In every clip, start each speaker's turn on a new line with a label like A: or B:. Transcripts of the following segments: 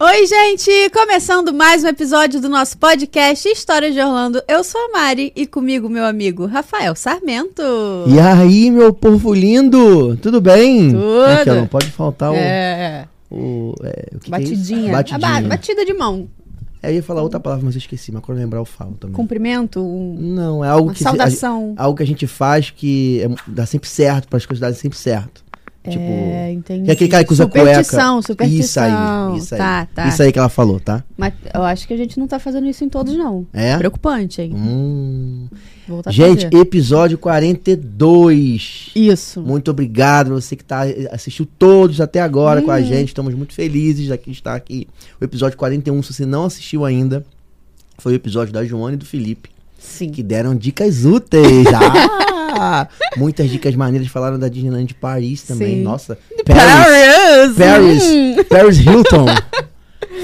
A: Oi, gente! Começando mais um episódio do nosso podcast História de Orlando. Eu sou a Mari e comigo meu amigo Rafael Sarmento.
B: E aí, meu povo lindo, tudo bem?
A: Tudo.
B: Aqui, ó, não pode faltar o...
A: É.
B: o, é, o que que é isso?
C: Batidinha.
A: A
B: Batidinha.
A: ba- batida de mão.
B: É, eu ia falar outra palavra, mas eu esqueci, mas quando eu lembrar eu falo também.
A: Cumprimento, um-
B: Não, é algo
A: uma
B: Hum. que, se- a-
A: saudação.
B: algo que a gente faz que é- dá sempre certo, para as coisas darem sempre certo. Tipo,
A: é, entendi.
B: que é aquele cara que usa
A: superstição,
B: cueca. Isso
A: superstição.
B: aí, isso aí.
A: Tá, tá.
B: Isso aí que ela falou, tá?
A: Mas eu acho que a gente não tá fazendo isso em todos, não.
B: É?
A: Preocupante, hein?
B: Hum.
A: Vou voltar a
B: Gente,
A: fazer.
B: episódio 42.
A: Isso.
B: Muito obrigado a você que tá, assistiu todos até agora com a
A: Hum.
B: gente. Estamos muito felizes de aqui estar aqui. O episódio 41, se você não assistiu ainda, foi o episódio da Joana e do Felipe,
A: Sim.
B: que deram dicas úteis. Ah, muitas dicas maneiras falaram da Disneyland de Paris também.
A: Sim. Hum.
B: Nossa, Paris, Paris, Paris Hilton.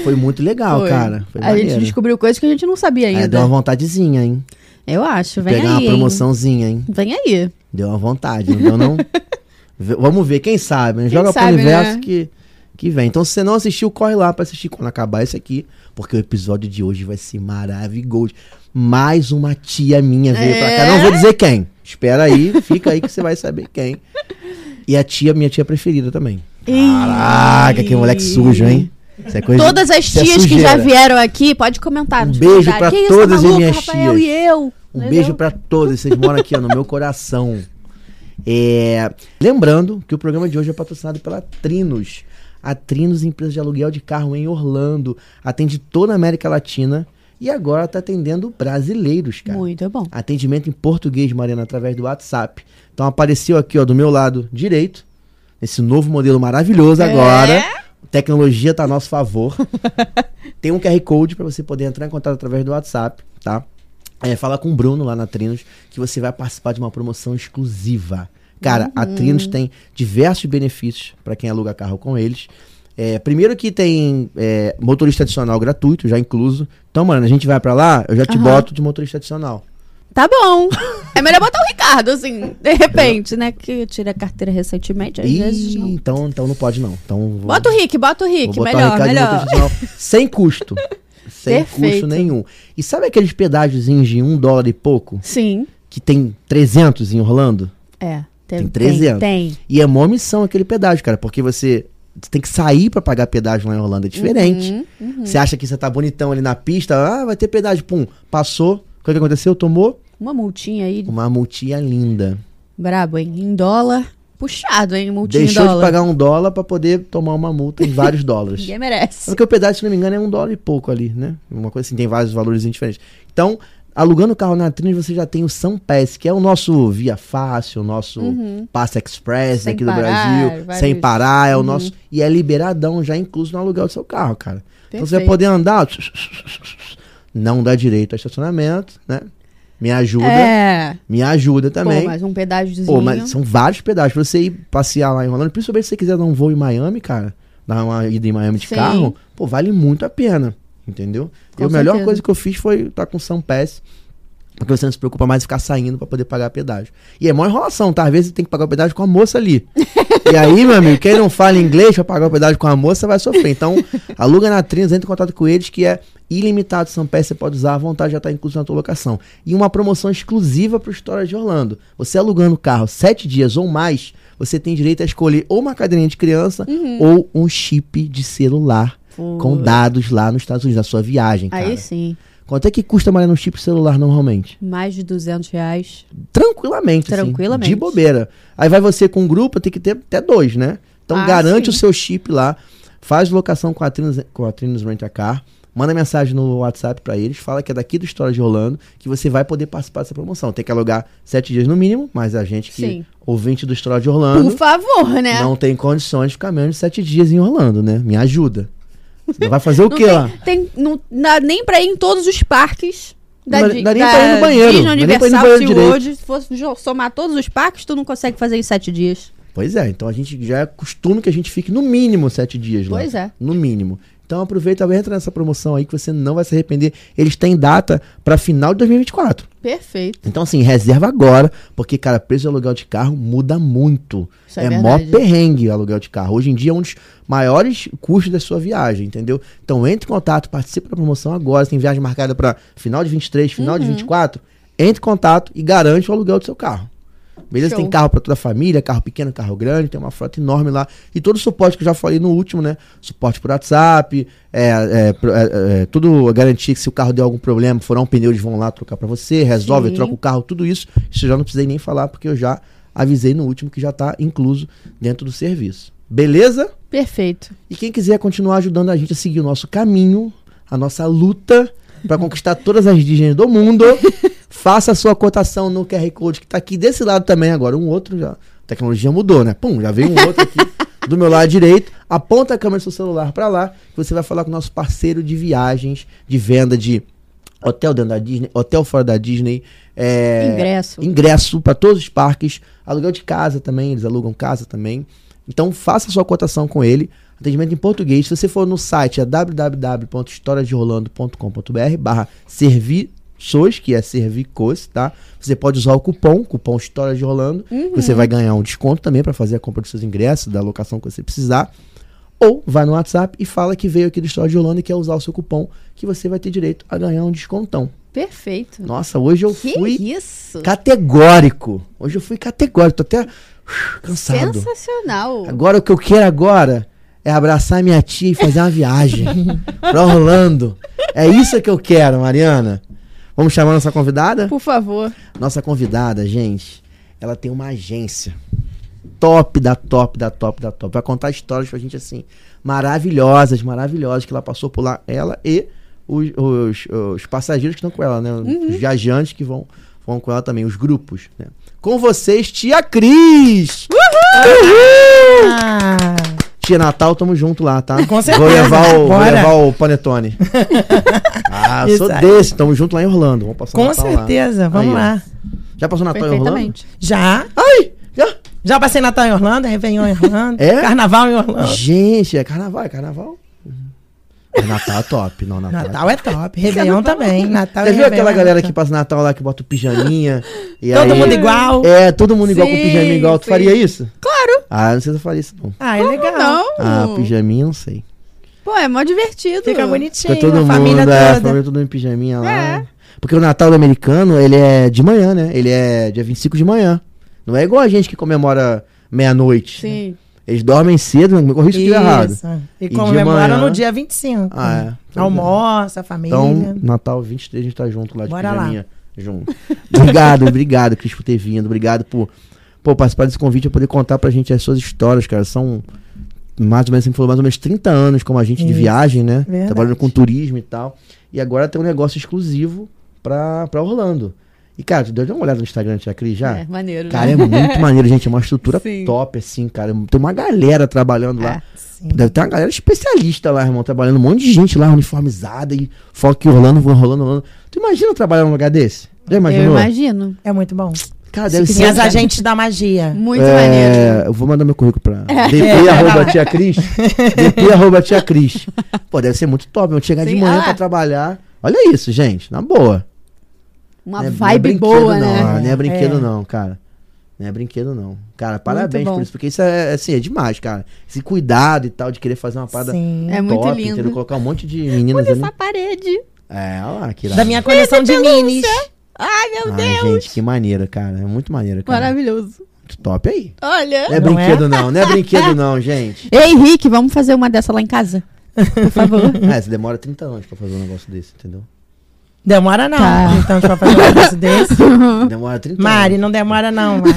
B: Foi muito legal,
A: Foi.
B: cara. Foi
A: A gente
B: maneiro.
A: descobriu coisas que a gente não sabia
B: É, deu
A: ainda.
B: uma vontadezinha, hein?
A: Eu acho, vem
B: Pegar
A: aí.
B: uma
A: hein?
B: promoçãozinha, hein?
A: Vem aí.
B: Deu uma vontade, não deu não? V- Vamos ver, quem sabe? né?
A: Quem
B: Joga
A: sabe,
B: pro universo
A: né?
B: que, que vem. Então, se você não assistiu, corre lá pra assistir quando acabar esse aqui, porque o episódio de hoje vai ser maravilhoso. Mais uma tia minha veio pra cá. Não
A: É.
B: vou dizer quem. Espera aí, fica aí que você vai saber quem. E a tia, minha tia preferida também. Caraca, que moleque sujo, hein? Isso é coisa de-
A: Todas as
B: isso é
A: tias que já
B: sujeira.
A: vieram aqui, pode comentar.
B: Um
A: nos
B: beijo
A: comentários.
B: pra
A: Quem é
B: todas as
A: essa maluca,
B: minhas
A: Rafael
B: tias.
A: e eu.
B: Um
A: Entendeu?
B: beijo pra todos, vocês moram aqui ó, no meu coração. É, lembrando que o programa de hoje é patrocinado pela Trinos. A Trinos, empresa de aluguel de carro em Orlando, atende toda a América Latina e agora está atendendo brasileiros, cara.
A: Muito bom.
B: Atendimento em português, Mariana, através do WhatsApp. Então apareceu aqui, ó, do meu lado direito, esse novo modelo maravilhoso
A: É?
B: agora. Tecnologia tá a nosso favor. Tem um QR Code para você poder entrar em contato através do WhatsApp, tá? É, fala com o Bruno lá na Trinos que você vai participar de uma promoção exclusiva. Cara, a
A: Uhum.
B: Trinos tem diversos benefícios para quem aluga carro com eles. É, primeiro que tem é, motorista adicional gratuito, já incluso. Então, mano, a gente vai para lá, eu já te
A: Aham.
B: boto de motorista adicional.
A: Tá bom. É melhor botar o Ricardo, assim, de repente, né? Que eu tirei a carteira recentemente, às
B: Ih,
A: vezes não.
B: então, então não pode não. Então vou-
A: Bota o Rick, bota o
B: vou
A: Rick.
B: botar o
A: Melhor,
B: Ricardo de
A: melhor.
B: motorista adicional, sem custo. Sem
A: Perfeito.
B: custo nenhum. E sabe aqueles pedágiozinhos de um dólar e pouco?
A: Sim.
B: Que tem 300 em Orlando?
A: É.
B: Tem 300.
A: Tem.
B: E é mó missão aquele pedágio, cara, porque você tem que sair pra pagar pedágio lá em Orlando, é diferente.
A: Uhum, uhum.
B: Você acha que você tá bonitão ali na pista, ah, vai ter pedágio, pum, passou. O que que aconteceu? Tomou
A: Uma multinha aí,
B: uma multinha linda.
A: brabo, hein? Em dólar. Puxado, hein? Multinha
B: Deixou
A: em dólar.
B: de pagar um dólar pra poder tomar uma multa em vários dólares.
A: Ninguém merece.
B: Porque o pedágio, se não me engano, é um dólar e pouco ali, né? Uma coisa assim, tem vários valores diferentes. Então, alugando o carro na Trinos, você já tem o São Pass, que é o nosso Via Fácil, o nosso Passe Express
A: Uhum. Sem
B: aqui do
A: parar,
B: Brasil,
A: vários- Uhum.
B: sem parar, é o nosso. E é liberadão, já incluso no aluguel do seu carro, cara. Então você vai
A: Perfeito.
B: poder andar. Não dá direito a estacionamento, né? Me ajuda,
A: É.
B: me ajuda também.
A: Pô, mas um pedágiozinho.
B: Pô, mas são vários pedágios. Pra você ir passear lá em Orlando, principalmente se você quiser dar um voo em Miami, cara, dar uma ida em Miami de
A: Sim.
B: carro, pô, vale muito a pena. Entendeu?
A: Com
B: e a melhor
A: certeza.
B: coisa que eu fiz foi estar com o São Pass. Porque você não se preocupa mais em ficar saindo pra poder pagar pedágio. E é maior enrolação, tá? Às vezes você tem que pagar o pedágio com a moça ali. e aí, meu amigo, quem não fala inglês pra pagar o pedágio com a moça vai sofrer. Então, aluga na Trinos, entra em contato com eles, que é ilimitado São Pass, você pode usar à vontade, já tá incluso na tua locação. E uma promoção exclusiva pro História de Orlando. Você alugando o carro sete dias ou mais, você tem direito a escolher ou uma cadeirinha de criança
A: Uhum.
B: ou um chip de celular
A: Pô.
B: com dados lá nos Estados Unidos, na sua viagem, cara.
A: Aí sim.
B: Quanto é que custa, Mariana, um chip celular normalmente?
A: Mais de 200 reais.
B: Tranquilamente, assim,
A: Tranquilamente.
B: de bobeira. Aí vai você com um grupo, tem que ter até dois, né? Então
A: Ah,
B: garante
A: sim.
B: o seu chip lá, faz locação com a Trinos, com a Trinos Rent a Car, manda mensagem no WhatsApp pra eles, fala que é daqui do História de Rolando, que você vai poder participar dessa promoção. Tem que alugar sete dias no mínimo, mas a gente que
A: Sim.
B: ouvinte do História de
A: Por
B: Orlando
A: favor, né?
B: não tem condições de ficar menos de sete dias em Orlando, né? Me ajuda. Você vai fazer o quê lá?
A: Tem, não dá nem pra ir em todos os parques. Da,
B: Não dá-
A: Di-
B: dá nem
A: da
B: pra ir no banheiro,
A: Disney,
B: dá nem pra ir no
A: Universal,
B: banheiro
A: SeaWorld. Se fosse jo- somar todos os parques, tu não consegue fazer em sete dias.
B: Pois é, então a gente já é costume que a gente fique no mínimo sete dias lá.
A: Pois é.
B: No mínimo. Então aproveita, entra nessa promoção aí que você não vai se arrepender. Eles têm data para final de 2024.
A: Perfeito.
B: Então, assim, reserva agora, porque, cara, preço de aluguel de carro muda muito.
A: Isso é
B: é mó
A: verdade.
B: perrengue o aluguel de carro. Hoje em dia é um dos maiores custos da sua viagem, entendeu? Então, entre em contato, participe da promoção agora. Tem viagem marcada para final de 23, final
A: Uhum.
B: de 24. Entre em contato e garante o aluguel do seu carro. Beleza?
A: Show.
B: Tem carro para toda a família, carro pequeno, carro grande, tem uma frota enorme lá. E todo o suporte que eu já falei no último, né? Suporte por WhatsApp, é, é, pro- é, é, tudo a garantia que se o carro der algum problema, furar um pneu, eles vão lá trocar para você, resolve,
A: Sim.
B: troca o carro, tudo isso. Isso eu já não precisei nem falar, porque eu já avisei no último que já tá incluso dentro do serviço. Beleza?
A: Perfeito.
B: E quem quiser continuar ajudando a gente a seguir o nosso caminho, a nossa luta para conquistar todas as dígenas do mundo, faça a sua cotação no QR Code que tá aqui desse lado também agora, um outro já. A tecnologia mudou, né? Pum, já veio um outro aqui do meu lado direito. Aponta a câmera do seu celular para lá, que você vai falar com o nosso parceiro de viagens, de venda de hotel dentro da Disney, hotel fora da Disney, é,
A: Ingresso.
B: ingresso para todos os parques, aluguel de casa também, eles alugam casa também. Então faça sua cotação com ele. Atendimento em português. Se você for no site é www.historiasderolando.com.br barra serviços, que é servicos, tá? Você pode usar o cupom, cupom História de Rolando. Você vai ganhar um desconto também para fazer a compra dos seus ingressos, da locação que você precisar. Ou vai no WhatsApp e fala que veio aqui do História de Rolando e quer usar o seu cupom, que você vai ter direito a ganhar um descontão.
A: Perfeito.
B: Nossa, hoje eu
A: Uhum. que
B: fui
A: isso?
B: Categórico. Hoje eu fui categórico, tô até uh, cansado.
A: Sensacional.
B: Agora o que eu quero agora é abraçar minha tia e fazer uma viagem pra Orlando. É isso que eu quero, Mariana. Vamos chamar nossa convidada?
A: Por favor.
B: Nossa convidada, gente, ela tem uma agência top da top da top da top. Vai contar histórias pra gente assim, maravilhosas, maravilhosas, que ela passou por lá, ela e os, os- os passageiros que estão com ela, né?
C: Uhum.
B: Os viajantes que vão, vão com ela também, os grupos, né? Com vocês, tia Cris!
C: Ah,
B: Tia Natal, tamo junto lá, tá?
C: Com
B: Vou
C: certeza,
B: levar o, vou
C: bora.
B: levar o panetone. ah, eu sou
C: Isso aí.
B: desse, tamo junto lá em Orlando. Vamos passar o
C: com
B: Natal lá.
C: certeza, vamos
B: Aí, ó.
C: lá.
B: Já passou o Natal em Orlando?
A: Perfeitamente.
C: Já.
B: Ai! Já!
C: Já passei Natal em Orlando, Réveillon em Orlando,
B: É?
C: Carnaval em Orlando.
B: Gente, é carnaval, é carnaval. É Natal é top, não, Natal. é top.
C: Natal é top, Réveillon também. Natal
B: Você
C: e
B: viu
C: Réveillon
B: aquela
C: é
B: galera
C: top.
B: que passa Natal lá, que bota o pijaminha? e
C: Todo
B: aí-
C: mundo igual.
B: É, todo mundo igual com
A: Sim,
B: pijaminha igual. Tu
A: sim.
B: faria isso?
A: Claro.
B: Ah, não sei se eu faria isso, não.
C: Ah, é legal.
A: Não.
B: Ah, pijaminha, não sei.
A: Pô, é mó divertido.
C: Fica bonitinho,
B: Fica todo
C: a
B: mundo,
C: família
B: é, a
C: toda.
B: família toda em pijaminha lá.
A: É.
B: Porque o Natal do americano, ele é de manhã, né? Ele é dia 25 de manhã. Não é igual a gente que comemora meia-noite.
A: Sim.
B: Eles dormem cedo, né? me corrija se eu estiver errado.
C: Isso.
B: E
C: E
B: de
C: comemoram
B: manhã-
C: no dia 25.
B: Ah, é. Pois é.
C: Almoça, a família.
B: Então, Natal 23, a gente tá junto lá de
C: Bora lá.
B: pijaminha. Junto. Obrigado, obrigado, Cris, por ter vindo. Obrigado por, por participar desse convite e poder contar pra gente as suas histórias, cara. São mais ou menos, você falou, mais ou menos 30 anos como agente de
C: Isso,
B: viagem, né?
C: verdade.
B: Trabalhando com turismo e tal. E agora tem um negócio exclusivo pra, pra Orlando. E, cara, tu deu uma olhada no Instagram, tia Cris, já?
A: É, maneiro. né?
B: Cara, é muito maneiro, gente. É uma estrutura
A: Sim. É,
B: top, assim, cara. Tem uma galera trabalhando lá.
C: Sim.
B: Deve ter uma galera especialista lá, irmão, trabalhando um monte de gente lá uniformizada e foco rolando, vão rolando, rolando. Tu imagina trabalhar num lugar desse? Já
A: Eu
B: imaginou?
A: imagino.
C: É muito bom.
B: Cara, deve
C: E
B: ser.
C: as agentes da magia.
A: Muito maneiro.
B: É, eu vou mandar meu currículo pra
C: É,
B: dp
C: vai
B: arroba
C: lá.
B: tia Cris. dp arroba tia Cris. Pô, deve ser muito top. Vamos chegar de
A: Sim,
B: manhã
A: ah.
B: pra trabalhar. Olha isso, gente. Na boa.
A: Uma
B: Não é- não é
A: vibe
B: brinquedo,
A: boa,
B: não.
A: né?
B: Ah, Não é
C: É.
B: brinquedo, não, cara. Não é brinquedo, não. Cara, parabéns
A: bom.
B: por isso, porque isso é, assim, é demais, cara. Esse cuidado e tal de querer fazer uma parada
C: Sim.
A: É muito
B: top,
A: lindo.
B: entendeu? né? Colocar um monte de meninas
A: Olha
B: ali.
A: essa parede.
B: É, olha lá, que irado.
C: Da minha coleção de minis.
A: Ai, meu
B: Ai,
A: Deus.
B: gente, que maneiro, cara. É muito maneiro, cara.
A: Maravilhoso.
B: Muito top aí.
A: Olha.
B: Não é
C: Não
B: brinquedo, não. Não é brinquedo, não, gente.
A: Ei, Henrique, vamos fazer uma dessa lá em casa? Por favor.
B: É, você demora 30 anos pra fazer um negócio desse, entendeu?
C: Demora não.
A: Tá.
C: Então, deixa eu fazer um negócio desse.
A: Hum.
B: Demora 30
C: Mari,
B: anos.
C: não demora não. Mari.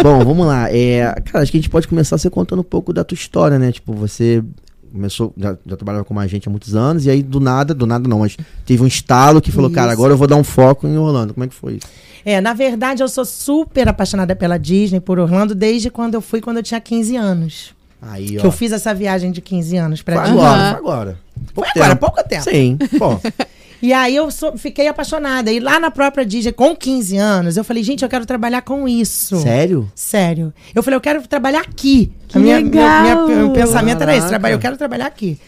B: Bom, vamos lá. É, cara, acho que a gente pode começar você contando um pouco da tua história, né? Tipo, você começou, já, já trabalhava como agente há muitos anos, e aí do nada, do nada não, mas teve um estalo que falou, cara,
C: Isso.
B: agora eu vou dar um foco em Orlando. Como é que foi isso?
C: É, na verdade, eu sou super apaixonada pela Disney, por Orlando, desde quando eu fui, quando eu tinha 15 anos.
B: Aí, ó.
C: Que eu fiz essa viagem de 15 anos pra
B: Foi
C: Disney.
B: agora,
A: Aham.
B: foi agora. Pouco
C: Agora, há pouco tempo.
B: Sim, pô.
C: E aí eu sou- fiquei apaixonada. E lá na própria Disney, com 15 anos, eu falei, gente, eu quero trabalhar com isso.
B: Sério?
C: Sério. Eu falei, eu quero trabalhar aqui.
A: Que
C: A minha,
A: legal!
C: Meu, meu pensamento era esse,
B: Caraca.
C: trabalho, eu quero trabalhar aqui.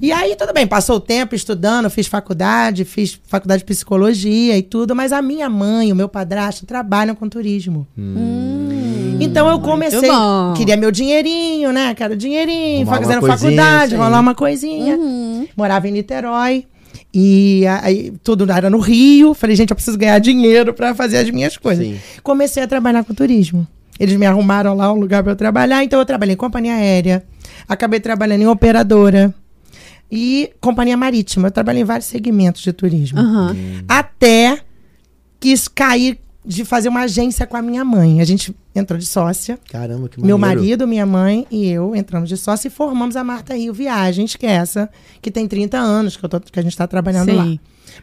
C: E aí, tudo bem, passou o tempo estudando, fiz faculdade, fiz faculdade de psicologia e tudo, mas a minha mãe, o meu padrasto trabalham com turismo.
A: Hum.
C: Então eu comecei,
A: bom.
C: queria meu dinheirinho, né? Quero dinheirinho,
B: Arrumar uma
C: fazendo
B: coisinha,
C: faculdade,
B: sim.
C: rolar uma coisinha.
A: Uhum. Hum.
C: Morava em Niterói. E aí tudo era no Rio. Falei, gente, eu preciso ganhar dinheiro pra fazer as minhas coisas.
B: Sim.
C: Comecei a trabalhar com turismo. Eles me arrumaram lá um lugar pra eu trabalhar, então eu trabalhei em companhia aérea. Acabei trabalhando em operadora e companhia marítima. Eu trabalhei em vários segmentos de turismo.
A: Aham.
C: Até quis cair de fazer uma agência com a minha mãe. A gente entrou de sócia.
B: Caramba, que
C: Meu
B: maneiro.
C: marido, minha mãe e eu entramos de sócio e formamos a Marta Rio Viagens, que é essa que tem 30 anos que, eu tô- que a gente está trabalhando
A: Sim.
C: lá.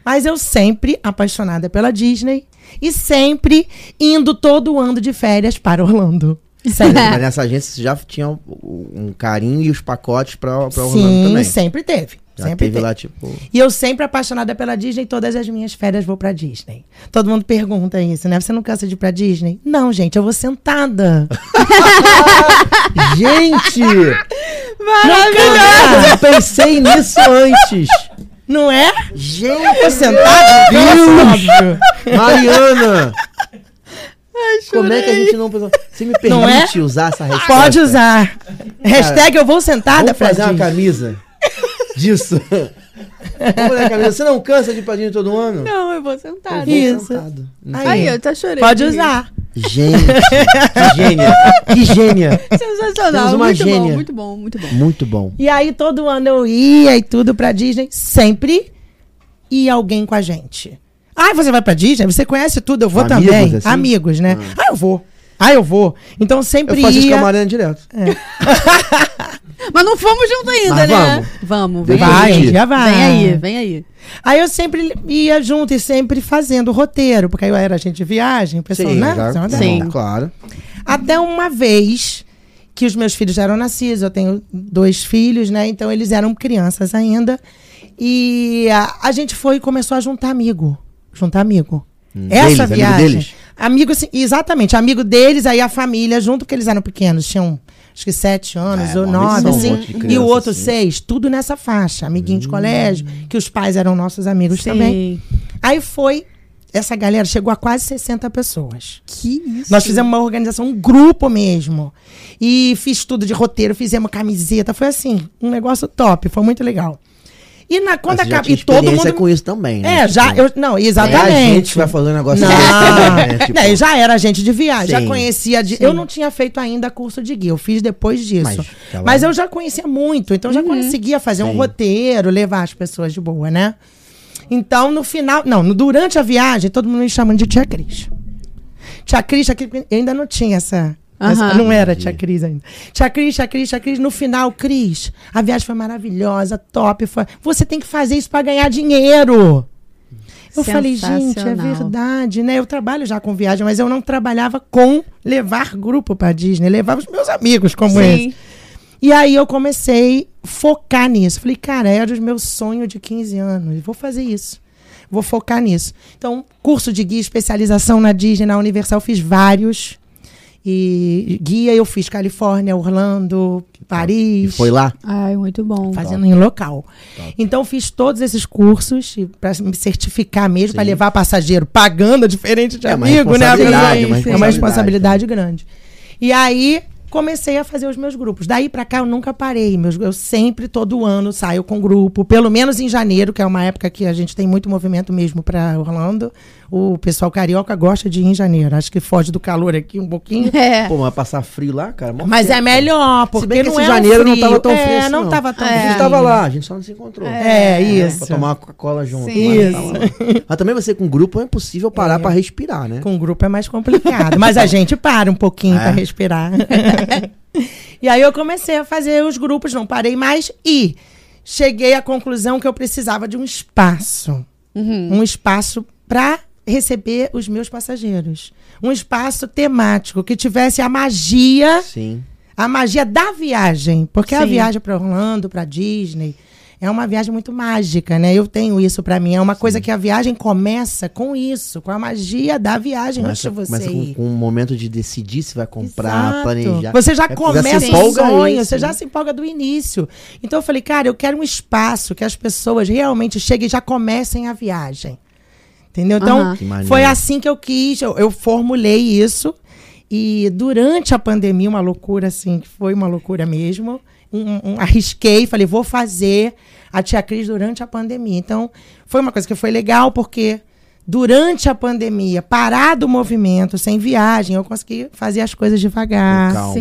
C: Mas eu sempre apaixonada pela Disney e sempre indo todo ano de férias para Orlando. Sempre.
B: Mas nessa agência você já tinha um- um carinho e os pacotes pra, pra
C: Sim,
B: Orlando também.
C: sempre teve.
B: Já
C: sempre
B: teve
C: teve.
B: lá, tipo.
C: E eu sempre apaixonada pela Disney, todas as minhas férias vou pra Disney. Todo mundo pergunta isso, né? Você não cansa de ir pra Disney? Não, gente, eu vou sentada.
B: Gente!
A: Maravilhoso!
B: Eu não pensei nisso antes!
C: Não é?
B: Gente!
C: Vou sentada? Deus!
B: Mariana! Como é que a gente não pensou? Você me
C: Não é?
B: permite usar essa resposta?
C: Pode usar. Hashtag eu vou sentada
B: Vamos
C: pra
B: fazer uma
C: Disney.
B: camisa disso. Vamos fazer uma camisa. Você não cansa de ir pra Disney todo ano? Tá
A: Não, eu vou sentar.
B: Eu vou
C: Isso.
B: sentado.
A: Aí, eu tô chorando.
C: Pode usar.
B: Gente, que gênia! Que gênia! Temos
A: Sensacional.
B: uma
A: muito
B: gênia.
A: bom, muito bom, muito bom.
B: Muito bom.
C: E aí todo ano eu ia e tudo pra Disney, sempre ia alguém com a gente. Ah, você vai pra Disney? Você conhece tudo, eu vou
B: Amigos,
C: também.
B: assim?
C: Amigos, né? Ah. eu vou. Ah, eu vou. Então
B: Eu
C: sempre
B: faço isso com a
C: ia.
B: Mariana direto.
A: Mas não fomos junto ainda,
B: Mas
A: né? Vamos, vem
B: Vem
A: aí.
C: Vai,
B: aí.
C: já vai.
A: Vem aí, vem aí.
C: Aí eu sempre ia junto e sempre fazendo o roteiro, porque aí eu era agente de viagem, o pessoal, né?
B: já,
A: Sim.
B: Sim. claro.
C: Até uma vez que os meus filhos já eram nascidos, eu tenho dois filhos, né? Então eles eram crianças ainda. E a, a gente foi e começou a juntar amigo. Juntar amigo.
B: Hum. deles,
C: Essa
B: amigo
C: viagem.
B: deles?
C: Amigo, assim, exatamente, amigo deles, aí a família, junto, porque eles eram pequenos, tinham acho que sete anos
B: É,
C: ou
B: uma
C: nove,
B: missão, um
C: assim.
B: monte de Hum.
C: e
B: criança,
C: o outro
B: assim.
C: seis, tudo nessa faixa, amiguinho de colégio, que os pais eram nossos amigos também.
A: Sim.
C: Aí foi, essa galera chegou a quase 60 pessoas.
A: Que isso?
C: Nós fizemos uma organização, um grupo mesmo. E fiz tudo de roteiro, fizemos camiseta. Foi assim, um negócio top, foi muito legal. E na
B: Mas
C: conta
B: você já
C: acaba.
B: tinha
C: E todo
B: experiência
C: mundo.
B: com isso também, né?
C: É, já.
B: Tipo,
C: Eu, não,
B: não é
C: exatamente.
B: a gente que vai fazer um negócio
C: Não, É,
B: desse, né? Tipo,
C: Não, eu já era agente de viagem,
B: Sim.
C: já conhecia. de- eu não tinha feito ainda curso de guia, eu fiz depois disso.
B: Mas
C: Mas,
B: tá lá.
C: eu já conhecia muito, então
A: Uhum.
C: já conseguia fazer
B: Sim.
C: um roteiro, levar as pessoas de boa, né? Então, no final. Não, no- durante a viagem, todo mundo me chamando de Tia Cris. Tia Cris, Tia Cris, eu ainda não tinha essa. essa-
A: Aham.
C: não era
B: Entendi.
C: Tia Cris ainda. Tia Cris, Tia Cris, Tia Cris. No final, Cris, a viagem foi maravilhosa, top. Foi, você tem que fazer isso pra ganhar dinheiro. Eu falei, gente, é
A: Sensacional.
C: verdade, né? Eu trabalho já com viagem, mas eu não trabalhava com levar grupo pra Disney, levava os meus amigos como esse.
A: Sim.
C: E aí eu comecei a focar nisso. Falei, cara, era o meu sonho de 15 anos, vou fazer isso. Vou focar nisso. Então, curso de guia, especialização na Disney, na Universal, fiz vários. E guia eu fiz Califórnia, Orlando,
B: E
C: Paris
B: foi lá?
A: Ai, muito bom.
C: fazendo em local. Então fiz todos esses cursos para me certificar mesmo, para
B: Sim.
C: levar passageiro pagando é diferente de
B: É uma
C: amigo, né?
B: responsabilidade,
A: é uma
C: É uma responsabilidade grande. E aí comecei a fazer os meus grupos. Daí para cá eu nunca parei, meus eu sempre todo ano saio com grupo, pelo menos em janeiro, que é uma época que a gente tem muito movimento mesmo para Orlando. O pessoal carioca gosta de ir em janeiro, acho que foge do calor aqui um pouquinho.
A: É.
B: Pô, mas passar frio lá, cara. mó
C: Mas
B: frio.
C: é melhor,
B: Se
C: porque
B: bem que esse
C: não é um
B: janeiro não
C: frio.
B: tava tão
C: É,
B: frio assim,
C: não,
B: não.
C: tava tão
B: A gente
C: frio.
B: tava lá, a gente só não se encontrou.
C: É, isso.
B: Pra tomar uma Coca-Cola junto.
A: Sim.
B: mas tá lá. Mas também você com grupo é impossível parar pra respirar, né?
C: Com grupo é mais complicado, mas a gente para um pouquinho
B: É.
C: pra respirar. e aí eu comecei a fazer os grupos, não parei mais e cheguei à conclusão que eu precisava de um espaço, um espaço para receber os meus passageiros, um espaço temático que tivesse a magia
B: Sim.
C: a magia da viagem, porque a
A: Sim.
C: viagem para Orlando, para Disney, é uma viagem muito mágica, né? Eu tenho isso pra mim. É uma coisa que a viagem começa com isso, com a magia da viagem.
B: Começa,
C: Antes de você
B: começa com,
C: ir.
B: com um momento de decidir se vai comprar,
C: Exato.
B: planejar.
C: Você já
B: É,
C: começa
B: se
C: um
B: empolga
C: sonho,
B: antes,
C: você já
B: né?
C: se empolga do início. Então eu falei, cara, eu quero um espaço que as pessoas realmente cheguem e já comecem a viagem. Entendeu? Então,
A: Aham.
B: Que maneiro.
C: foi assim que eu quis, eu, eu formulei isso. E durante a pandemia, uma loucura, assim, que foi uma loucura mesmo. Um, um- arrisquei, falei, vou fazer a Tia Cris durante a pandemia. Então, foi uma coisa que foi legal, porque durante a pandemia, parado o movimento, sem viagem, eu consegui fazer as coisas devagar,
B: Com calma.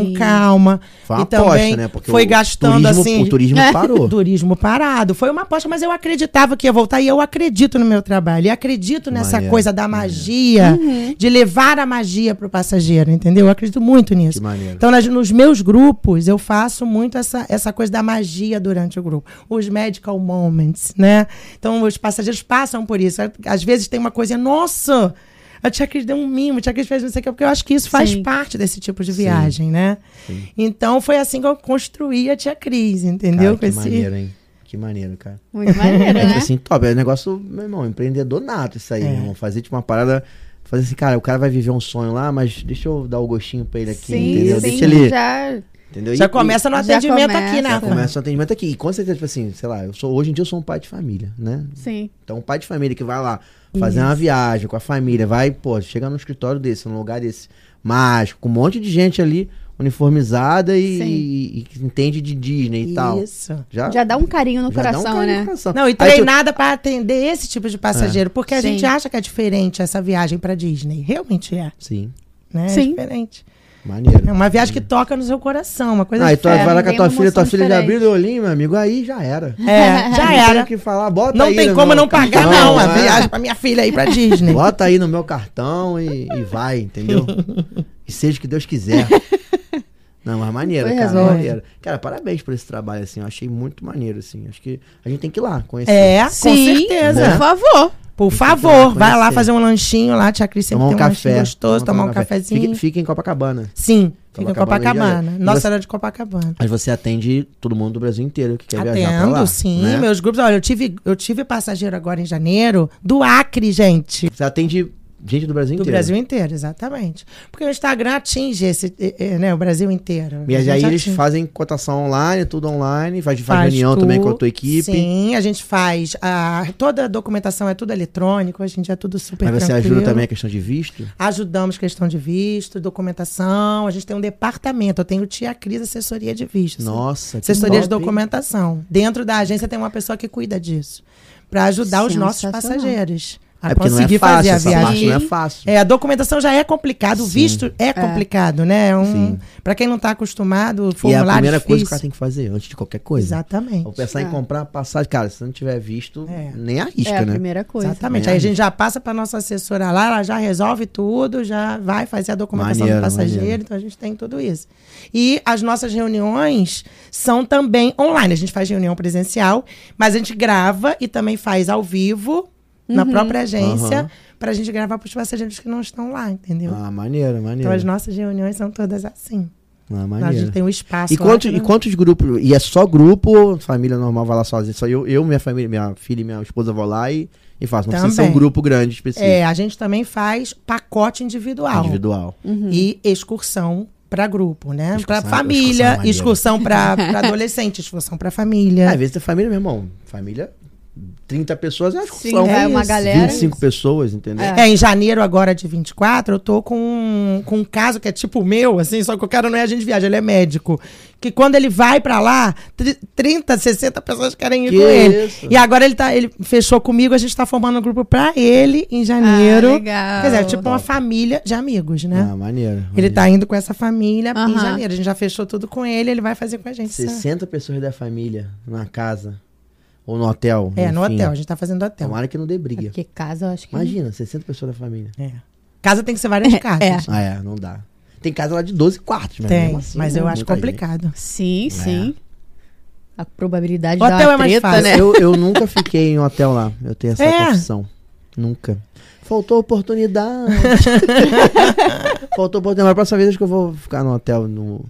C: com calma.
B: Foi uma
C: e também
B: aposta, né? Porque
C: foi
B: o
C: gastando,
B: turismo,
C: assim,
B: O turismo parou.
C: Turismo parado. Foi uma aposta, mas eu acreditava que ia voltar e eu acredito no meu trabalho. E acredito nessa
B: Maneiro,
C: coisa da magia,
A: Uhum.
C: de levar a magia pro passageiro, entendeu? Eu acredito muito nisso.
B: Que maneiro.
C: Então, nas- nos meus grupos, eu faço muito essa, essa coisa da magia durante o grupo. Os medical moments, né? Então, os passageiros passam por isso. Às vezes tem uma coisa, nossa, a Tia Cris deu um mimo, a Tia Cris fez não sei o que, porque eu acho que isso faz
A: Sim.
C: parte desse tipo de viagem, né? Então, foi assim que eu construí a Tia Cris, entendeu?
B: Cara,
C: Com
B: que
C: esse-
B: maneiro, hein? Que maneiro, cara.
A: Muito maneiro,
B: É tipo
A: né?
B: assim, top. É um negócio, meu irmão, empreendedor nato isso aí,
C: É.
B: meu irmão. Fazer tipo uma parada. Fazer assim, cara, o cara vai viver um sonho lá, mas deixa eu dar o gostinho pra ele aqui, entendeu? deixa ele.
A: já...
B: Entendeu?
C: Já
B: E-
C: começa no
A: Já
C: atendimento
A: começa.
C: aqui, né?
A: Já
B: e-
C: Rafa?
B: Começa o atendimento aqui. E com certeza, tipo assim, sei lá, eu sou, hoje em dia eu sou um pai de família, né?
A: Sim.
B: Então, um pai de família que vai lá fazer uma viagem com a família, vai, pô, chega num escritório desse, num lugar desse, mágico, com um monte de gente ali uniformizada e,
A: Sim.
B: e- e que entende de Disney e tal.
C: Isso.
B: Já,
A: Já dá um carinho no
B: já dá um
A: coração,
B: carinho no
A: né?
B: coração.
C: Não, e
B: Aí tipo, tu-
C: treinada pra atender esse tipo de passageiro, porque a
A: Sim.
C: gente acha que é diferente essa viagem pra Disney. Realmente é,
B: Sim,
C: né? É
A: Sim.
C: diferente.
B: maneiro.
C: É uma viagem que toca no seu coração, uma coisa
B: Aí Ah, tu
C: diferente.
A: É,
B: vai lá com a
A: tem
B: tua
A: uma
B: filha, tua
A: emoção
B: filha já abriu
A: diferente.
B: o olhinho, meu amigo, aí já era.
C: É, já
B: Não tem
C: era.
B: o que falar, bota
C: Não
B: aí
C: tem
B: no
C: como
B: meu
C: não pagar,
B: cartão,
C: não, a
B: né?
C: viagem pra minha filha aí pra Disney.
B: Bota aí no meu cartão e, e vai, entendeu? e seja o que Deus quiser. Não, mas maneiro,
A: Foi
B: cara.
A: resolve.
B: Maneiro. Cara, parabéns por esse trabalho, assim. Eu achei muito maneiro, assim. Acho que a gente tem que ir lá conhecer.
C: É, com
A: Sim,
B: Né?
C: certeza.
A: Por favor.
C: Por
B: Tem que
C: favor,
B: ir lá
C: vai lá
B: conhecer.
C: fazer um lanchinho lá, Tia Cris sempre
B: Tomar um
C: tem um lanchinho
B: café.
C: gostoso, tomar um cafezinho.
B: Fica, fica em Copacabana.
C: Sim, fica em
B: Copacabana,
C: Copacabana.
B: já é.
C: Nossa
B: Você-
C: Senhora de Copacabana.
B: Mas você atende todo mundo do Brasil inteiro que quer viajar pra
C: Atendo,
B: lá.
C: sim.
B: né?
C: Meus grupos. Olha, eu tive, eu tive passageiro agora em janeiro do Acre, gente.
B: Você atende gente do Brasil
C: Do
B: inteiro.
C: Brasil inteiro, exatamente. Porque o Instagram atinge esse, eh, eh, né, o Brasil inteiro.
B: E
C: A gente
B: aí eles
C: atinge.
B: fazem cotação online, tudo online, faz, faz,
C: Faz
B: reunião
C: tu-
B: também com a tua equipe.
C: Sim, a gente faz. A, toda a documentação é tudo eletrônico, a gente é tudo super
B: Mas você
C: tranquilo.
B: ajuda também a questão de visto?
C: Ajudamos questão de visto, documentação. A gente tem um departamento. Eu tenho tia Cris, assessoria de visto.
B: Nossa, que
C: assessoria de
B: top, hein?
C: documentação. Dentro da agência tem uma pessoa que cuida disso. Pra ajudar os nossos
A: Sensacional.
C: passageiros a
B: É porque não é
C: conseguir
B: fácil,
C: Ah, fazer a
B: essa parte
C: viagem.
B: não é fácil.
C: É, a documentação já é complicado, o
B: Sim.
C: visto é complicado, né? É Um, para quem não tá acostumado, o
B: E é a
C: formulário
B: primeira
C: difícil.
B: coisa que o cara tem que fazer antes de qualquer coisa. Ou
C: Exatamente.
B: pensar em
A: É.
B: comprar passagem. Cara, se não tiver visto,
C: É.
B: nem arrisca,
A: é a
B: né?
A: primeira coisa.
C: Exatamente.
B: né?
C: Aí a gente já passa para nossa assessora lá, ela já resolve tudo, já vai fazer a documentação
B: Maneiro,
C: do passageiro,
B: maneiro.
C: então a gente tem tudo isso. E as nossas reuniões são também online. A gente faz reunião presencial, mas a gente grava e também faz ao vivo na própria agência
B: Aham.
C: pra gente gravar para os passageiros que não estão lá, entendeu?
B: Ah, maneiro,
C: Então
B: maneiro.
C: as nossas reuniões são todas assim.
B: Ah,
C: A gente
B: maneiro.
C: tem um espaço.
B: E,
C: lá
B: quanto-
C: que
B: e
C: não-
B: quantos grupos? E é só grupo, família normal vai lá sozinha. Só eu, eu minha família, minha filha e minha esposa vão lá e, e faço. Não precisa ser um
C: Também.
B: grupo grande específico.
C: É, a gente também faz pacote individual,
B: Individual.
A: Uhum.
C: e excursão para grupo, né?
B: Excursão-
C: Para
B: excursão é
C: família,
B: maneiro.
C: excursão para adolescente, excursão para
B: Ah, Às
C: família.
B: vezes tem família, meu irmão. Família, 30 pessoas, é
A: Sim,
B: são
A: vai uma
C: isso.
A: galera.
B: 25 pessoas, entendeu?
C: É, em janeiro agora de 24, eu tô com um, com um caso que é tipo o meu, assim, só que o cara não é agente de viagem, ele é médico. Que quando ele vai pra lá, tri- 30, 60 pessoas querem ir
B: Que
C: com ele.
B: isso?
C: E agora ele tá, ele fechou comigo, a gente tá formando um grupo pra ele em janeiro.
A: Ah, legal.
C: Quer dizer, é tipo uma família de amigos, né?
B: Ah, maneiro.
C: Ele
B: maneiro.
C: tá indo com essa família em
A: Aham.
C: janeiro. A gente já fechou tudo com ele, ele vai fazer com a gente. sabe?
B: 60 pessoas da família na casa. Ou no hotel.
C: É, no
B: enfim.
C: hotel. A gente tá fazendo hotel.
B: Tomara que não dê briga.
A: É Porque casa, eu acho que...
B: Imagina, 60 pessoas da família.
C: É. Casa tem que ser várias casas.
B: Ah, é, não dá. Tem casa lá de 12 quartos, mas
C: Tem,
B: mesmo assim,
C: mas eu
B: não,
C: acho
B: muita gente.
C: complicado.
B: Né?
A: Sim, sim. A probabilidade
C: Hotel
A: da
C: é mais
A: treta,
C: fácil.
A: né?
B: Eu, eu nunca fiquei em hotel lá. Eu tenho essa
C: É.
B: confissão. Nunca. Faltou oportunidade. Faltou oportunidade. Mas a próxima vez acho que eu vou ficar no hotel no.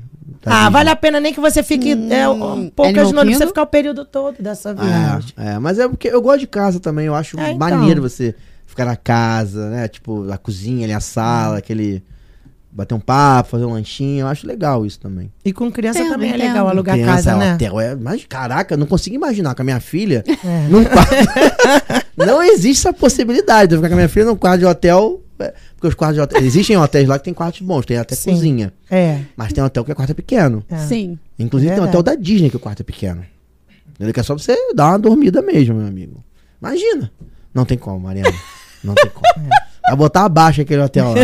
C: Ah, vale a pena nem que você fique é, um- poucas
D: Animal
C: noites, pra você
D: Kingdom?
C: ficar o período todo dessa viagem.
B: É, é, mas é porque eu gosto de casa também, eu acho
C: É, então.
B: maneiro você ficar na casa, né? Tipo, a cozinha ali, a
C: Hum.
B: sala, aquele. Bater um papo, fazer um lanchinho, eu acho legal isso também.
C: E com criança
A: Entendo,
C: também é
A: entendo.
C: legal alugar
B: Criança,
C: casa, né?
B: hotel, é, mas, caraca, eu não consigo imaginar com a minha filha
C: É.
B: num quarto. não existe essa possibilidade de eu ficar com a minha filha num quarto de hotel. é, Porque os quartos de hotel. Existem hotéis lá que tem quartos bons, tem até
C: Sim.
B: cozinha.
C: É.
B: Mas tem hotel que o quarto é pequeno.
C: é.
A: Sim.
B: Inclusive tem
C: Verdade.
B: hotel da Disney que o quarto é pequeno. Entendeu? Que é só pra você dar uma dormida mesmo, meu amigo. Imagina. Não tem como, Mariana. Não tem como.
C: É.
B: Vai botar abaixo aquele hotel lá.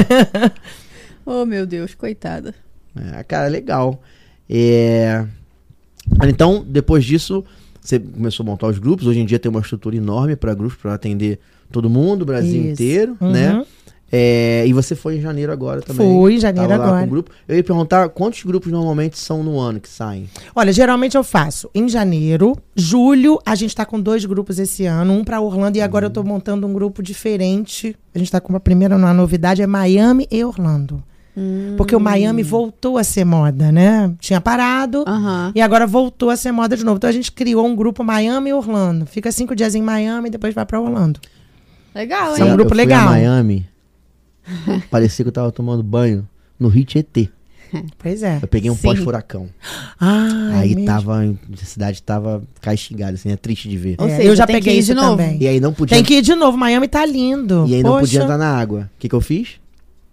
A: Oh, meu Deus, coitada.
B: É, cara, legal. É... Então, depois disso, você começou a montar os grupos. Hoje em dia tem uma estrutura enorme para grupos, para atender todo mundo, o Brasil
C: Isso.
B: inteiro,
C: Uhum.
B: né? É, E você foi em janeiro agora também.
C: Fui em janeiro
B: Tava lá com
C: agora.
B: o grupo. Eu ia perguntar quantos grupos normalmente são no ano que saem.
C: Olha, geralmente eu faço em janeiro, julho, a gente tá com dois grupos esse ano, um pra Orlando e agora eu
B: Hum.
C: tô montando um grupo diferente. A gente tá com uma primeira uma novidade, é Miami e Orlando. Porque o Miami voltou a ser moda, né? Tinha parado
A: Aham.
C: e agora voltou a ser moda de novo. Então a gente criou um grupo Miami e Orlando. Fica cinco dias em Miami e depois vai pra Orlando.
A: Legal,
C: São
A: hein?
B: Eu-
C: É um grupo
B: eu fui
C: legal.
B: a Miami. Parecia que eu tava tomando banho no Hit ET.
C: Pois é.
B: Eu peguei um
A: Sim.
B: pós-furacão.
C: Ah,
B: Aí tava, a cidade tava castigada, assim, é triste de ver.
A: Ou
C: É,
A: seja,
C: eu já
A: tem que
C: peguei
A: ir
C: isso
A: de novo.
C: também.
B: E aí não podia
C: Tem que ir de novo, Miami tá lindo.
B: E aí não
C: Poxa.
B: podia entrar na água. O que, que eu fiz?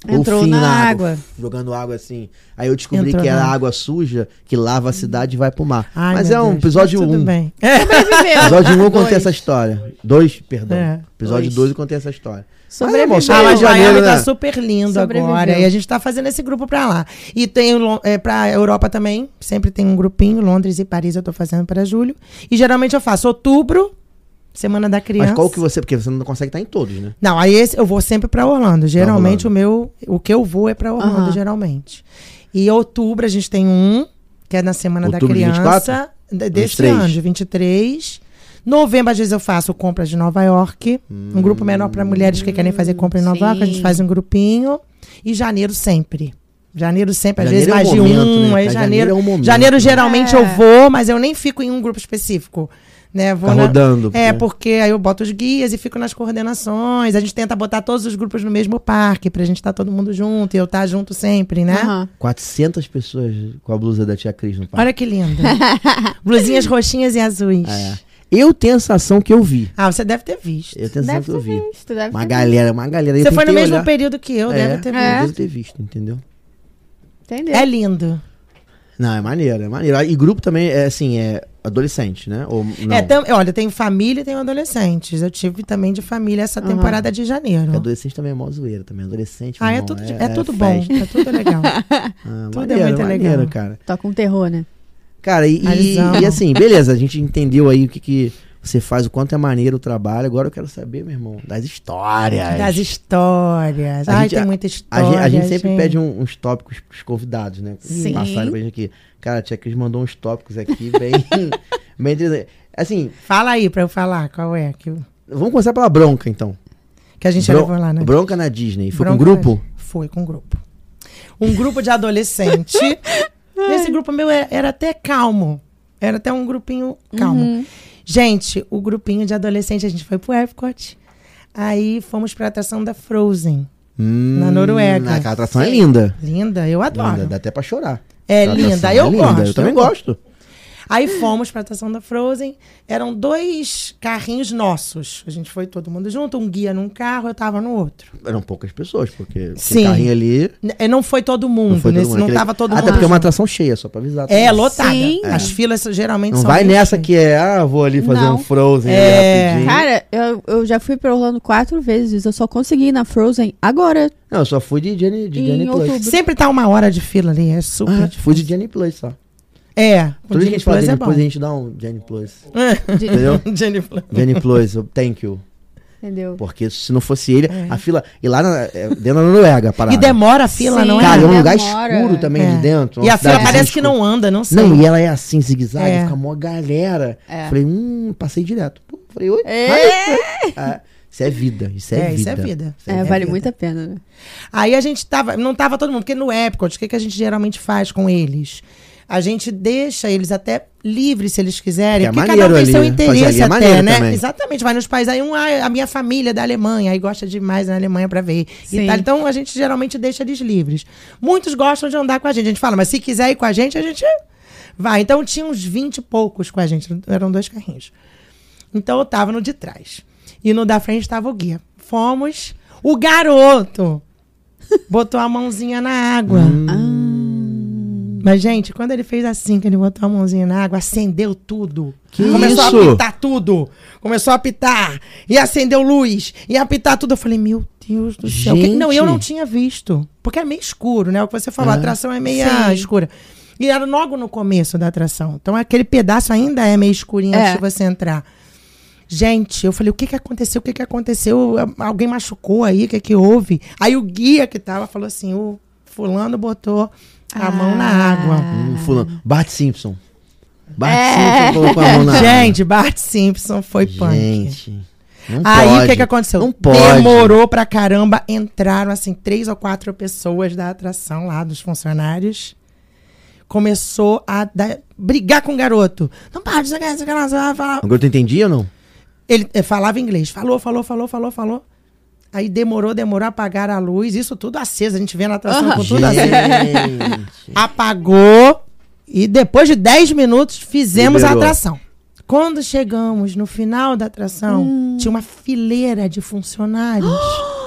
A: Entrou
B: Golfinho
A: na água.
B: Jogando água assim. Aí eu descobri
C: Entrou
B: que era
C: na
B: água suja que lava a cidade e vai pro mar.
C: Ai,
B: Mas é
C: meu
B: um
C: Deus,
B: episódio
C: mas
B: 1.
C: Tudo
B: Um.
C: bem. É.
A: Sobreviveu.
B: Episódio 1 um eu contei
A: Dois.
B: essa história. 2, perdão.
C: É,
B: Episódio
A: dois.
B: 2 eu contei essa história.
A: Sobreviveu.
B: Então. Mas,
C: Ah,
B: irmão,
C: mas
B: Rio de
C: Miami
B: Janeiro,
C: tá
B: né?
C: super lindo
A: Sobreviveu.
C: agora. E a gente tá fazendo esse grupo pra lá. E tem o Lon- é, pra Europa também. Sempre tem um grupinho. Londres e Paris eu tô fazendo pra julho. E geralmente eu faço outubro, Semana da Criança.
B: Mas qual que você. Porque você não consegue estar em todos, né?
C: Não, aí esse, eu vou sempre pra Orlando. Geralmente o meu, o que eu vou é pra Orlando,
A: Aham.
C: geralmente. E outubro a gente tem um, que é na Semana da
B: Outubro de
C: Criança.
B: 24?
C: de- desse
B: 23.
C: ano, de 23. Novembro, às vezes, eu faço compra de Nova York. um grupo
B: Hum.
C: menor pra mulheres que querem fazer compra em Nova
A: sim.
C: York. A gente faz um grupinho. E janeiro sempre. Janeiro sempre, às
B: Janeiro
C: vezes
B: é
C: mais
B: um
C: de
B: momento,
C: um.
B: né?
C: Aí
B: Cara,
C: janeiro,
B: janeiro é um
C: janeiro,
B: momento, né?
C: geralmente
A: É.
C: eu vou, mas eu nem fico em um grupo específico. Né? Vou
B: Fica
C: na-
B: rodando.
C: é,
B: né?
C: porque aí eu boto os guias e fico nas coordenações. A gente tenta botar todos os grupos no mesmo parque pra gente estar todo mundo junto e eu estar junto sempre, né?
A: Aham.
B: 400 pessoas com a blusa da tia Cris no parque.
C: Olha que lindo. Blusinhas roxinhas e azuis.
B: É. Eu tenho a sensação que eu vi.
C: Ah, você deve ter visto.
B: Eu tenho a sensação
A: Deve
B: que eu
A: ter
B: vi.
A: visto, deve
B: Uma
A: ter
B: galera, uma galera. Eu
C: Você foi no
B: tentei
C: mesmo
B: olhar.
C: período que eu,
B: é,
C: deve ter
B: Eu
C: visto.
B: devo ter visto, entendeu?
A: visto. Entendeu?
C: É, lindo.
B: Não, é maneiro, é maneiro. E grupo também é assim, é adolescente, né? Ou não?
C: É, tam- olha, eu tenho família e tenho adolescentes. Eu tive também de família essa
A: Aham.
C: temporada de janeiro.
B: Porque adolescente também é mó zoeira também. Adolescente.
C: Ah,
B: meu
C: é
B: irmão,
C: tudo, de- é, tudo bom,
B: festa.
C: é tudo legal.
B: Ah,
C: Tudo é
B: maneiro,
C: muito
B: maneiro,
C: legal.
B: cara.
A: Tá com terror, né?
B: Cara, e, e-
C: Marizão.
B: e assim, beleza, a gente entendeu aí o que, que você faz, o quanto é maneiro o trabalho. Agora eu quero saber, meu irmão, das histórias.
C: Das histórias.
B: A
C: Ai,
B: gente-
C: tem
B: A
C: muita história.
B: gente, a gente sempre
C: gente.
B: pede um- uns tópicos pros convidados, né?
A: Sim.
B: Passaram com a gente aqui. Cara, a Tia Cris mandou uns tópicos aqui bem. bem interessante. Assim,
C: Fala aí pra eu falar qual é que,
B: vamos começar pela bronca, então.
C: que a gente
B: Bron-
C: levou lá, né?
B: Bronca na Disney. Foi com um
C: Bronca-
B: grupo?
C: Foi com um grupo. Um grupo de adolescente. Esse grupo meu era, era até calmo. Era até um grupinho calmo.
B: Uhum.
C: Gente, o grupinho de adolescente, a gente foi pro Epcot. Aí fomos pra atração da Frozen.
B: Hum,
C: Na Noruega.
B: Aquela atração é
C: Sim.
B: linda.
C: Linda, eu adoro.
B: Linda, dá até pra chorar.
C: É
B: Aquela atração
C: linda,
B: é
C: eu gosto.
B: Eu também gosto.
C: Aí fomos pra atração da Frozen. Eram dois carrinhos nossos. A gente foi todo mundo junto, um guia num carro, eu tava no outro.
B: Eram poucas pessoas, porque
C: Sim.
B: o carrinho ali.
C: N- eh, não foi todo mundo,
B: Não, foi todo
C: nesse-
B: mundo.
C: não
B: Aquele-
C: tava todo
B: Até
C: mundo.
B: porque é uma atração cheia, só pra avisar.
C: É,
B: também.
C: lotada.
A: Sim.
C: As filas geralmente
B: Não
C: são.
B: vai
C: bem
B: nessa
C: cheias.
B: que é, ah, vou ali fazer
A: Não.
B: um Frozen ali
C: É.
B: rapidinho.
A: Cara, eu, eu já fui pra Orlando quatro vezes. Eu só consegui ir na Frozen agora.
B: Não, eu só fui de Jenny, de
A: Em
B: Jenny
A: outubro.
B: Plus.
C: Sempre tá uma hora de fila ali, é super
B: Ah,
C: difícil.
B: fui de Jenny Plus só.
C: É, o
B: Toda vez que a
C: Jenny
B: gente fala
C: Plus é
B: Jenny
C: bom. É.
B: Plus, a gente dá um Jenny Plus.
A: De-
B: Entendeu?
C: Jenny Plus.
B: Jenny Plus, eu- thank you.
A: Entendeu?
B: Porque se não fosse ele, a fila. E lá na, é, dentro da Noruega, a parada.
C: É. E demora a fila,
A: Sim.
C: não é?
B: Cara, é um
A: Demora.
B: lugar escuro também
C: É.
B: de dentro.
C: e
B: uma
C: a fila
B: cidadezinha
C: parece que
B: escura.
C: não anda, não sei.
B: Não, e ela é assim, zigue-zague,
C: É.
B: fica mó galera.
A: É.
B: Falei, hum, passei direto. Pô, Falei, oi.
A: É.
B: ai, ai. Isso é vida, isso é,
C: É,
B: vida.
C: isso é vida.
A: É, vale
B: vida.
A: muito a pena, né?
C: Aí a gente tava. Não tava todo mundo, porque no Epcot, o que, que a gente geralmente faz com eles? A gente deixa eles até livres se eles quiserem,
B: Que é
C: porque cada
B: maneiro
C: um tem
B: ali,
C: seu
B: né? Fazer ali
C: interesse
B: é
C: até,
B: maneiro
C: né?
B: também.
C: Exatamente, vai nos países aí um ah, a minha família é da Alemanha, aí gosta demais na Alemanha pra ver. e
A: Sim.
C: tal. Então a gente geralmente deixa eles livres. Muitos gostam de andar com a gente. A gente fala, mas se quiser ir com a gente, a gente vai. Então tinha uns 20 e poucos com a gente, eram dois carrinhos. Então eu tava no de trás. E no da frente tava o guia. Fomos. O garoto botou a mãozinha na água. Mas, gente, quando ele fez assim, que ele botou a mãozinha na água, acendeu tudo.
B: Que
C: Começou
B: isso?
C: a apitar tudo. Começou a apitar. E acendeu luz. E apitar tudo. Eu falei, meu Deus do céu. Que- Não, eu
B: Gente.
C: não tinha visto. Porque é meio escuro, né? O que você falou, a atração é meio
A: Sim.
C: escura. E era logo no começo da atração. Então aquele pedaço ainda é meio escurinho antes
A: É.
C: de você entrar. Gente, eu falei, o que que aconteceu? O que que aconteceu? Alguém machucou aí? O que que houve? Aí o guia que tava falou assim, o fulano botou a mão na água.
B: Hum, fulano. Bart Simpson. Bart Simpson colocou a mão na
C: É. Gente, Bart Simpson foi punk.
B: Gente. Não
C: Aí o
B: pode.
C: que que aconteceu?
B: Não pode.
C: Demorou pra caramba. Entraram assim três ou quatro pessoas da atração lá dos funcionários. Começou a dar- brigar com o garoto. Não pode, não pode, não pode, não
B: Agora tu entendia ou não?
C: Ele eh, falava inglês. Falou, falou, falou, falou, falou. Aí demorou, demorou, apagaram a luz. Isso tudo aceso. A gente vê na atração com tudo aceso. assim.
B: Gente.
C: Apagou. E depois de 10 minutos, fizemos
B: Liberou.
C: a atração. Quando chegamos no final da atração, tinha uma fileira de funcionários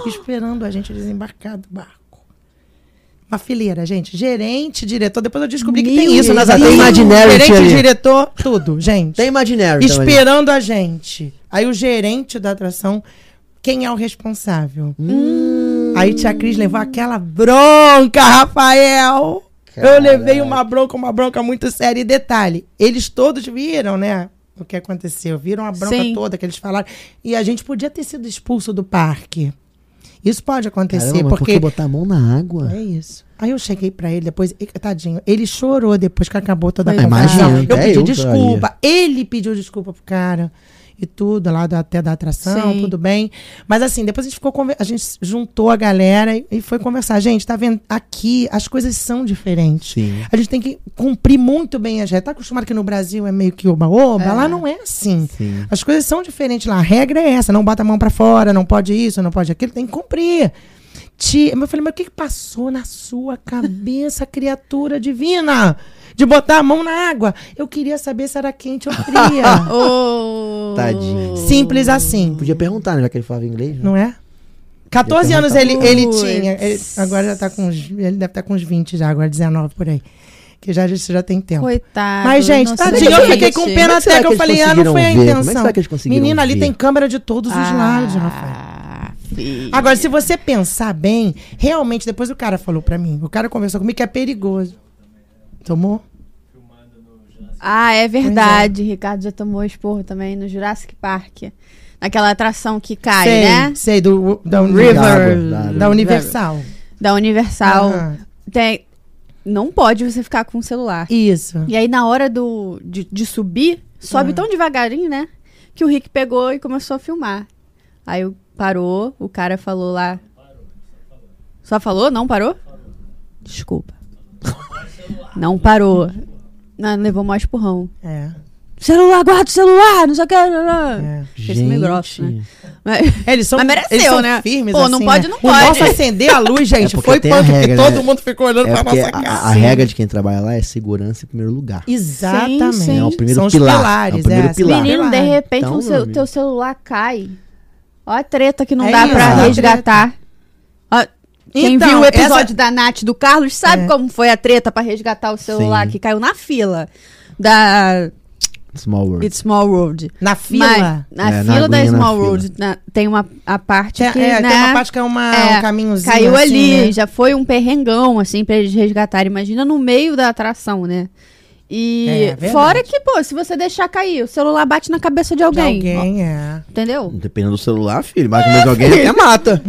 C: esperando a gente desembarcar do barco. Uma fileira, gente. Gerente, diretor. Depois eu descobri que
A: Meu
C: tem isso nas
B: Deus.
C: atrações.
B: Tem Imaginary
C: Gerente,
B: ali.
C: diretor, tudo, gente
B: Tem Imaginary também. né?
C: esperando a gente. Aí o gerente da atração, quem é o responsável?
B: Hum.
C: Aí tia Cris levou aquela bronca, Rafael! Eu levei uma bronca, uma bronca muito séria. E detalhe, eles todos viram, né? O que aconteceu? Viram a bronca
A: Sim.
C: toda que eles falaram. E a gente podia ter sido expulso do parque. Isso pode acontecer,
B: Caramba, mas por que
C: porque
B: botar a mão na água?
C: é isso. Aí eu cheguei pra ele depois, e- tadinho, ele chorou depois que acabou toda a
A: Coitado.
C: conversa.
B: Imagina,
C: Eu
B: até
C: pedi
B: eu
C: desculpa, ele pediu desculpa pro cara e tudo, lá do- até da atração,
A: Sim.
C: tudo bem. Mas assim, depois a gente ficou, conver- a gente juntou a galera e, e foi conversar. Gente, tá vendo? Aqui as coisas são diferentes.
B: Sim.
C: A gente tem que cumprir muito bem as regras. Tá acostumado que no Brasil é meio que oba-oba, lá não é assim.
B: Sim.
C: As coisas são diferentes lá. A regra é essa: não bota a mão pra fora, não pode isso, não pode aquilo, tem que cumprir. Ti- Eu falei, mas o que, que passou na sua cabeça, criatura divina? De botar a mão na água. Eu queria saber se era quente ou fria.
A: Oh.
B: Tadinho.
C: Simples assim,
B: Podia perguntar, né? Já que ele falava inglês. né?
C: não é? 14
B: Ia
C: anos ele, ele
A: Putz.
C: tinha. ele- agora já tá com uns. Ele deve estar com uns 20 já, agora 19 por aí. Que já, isso já tem tempo.
A: Coitado.
C: Mas, gente,
A: não
C: tadinho, eu
A: sei.
C: fiquei com
B: Como
C: pena
B: é que será
C: até que
B: que
C: eu
B: eles
C: falei, ah, não foi a
B: conseguiram ver? Como é que
C: intenção.
B: será que eles conseguiram
C: Menino, ali
B: ver? Ah.
C: tem câmera de todos os lados, Rafael.
A: Ah, filho.
C: Agora, se você pensar bem, realmente, depois o cara falou pra mim, o cara conversou comigo que é perigoso. Tomou?
A: Ah, é verdade. Ricardo já tomou esporro também no Jurassic Park. Naquela atração que cai,
C: sei,
A: né?
C: sei, do, da
B: Da água,
C: River,
B: da água.
C: da Universal.
A: Da Universal.
C: Aham.
A: Tem... Não pode você ficar com o celular.
C: Isso.
A: E aí, na hora do, de, de subir, sobe tão devagarinho, né? Que o Rick pegou e começou a filmar. Aí o- parou, o cara falou lá. Só falou? Não parou? Desculpa. Não parou. Não, levou mais empurrão.
C: É,
A: Celular, guarda o celular, não sei o que. não, não.
C: é.
A: Esse meio grosso, né? Mas,
C: Eles são,
A: Mas mereceu,
C: eles são
A: né?
C: firmes,
A: Pô, não
C: assim,
A: pode,
C: né?
A: não
C: O
A: pode.
C: nosso acender a luz, gente,
B: É porque
C: foi
B: tem a
C: punk, porque
B: regra, né?
C: todo mundo ficou olhando
B: É
C: pra
B: porque
C: nossa
B: a,
C: cara.
B: a regra de quem trabalha lá é segurança em primeiro lugar.
C: Exatamente.
A: Sim, sim.
B: É o primeiro
C: São os
B: pilar.
C: pilares,
B: é o primeiro
C: é,
B: pilar.
A: Menino, de repente
B: Então,
A: o
B: meu
A: seu,
B: amigo.
A: teu celular cai. Ó a treta que não
C: É
A: dá
C: isso,
A: pra
B: ó a
A: resgatar. Ó, quem
C: Então,
A: viu o episódio
C: essa-
A: da Nath e do Carlos sabe
C: É.
A: como foi a treta pra resgatar o celular
B: Sim.
A: que caiu na fila da
B: Small world.
A: It's Small World.
C: Na fila.
A: Mas, na
B: É, na
A: fila da
B: aguinha, na
A: Small
B: fila.
A: World na- tem uma a parte
C: Tem-
A: que,
C: é,
A: né,
C: tem uma parte que é uma,
A: é,
C: um caminhozinho.
A: caiu
C: assim,
A: ali,
C: né?
A: já foi um perrengão assim pra eles resgatarem. Imagina no meio da atração, né?
C: É,
A: E
C: verdade.
A: fora que, pô, se você deixar cair, o celular bate na cabeça de
C: De
A: alguém.
C: alguém, é.
A: Entendeu?
B: Dependendo do celular, filho. Mas é, alguém até mata.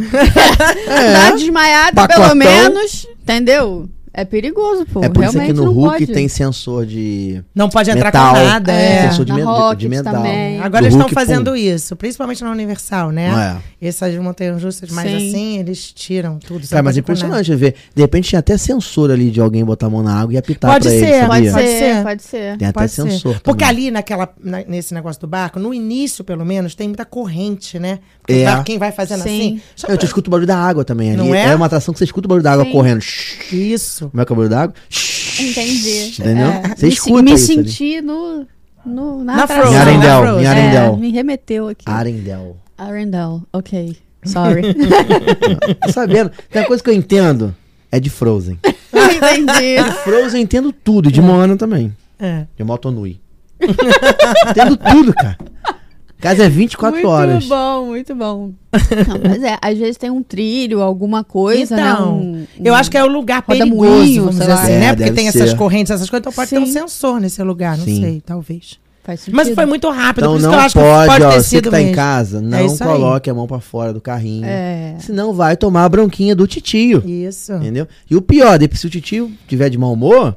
A: Dá desmaiada,
B: É. Pacotão.
A: pelo menos. Entendeu? É perigoso, pô.
B: é por isso
A: Realmente
B: que no
A: não
B: Hulk
A: pode.
B: tem sensor de.
C: Não pode entrar
B: Metal.
C: com nada. É.
B: sensor de,
A: na
B: med- de
A: Rocket
B: medal.
A: também.
C: Agora
B: Do
C: eles estão
B: Hulk,
C: fazendo
B: pum.
C: isso, principalmente na Universal, né?
B: Ah, é.
C: Essas montanhas russas mais
A: Sim.
C: assim, eles tiram tudo. você
B: Cara,
C: não
B: mas é
C: pode com nada.
B: impressionante ver. De repente tinha até sensor ali de alguém botar a mão na água e apitar
C: Pode
B: pra
C: ser,
B: ele. Sabia?
A: Pode,
C: Pode ser.
A: ser, pode ser.
B: Tem até
C: Pode ser.
B: sensor.
C: Porque
B: também.
C: ali naquela, na- nesse negócio do barco, no início, pelo menos, tem muita corrente, né? Porque
B: É.
C: tá- quem vai fazendo
A: Sim.
C: assim. só
B: Eu te
C: pra-
B: escuto o barulho da água também ali.
C: Não é?
B: é uma atração que você escuta o barulho da água
A: Sim.
B: correndo. Shhh.
C: Isso.
B: Como é que é o barulho da água?
A: Entendi.
B: Entendeu?
A: É.
B: Você
A: me, se-
B: escuta
A: me
B: isso ali.
A: senti no, no, na,
C: Na
A: atração.
C: Frozen. né?
B: Em Arendelle,
C: Frozen.
B: em
A: É,
B: Arendelle.
A: me remeteu aqui.
B: Arendelle.
A: Arendelle, ok. Sorry.
B: Tá sabendo? Tem uma coisa que eu entendo. É de Frozen.
A: Entendi.
B: Frozen eu entendo tudo. e De Moana também.
A: Hum.
C: É.
B: De Motonui. entendo tudo, cara. Casa é 24
A: muito
B: horas.
A: bom, muito bom. Não, mas é, às vezes tem um trilho, alguma coisa,
C: Então,
A: né? Um-
C: Eu
A: um-
C: acho que é o lugar
A: Roda
C: perigoso,
A: moinho,
C: vamos
A: sei
C: dizer
A: lá.
C: assim,
B: É,
C: né? Porque
B: deve
C: tem
B: ser.
C: essas correntes, essas coisas, então pode ter um
A: Sim.
C: sensor nesse lugar, não
B: Sim.
C: sei, talvez.
A: Faz sentido.
C: Mas foi muito rápido,
B: Então
C: por isso
B: não
C: que eu acho
B: pode,
C: que pode
B: ó,
C: ter
B: você
C: sido
B: que tá em
C: mesmo. É
B: casa, não
C: isso aí.
B: coloque a mão pra fora do carrinho.
A: É.
B: Senão vai tomar a bronquinha do titio.
C: Isso.
B: Entendeu? E o pior, depois, se o titio tiver de mau humor,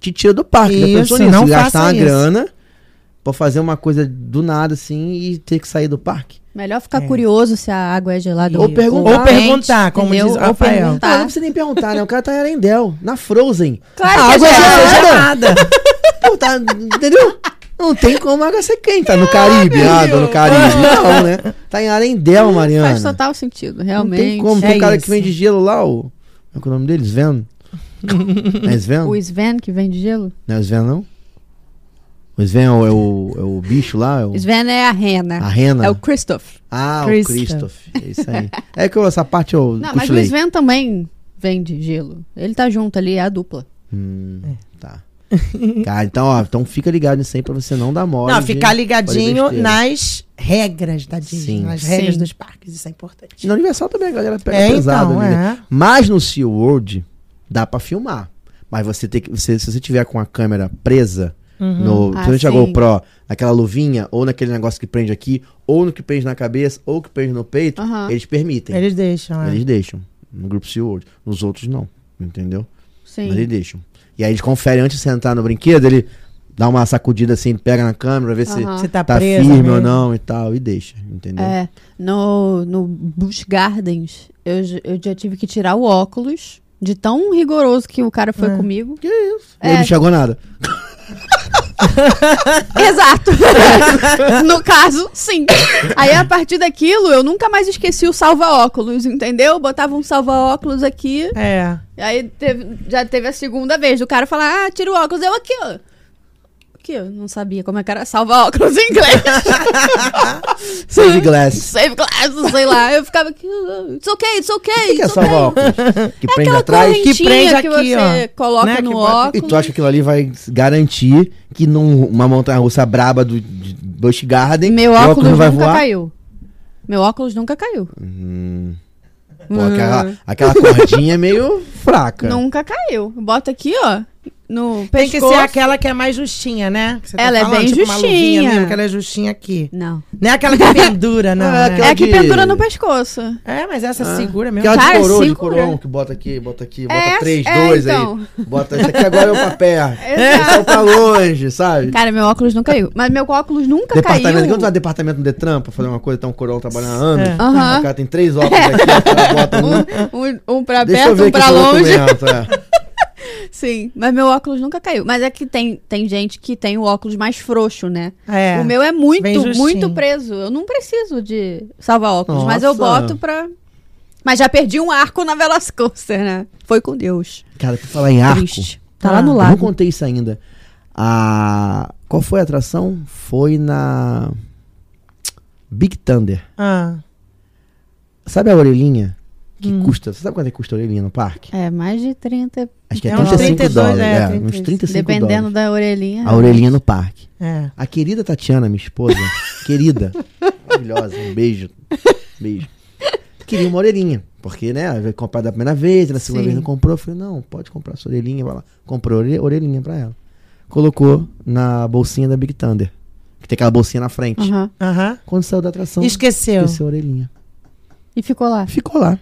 B: te tira do parque. já pensou
C: Isso,
B: nisso?
C: não
B: gastar
C: faça
B: uma
C: isso.
B: grana pra fazer uma coisa do nada assim e ter que sair do parque.
A: Melhor ficar
C: É.
A: curioso se a água é gelada
B: Ou perguntar.
C: Ou perguntar, como
A: Entendeu?
C: diz o
A: Ou
C: Rafael.
A: Tá.
B: Ah, não precisa nem perguntar, né? O cara tá em Arendel, na Frozen.
A: Claro
B: a
A: que
B: água
A: é gelada.
B: gelada. Pô, tá, entendeu? Não tem como a água ser quente. Tá no Caribe. Ah, tá no Caribe. Não, né? Tá em Arendel, Mariana.
A: Faz total sentido,
B: Não
A: realmente.
B: tem como.
C: É
B: Tem um cara
C: isso.
B: que vende gelo lá, o... Como é que é o nome dele? Sven? Não é Sven?
A: O Sven que vende gelo?
B: Não é o Sven, não? O Sven é o, é o, é o bicho lá? É o,
A: Sven é a rena.
B: a rena?
A: É o Christoph.
B: Ah, o
C: Christoph.
B: Christoph. É isso aí. É que eu- essa parte eu
A: Não, mas o
B: cochilei.
A: Sven também vende gelo. Ele tá junto ali, é a dupla.
B: Hum,
A: É.
B: tá. Cara, então, ó, então fica ligado nisso aí pra você não dar mole.
C: Não,
B: de-
C: ficar ligadinho
B: besteira.
C: nas regras da Disney,
B: Sim.
C: nas regras
A: Sim.
C: dos parques, isso é importante.
B: Na Universal também a galera pega
C: É,
B: pesado
C: então,
B: ali, né?
C: é.
B: Mas no SeaWorld dá pra filmar. Mas você tem que. você- se você tiver com a câmera presa no.
A: Ah,
B: Principalmente a
A: sim.
B: GoPro, naquela luvinha, ou naquele negócio que prende aqui, ou no que prende na cabeça, ou que prende no peito,
A: Aham.
B: eles permitem. Eles,
C: Eles deixam, é.
B: deixam. No grupo SeaWorld. Nos outros não. Entendeu?
A: Sim.
B: Mas eles deixam. E aí eles conferem antes de você entrar no brinquedo, ele dá uma sacudida assim, pega na câmera, vê se
A: Aham. né?
C: Você tá,
B: tá
C: preso.
B: firme ou não e tal, e deixa. Entendeu?
A: É, no, no Busch Gardens, eu, j- eu já tive que tirar o óculos de tão rigoroso que o cara foi
C: É.
A: comigo.
B: Que isso?
A: É.
B: Ele não chegou nada.
A: Exato! no caso, sim. Aí, a partir daquilo, eu nunca mais esqueci o salva-óculos, entendeu? Eu botava um salva-óculos aqui,
C: É.
A: e aí teve- já teve a segunda vez. O cara fala, ah, tira o óculos. Eu aqui, ó. Aqui, eu não sabia como é que era salva-óculos em inglês.
B: Save glass.
A: Save glasses, sei lá. Eu ficava aqui, "Ah, it's okay, it's okay,
B: O que, que é
A: it's okay.
B: salvar óculos? Que prende
A: É Aquela
B: atrás?
A: correntinha
C: que prende
A: que
C: aqui,
A: você coloca
C: Né,
A: no
C: que bota-
A: óculos.
B: E tu acha que aquilo ali vai garantir que num, uma montanha russa braba do de Busch Garden.
A: Meu
B: o
A: óculos
B: não vai
A: nunca
B: voar?
A: caiu. Meu óculos nunca caiu.
B: Hum. Pô, aquela, aquela cordinha é meio fraca.
A: Nunca caiu. Bota aqui, ó, no pescoço.
C: Tem que ser aquela que é mais justinha, né? Que você
A: Ela é bem
C: tipo uma luvinha
A: justinha.
C: mesmo, que ela é justinha aqui.
A: Não.
C: Não é aquela que pendura, não.
B: É
C: né?
B: aquela Ah.
A: É que
B: de-
A: pendura no pescoço.
C: É, mas essa segura mesmo.
B: Aquela
A: Cara,
B: de coroa, de
A: segura.
B: coroão, que bota aqui, bota aqui, bota
A: É,
B: 3,
A: é,
B: 2
A: então.
B: aí. Bota isso aqui agora é o papel.
A: Exato.
B: Esse é o pra longe, sabe?
A: Cara, meu óculos não caiu. Mas meu óculos nunca
B: Departamento,
A: caiu.
B: quando tu vai departamento do Detran pra fazer uma coisa, tá um coroão trabalhando há anos.
C: É.
A: Aham.
B: O cara tem três óculos aqui, o cara bota um.
A: Um, um, um pra
B: Deixa
A: perto,
B: eu ver
A: um
B: aqui
A: pra
B: o
A: longe.
B: documento, é.
A: Sim, mas meu óculos nunca caiu. Mas é que tem, tem gente que tem o óculos mais frouxo, né?
C: É.
A: O meu é muito,
C: Bem justinho.
A: muito preso. Eu não preciso de salvar óculos, mas
B: Nossa.
A: eu boto pra. Mas já perdi um arco na Velascoaster, né? Foi com Deus.
B: Cara, tu falar em arco.
A: Triste. Tá lá
C: Ah,
A: no
B: Eu não
A: lago.
B: contei isso ainda. A... Qual foi a atração? Foi na. Big Thunder.
C: Ah,
B: Sabe a orelhinha? Que
A: Hum.
B: custa. Você sabe quanto é que custa a orelhinha no parque?
A: É, mais de 30.
B: Acho que é,
C: É uns
B: 35
C: 32,
B: dólares.
C: é,
B: É,
C: 35.
B: uns 35
A: Dependendo
B: dólares.
A: da orelhinha.
B: A orelhinha no parque.
C: é.
B: A querida Tatiana, minha esposa. querida. Maravilhosa. Um beijo. Beijo. Queria uma orelhinha. Porque, né? ela veio comprar da primeira vez, na segunda
A: Sim.
B: vez não comprou. Eu falei, não, pode comprar sua orelhinha. Vai lá. Comprou a ore- orelhinha pra ela. Colocou na bolsinha da Big Thunder. Que tem aquela bolsinha na frente.
A: né? Aham.
C: Aham.
B: Então, Quando saiu da atração,
C: Esqueceu.
B: esqueceu a orelhinha.
A: Ah. E ficou lá.
B: Ficou lá.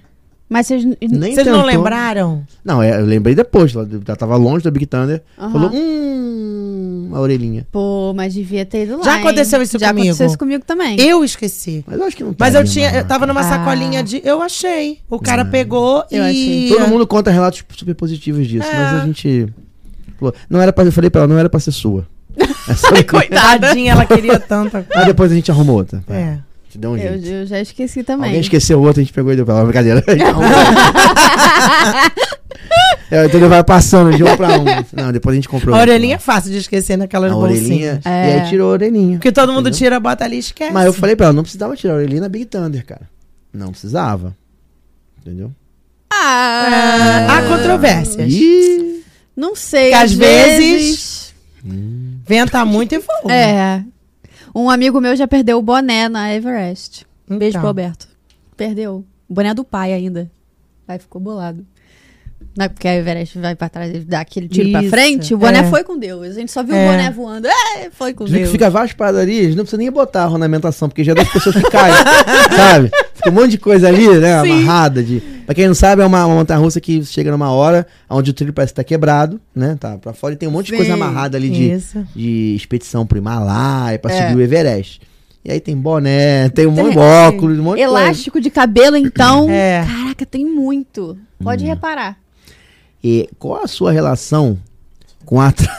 A: Mas vocês.
B: Nem
C: Vocês não
B: tentou.
C: lembraram?
B: Não, é, eu lembrei depois. Ela já tava longe da Big Thunder.
A: Aham.
B: Falou, um hum, a orelhinha.
A: Pô, mas devia ter ido lá.
C: Já
A: hein?
C: aconteceu isso
A: Já
C: comigo?
A: aconteceu isso comigo também.
C: Eu esqueci.
B: Mas eu acho que não
C: Mas
B: tá
C: eu
B: ali,
C: tinha,
B: mano. Hum.
C: eu tava numa
A: Ah.
C: sacolinha de. Eu achei. O cara pegou
A: Eu achei.
C: e.
B: Todo mundo conta relatos tipo, super positivos disso,
C: É.
B: mas a gente. Pô, Não era pra, eu falei pra ela, não era pra ser sua. É só-
A: Coitada.
C: Tadinha, ela queria tanta
B: Aí depois a gente arrumou outra.
C: É.
B: Te deu um
A: Eu,
B: jeito.
A: eu já esqueci também.
B: Alguém esqueceu outra, a gente pegou e deu pra ela. Brincadeira. A gente arrumou. é, então ele vai passando de um pra um. Não, depois a gente comprou.
C: A
B: outra.
C: orelhinha é fácil de esquecer naquelas
B: A
C: bolsinhas.
B: orelhinha.
A: É.
B: E aí tirou a orelhinha.
C: Porque é assim. todo mundo
B: Entendeu?
C: tira, bota ali e esquece.
B: Mas eu falei pra ela, não precisava tirar a orelhinha na Big Thunder, cara. Não precisava. Entendeu?
A: Ah,
C: Há controvérsias.
B: Ih,
A: não sei.
C: Que às
A: às
C: vezes-
A: vezes.
C: Venta muito e voa.
A: É. Um amigo meu já perdeu o boné na Everest. Um beijo
C: Então.
A: pro Alberto. Perdeu. O boné do pai ainda. Aí ficou bolado. Não é porque a Everest vai pra trás, ele dá aquele tiro pra
C: Isso,
A: frente. O boné
C: é.
A: foi com Deus. A gente só viu
C: É.
A: o boné voando. É, foi com
B: dizem que
A: Deus.
B: fica várias padarias, não precisa nem botar a ornamentação, porque já é das pessoas que caem, sabe? Fica um monte de coisa ali, né?
A: Sim.
B: Amarrada de. Pra quem não sabe, é uma, uma montanha russa que você chega numa hora onde o trilho parece que tá quebrado, né? Tá pra fora e tem um monte de coisa
A: Sim.
B: amarrada ali de,
C: Isso.
B: de expedição pro Himalaia, pra
A: É.
B: subir o Everest. E aí tem boné, tem um monte de
A: Tem- é.
B: óculos, um monte de coisa.
A: Elástico de cabelo, então.
C: É.
A: Caraca, tem muito.
B: Hum.
A: Pode reparar.
B: E qual a sua relação com a. tra-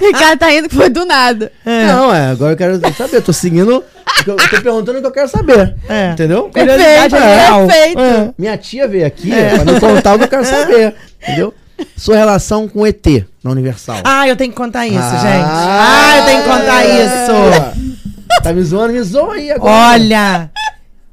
A: Ricardo tá indo que foi do nada.
B: Não, é, agora eu quero saber, eu tô seguindo. Eu tô perguntando o que eu quero saber.
C: É.
B: Entendeu?
C: Curiosidade
A: Perfeito,
C: geral.
A: perfeito.
C: É.
B: Minha tia veio aqui pra me contar o que eu quero saber. Entendeu? Sua relação com ET na Universal.
C: Ah, eu tenho que contar isso,
B: Ah. É.
C: gente. Ah, eu tenho que contar isso.
B: Tá me zoando? Me zoa aí agora.
C: Olha.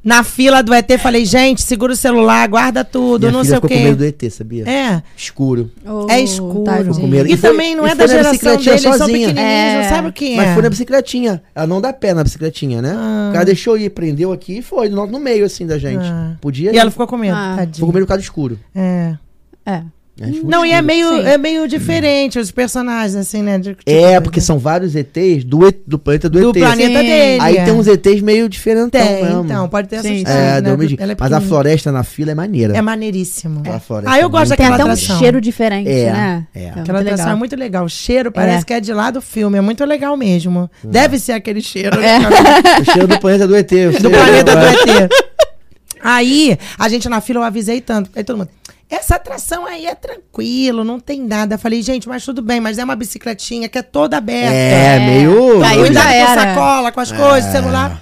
C: Na fila do ET, falei, gente, segura o celular, guarda tudo,
B: Minha
C: não
B: filha
C: sei o
B: ficou com medo do
C: quê.
B: ET, sabia?
C: É.
B: Escuro.
A: Ô, tá,
C: É escuro.
A: tadinho.
C: Com
B: medo.
C: E,
B: E foi-
C: também não
B: e
C: é
B: foi
C: da
B: na
C: geração
B: bicicletinha
C: deles, são
B: sozinha.
C: pequenininhos, não
A: É.
C: sabe o que é.
B: Mas foi na bicicletinha. Ela não dá pé na bicicletinha, né? O cara deixou ir, prendeu aqui e foi, no, no meio assim da gente.
C: Ah.
B: Podia
C: E ela ficou com medo,
A: Ah.
C: tadinha.
B: Ficou com medo do cara escuro. tipo,
C: É.
A: É.
B: A gente ficou
C: Não, e é
B: escuro.
C: meio,
A: Sim.
C: é meio diferente os personagens, assim, né? de- tipo,
B: É, porque são vários ETs do, E- do planeta do,
C: do
B: ET.
C: planeta
A: Sim.
C: dele.
B: Aí
C: é.
B: tem uns ETs meio diferentão
C: Tem,
B: mesmo.
C: então, pode ter
A: Sim,
C: essas
A: sim.
B: É,
C: né?
B: deu uma de-
C: Ela
B: mas a Tá
C: é pequenininha.
B: floresta na fila é maneira.
C: É maneiríssimo.
B: Aquela floresta
C: Ah, eu gosto
B: muito
A: Tem
C: daquela
A: até um
C: atração.
A: cheiro diferente,
B: É,
A: né?
B: é.
A: muito
C: Aquela atração é
A: legal.
C: muito legal. O cheiro parece que é de lá do filme. É muito legal mesmo.
B: Hum.
C: Deve ser aquele cheiro.
A: É.
C: né?
B: O cheiro do planeta do ET.
C: Do
B: É.
C: planeta do ET. Aí, a gente na fila, eu avisei tanto. Aí todo mundo, essa atração aí é tranquilo, não tem nada. Eu falei, gente, mas tudo bem, mas é uma bicicletinha que é Tá toda aberta.
B: É, meio...
A: Aí
C: Cuidado
A: já
C: com a
A: era.
C: sacola, com as coisas, celular.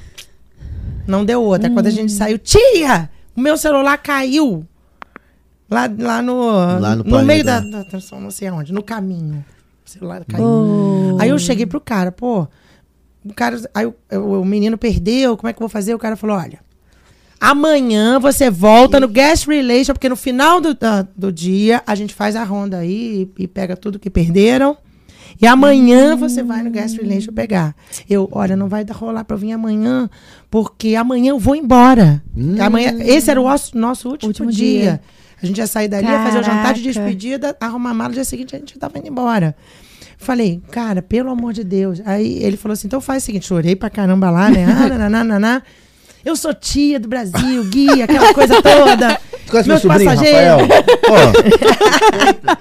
C: Não deu outra. Quando a
B: Hum.
C: gente saiu, tia, o meu celular caiu. Lá, lá no.
B: Lá no
C: no,
B: planeta.
C: meio da, da atração, não sei aonde, no caminho. O celular caiu. Aí eu cheguei pro cara, pô. O cara. Aí o, o menino perdeu, como é que eu vou fazer? O cara falou: olha. Amanhã você volta no Guest Relation, porque no final do, da- do dia a gente faz a ronda aí e, e pega tudo que perderam. E
A: Hum.
C: amanhã você vai no Guest Relation pegar. Eu, olha, não vai dar- rolar pra eu vir amanhã, porque amanhã eu vou embora. Amanhã, esse era o nosso, nosso último,
A: Hum. Último
C: dia.
A: dia.
C: A gente ia sair dali, ia fazer o jantar
A: Caraca.
C: de despedida, arrumar a mala, no dia seguinte a gente tava indo embora. Falei, cara, pelo amor de Deus. Aí ele falou assim: então faz o seguinte, chorei pra caramba lá, né? Ah, naná, naná. Eu sou tia do Brasil, guia, aquela coisa toda.
B: Tu conhece meu sobrinho, Rafael? Pô.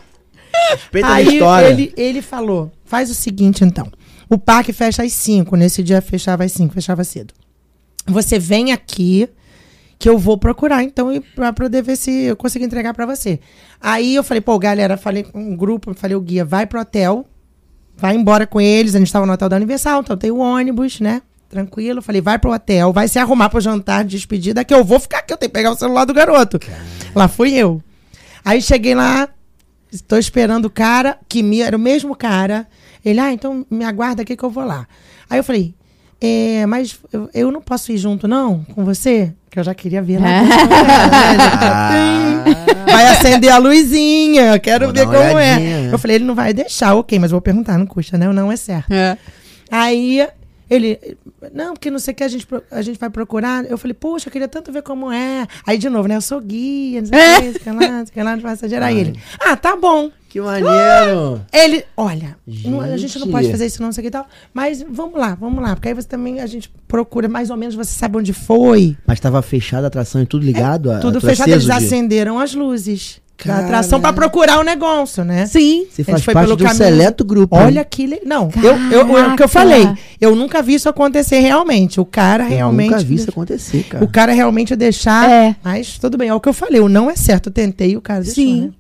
B: Respeita a
C: Aí
B: minha história.
C: Ele, ele falou: faz o seguinte, então. O parque fecha às 5. Nesse dia fechava às 5, fechava cedo. Você vem aqui, que eu vou procurar, então, e pra poder ver se eu consigo entregar pra você. Aí eu falei, pô, galera, falei com um grupo, falei, o guia, vai pro hotel, vai embora com eles. A gente tava no hotel da Universal, então tem o ônibus, né? Tranquilo. Falei, vai pro hotel, vai se arrumar pro jantar de despedida, que eu vou ficar aqui, eu tenho que pegar o celular do garoto. Lá fui eu. Aí cheguei lá, estou esperando o cara, que me, era o mesmo cara. Ele, ah, então me aguarda aqui que eu vou lá. Aí eu falei, é, mas eu, eu não posso ir junto, não, com você? Que eu já queria ver
A: É.
C: lá.
B: Ah,
C: Vai acender a luzinha, eu quero
B: Vou
C: ver
B: dar uma
C: como
B: olhadinha,
C: é.
B: né?
C: Eu falei, ele não vai deixar, ok, mas vou perguntar, não custa, né? O não é certo.
A: É.
C: Aí ele, não, porque não sei o que a gente, pro- a gente vai procurar. Eu falei, poxa, eu queria tanto ver como é. Aí de novo, né? Eu sou guia, não sei o que, não sei o que lá, não sei o que lá de passageiro. Aí ele, ah, tá bom.
B: Que maneiro!
C: Ele, olha, não- a gente não
B: Gente.
C: pode fazer isso, não, isso aqui e tal. Mas vamos lá, vamos lá. Porque aí você também, a gente procura, mais ou menos, você sabe onde foi.
B: Mas tava fechada a atração e tudo ligado? a-
C: Tudo
B: tudo
C: fechado, eles assim,
B: aceso de-
C: acenderam as luzes
B: Caraca.
C: da atração pra procurar o negócio, né?
A: Sim.
B: Você
C: Ele
B: faz
C: foi
B: parte
C: pelo
B: de um
C: caminho.
B: seleto grupo. hein?
C: Olha que le... Não, eu, eu, eu- o que eu falei. Eu nunca vi isso acontecer realmente. O cara
B: eu
C: realmente.
B: nunca vi isso acontecer, cara.
C: O cara realmente deixar.
A: É.
C: Mas tudo bem, é o que eu falei. O não é certo. Eu tentei o cara deixou,
A: Sim.
C: né?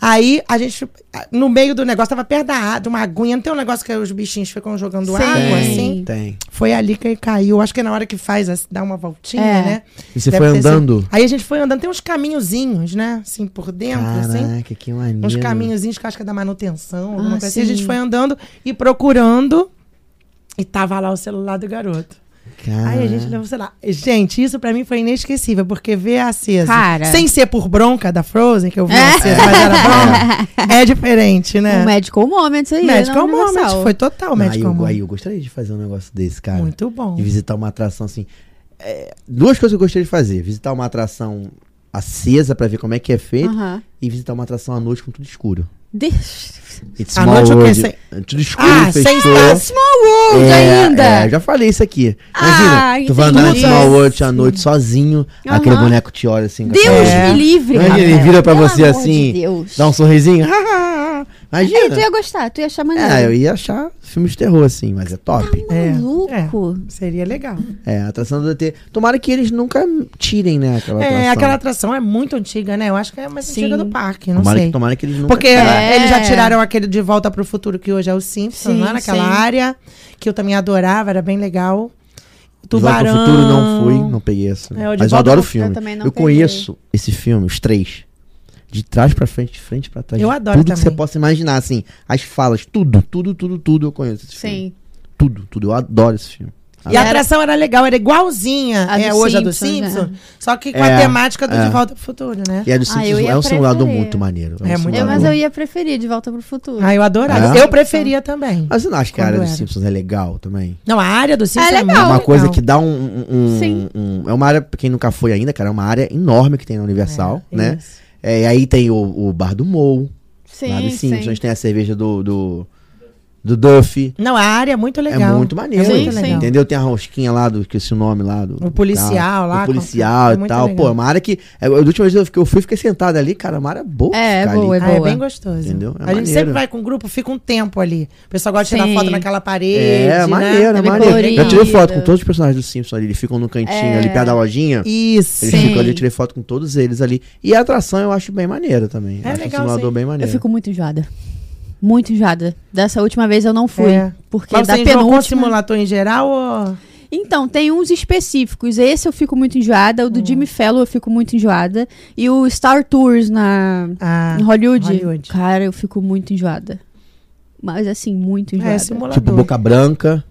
C: Aí a gente, no meio do negócio, tava perto da, á- de uma aguinha. Não tem um negócio que os bichinhos ficam jogando
A: Sim.
C: água
A: Tem.
C: assim?
B: Tem.
C: Foi ali que ele caiu. Acho que na hora que faz, assim, dá uma voltinha,
A: É.
C: né?
B: E você
C: Deve
B: foi
C: ter sido-
B: andando?
C: Aí a gente foi andando. Tem uns caminhozinhos, né? Assim, por dentro, assim.
B: Caraca, que maneiro.
C: Uns caminhozinhos que eu acho que é da manutenção, alguma
A: Ah,
C: coisa assim. A gente
A: sim.
C: foi andando e procurando. E tava lá o celular do garoto.
B: Caraca.
C: Aí a gente levou o celular. Gente, isso pra mim foi inesquecível, porque ver a acesa.
A: Cara.
C: Sem ser por bronca da Frozen, que eu vi
A: É.
C: a acesa, mas era bronca. É um diferente,
A: O
C: né?
A: Medical Moments um aí.
C: Medical
A: na Universal.
C: Moment. Foi total
B: Não, aí
C: Medical
B: eu, aí
C: Moment.
B: eu gostaria de fazer um negócio desse, cara.
C: Muito bom.
B: De visitar uma atração assim. É, duas coisas que eu gostaria de fazer: visitar uma atração acesa pra ver como é que é feito
A: Aham.
B: e visitar uma atração à noite com tudo escuro. É,
A: Deixa.
B: It's
C: À
B: small
C: noite o quê?
B: world.
C: Sem-
B: É Tudo escuro,
C: Ah, sem
B: fechou.
C: estar
A: Small World
B: É,
A: ainda.
B: é, eu já falei isso aqui. Imagina,
A: Ah,
B: tu vai andar no
A: entendi.
B: Small World à noite sozinho,
A: Aham.
B: aquele boneco te olha assim. com
A: Deus
B: aquela
C: É.
B: olhinha.
A: me livre.
B: Imagina, ele
A: Rafael.
B: vira pra
A: Pelo
B: você
A: amor
B: assim,
A: De Deus.
B: Dá um sorrisinho.
A: É, tu
B: Imagina.
A: ia gostar, tu ia achar maneiro.
B: É, eu ia achar filme de terror assim, mas é top.
C: É,
A: Maluco.
C: Seria legal.
B: É, a atração do ET. Tomara que eles nunca tirem, né, aquela atração.
C: É, aquela atração é muito antiga, né? Eu acho que é mais
A: Sim.
C: antiga do parque, não
B: tomara,
C: sei.
B: Que, um tomara que eles nunca
C: Porque
B: tirem.
A: É.
C: eles já tiraram aquele de Volta pro Futuro, que hoje é o Simpsons,
A: Sim,
C: lá naquela
A: sim.
C: área, que eu também adorava, era bem legal.
B: De Volta
C: Tubarão.
B: pro Futuro não fui, não peguei essa. né.
C: É, o de
B: mas eu
C: Volta
B: adoro o
C: pro-
B: filme.
A: eu também não
B: Eu
A: peguei.
B: conheço esse filme, os três. De trás pra frente, de frente pra trás.
C: Eu
B: de
C: adoro
B: Tudo que você
C: também.
B: possa imaginar, assim. As falas, tudo, tudo, tudo, tudo eu conheço esse filme.
A: Sim.
B: Tudo, tudo. Eu adoro esse filme.
C: E a
A: Era-
C: atração era legal, era igualzinha
A: A
C: é,
A: do
C: hoje a do
A: Simpsons, né?
C: Simpsons, só que com
B: É,
C: a temática do
B: é.
C: De Volta pro Futuro, né?
B: E é
A: Ah,
B: do
A: eu
B: Simpsons,
A: ia
B: é um simulador
A: preferir.
B: muito maneiro. um
C: É muito
A: Eu,
B: simulador
A: mas
C: Claro.
A: eu ia preferir De Volta pro Futuro.
C: Ah, eu adorava.
B: É?
C: Eu preferia também.
B: Mas você não acha que a área
C: É, Quando
B: dos
C: era.
B: Simpsons é legal também?
C: Não, a área do Simpsons
A: É
C: muito
A: legal.
B: uma
A: Não,
B: coisa que dá um, um- um-
A: Sim.
B: um- É uma área, pra quem nunca foi ainda, cara, é uma área enorme que tem na Universal,
C: É,
B: né?
C: isso.
B: É, e aí tem o, o Bar do Mou, lá
A: Sim,
B: dos Simpsons,
A: sim.
B: tem a cerveja do, do, do Duff.
C: Não, a área é muito legal.
B: É muito maneiro,
C: É muito
A: Sim,
C: legal.
A: sim.
B: entendeu? Tem a rosquinha lá do que esse nome lá do.
C: O policial lá,
B: O policial
C: é
B: e
C: muito
B: tal.
C: legal.
B: Pô, é uma área que. é, A última vez que eu fui, fiquei sentado ali, cara, uma área boa. de
A: É, é
B: ficar
A: boa,
B: ali.
A: é
C: Ah, é
A: boa.
C: bem gostoso.
B: Entendeu? É
C: a
B: maneiro.
C: gente sempre vai com o grupo, fica um tempo ali. O pessoal gosta de tirar
A: Sim.
C: foto naquela parede.
B: É,
C: né?
B: maneiro,
A: É
B: é
A: bem
B: maneiro.
A: colorido.
B: Eu tirei foto com todos os personagens do Simpsons ali, eles ficam no cantinho ali perto da lojinha.
C: Isso.
B: Eles
A: Sim.
B: ficam ali, eu tirei foto com todos eles ali. E a atração eu acho bem maneira também.
C: É
B: acho
C: legal,
B: um simulador
C: sim.
B: bem
A: Eu
B: maneiro.
A: fico muito enjoada. Muito enjoada. Dessa última vez eu não fui.
C: É.
A: Porque
C: Mas
A: da
C: você enjoou com o
A: penúltima.
C: simulador em geral ou...
A: Então, tem uns específicos. Esse eu fico muito enjoada. O
C: Hum.
A: do Jimmy Fellow eu fico muito enjoada. E o Star Tours na,
C: Ah,
A: em Hollywood,
C: Hollywood.
A: Cara, eu fico muito enjoada. Mas assim, muito enjoada.
C: é, simulador.
B: Tipo, boca branca.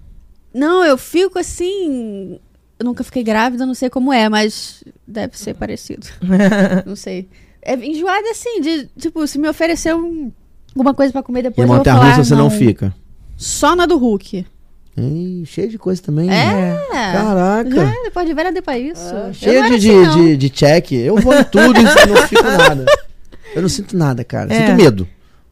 A: Não, eu fico assim. Eu nunca fiquei grávida, não sei como é, mas deve ser parecido. não sei. É enjoada assim, de tipo, se me oferecer um- alguma coisa pra comer
B: E a
A: depois. eu vou
B: montanha
A: falar,
B: russa você não, fica.
A: Só na do Hulk.
B: Ih, cheio de coisa também. né?
A: É.
B: Caraca.
A: Já, é, depois de velha de pra isso. Eu não
B: Cheio
A: era
B: de,
A: assim,
B: de,
A: não.
B: de, de check. Eu vou em tudo e não fico nada. Eu não sinto nada, cara.
C: É.
B: Sinto medo.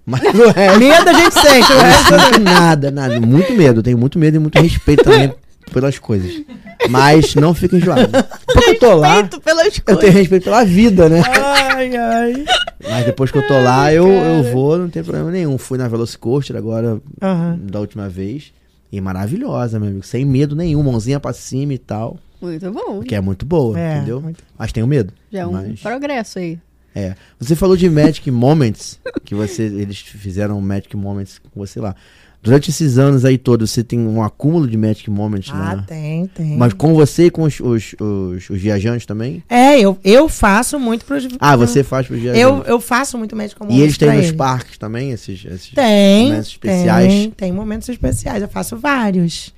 B: Mas o resto,
C: Medo a gente sente.
B: eu
C: né?
B: não sinto nada, nada. Muito medo. Eu tenho muito medo e muito respeito também pelas coisas. Mas não fico enjoado. Porque eu tô lá,
A: Feito pelas
B: eu tenho respeito pela vida, né?
C: ai, ai.
B: Mas depois que eu tô lá, eu, eu vou, não tem problema nenhum. Fui na Velocicoaster agora,
C: Aham.
B: da última vez. E maravilhosa, meu amigo. Sem medo nenhum, mãozinha pra cima e tal.
A: Muito bom.
B: Que é muito boa,
C: É,
B: entendeu?
C: muito.
B: Mas tenho medo.
A: Já é um
B: Mas-
A: progresso aí.
B: É. Você falou de Magic Moments, que você, eles fizeram um Magic Moments com você lá. Durante esses anos aí todos, você tem um acúmulo de Magic Moments
C: Ah,
B: lá.
C: tem, tem.
B: Mas com você e com os, os, os- os viajantes também?
C: É, eu, eu faço muito pros...
B: Ah, você faz pros viajantes.
C: Então, Eu, eu faço muito médico
B: e eles têm
C: pra
B: nos
C: eles.
B: parques também, esses. esses...
C: Tem.
B: Momentos especiais.
C: Tem, tem momentos especiais, eu faço vários.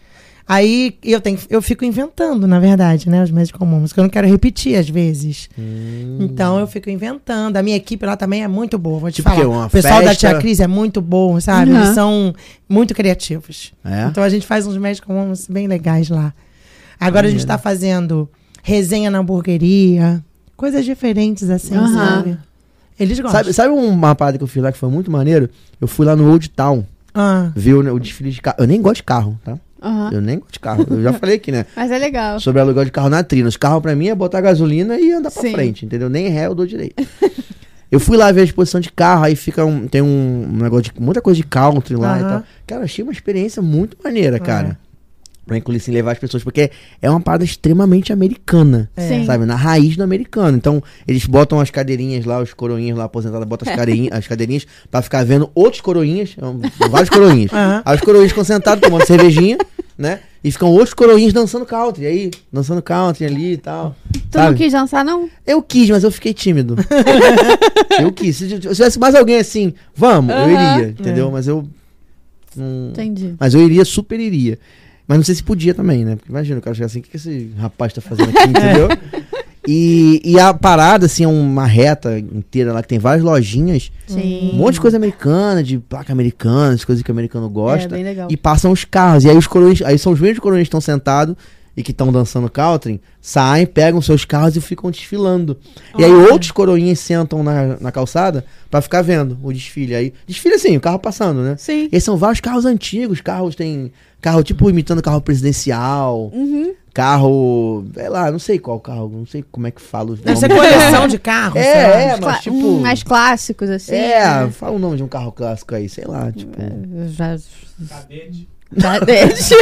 C: Aí eu, tenho, eu fico inventando, na verdade, né? Os medical moments, que eu não quero repetir às vezes.
B: Hum.
C: Então eu fico inventando. A minha equipe lá também é muito boa, vou te
B: Tipo
C: falar.
B: que, uma
C: o pessoal da
B: festa?
C: Tia Cris é muito bom, sabe?
A: Uhum.
C: Eles são muito criativos.
B: É?
C: Então a gente faz uns medical moments bem legais lá. Agora a gente tá fazendo resenha na hamburgueria, coisas diferentes assim,
A: Aham.
C: sabe? Eles gostam.
B: Sabe, sabe uma parada que eu fiz lá que foi muito maneiro? Eu fui lá no Old Town,
C: Ah,
B: ver o, o desfile de carro. Eu nem gosto de carro, tá?
A: Aham.
B: Eu nem gosto de carro. Eu já falei aqui, né?
A: Mas é legal.
B: Sobre aluguel de carro na trina. Os carros pra mim é botar gasolina e andar pra
A: Sim.
B: frente, entendeu? Nem ré eu dou direito. eu fui lá ver a exposição de carro, aí fica um, tem um negócio de muita coisa de country lá e
C: Aham.
B: tal. Cara, achei uma experiência muito maneira,
C: Aham.
B: cara. Pra incluir assim, levar as pessoas, porque é uma parada extremamente americana.
C: É.
A: Sim.
B: Sabe, na raiz do americano. Então, eles botam as cadeirinhas lá, os coroinhas lá aposentados, botam as, careinha- as cadeirinhas pra ficar vendo outros coroinhas, é um- vários coroinhas.
C: Aham.
B: Aí os coroinhas ficam sentados tomando cervejinha, né? E ficam outros coroinhas dançando country aí, dançando country ali e tal.
A: Tu não
B: sabe? Hum.
A: quis dançar, não?
B: Eu quis, mas eu fiquei tímido. eu quis. Se, se tivesse mais alguém assim, vamos, eu
A: Aham. É.
B: iria, entendeu? Mas eu. não-
A: Entendi.
B: mas eu iria, super iria. Mas não sei se podia também, né? Porque imagina, o cara chegar assim, o que que esse rapaz tá fazendo aqui, entendeu? E, e a parada, assim, é uma reta inteira lá que tem várias lojinhas,
A: Sim.
B: um monte de coisa americana, de placa americana, as coisas que o americano
A: É,
B: gosta.
A: bem legal.
B: e passam os carros. E aí os coroinhas, aí são os mesmos coroinhas que estão sentados e que estão dançando country, saem, pegam seus carros e ficam desfilando. E aí
A: Ah.
B: outros coroinhas sentam na, na calçada pra ficar vendo o desfile. Aí, desfile assim, o carro passando, né?
A: Sim.
B: E são vários carros antigos, carros tem. Carro tipo imitando carro presidencial,
A: Uhum.
B: carro. sei lá, não sei qual carro, não sei como é que falo.
C: Deve ser coleção de carros. sei lá.
B: É, é,
A: Cla-
B: mas tipo.
A: hum, mais clássicos, assim.
B: é,
A: né?
B: fala o nome de um carro clássico aí, sei lá, tipo.
A: Eu Já...
D: Cadete.
A: Tá, Cadete.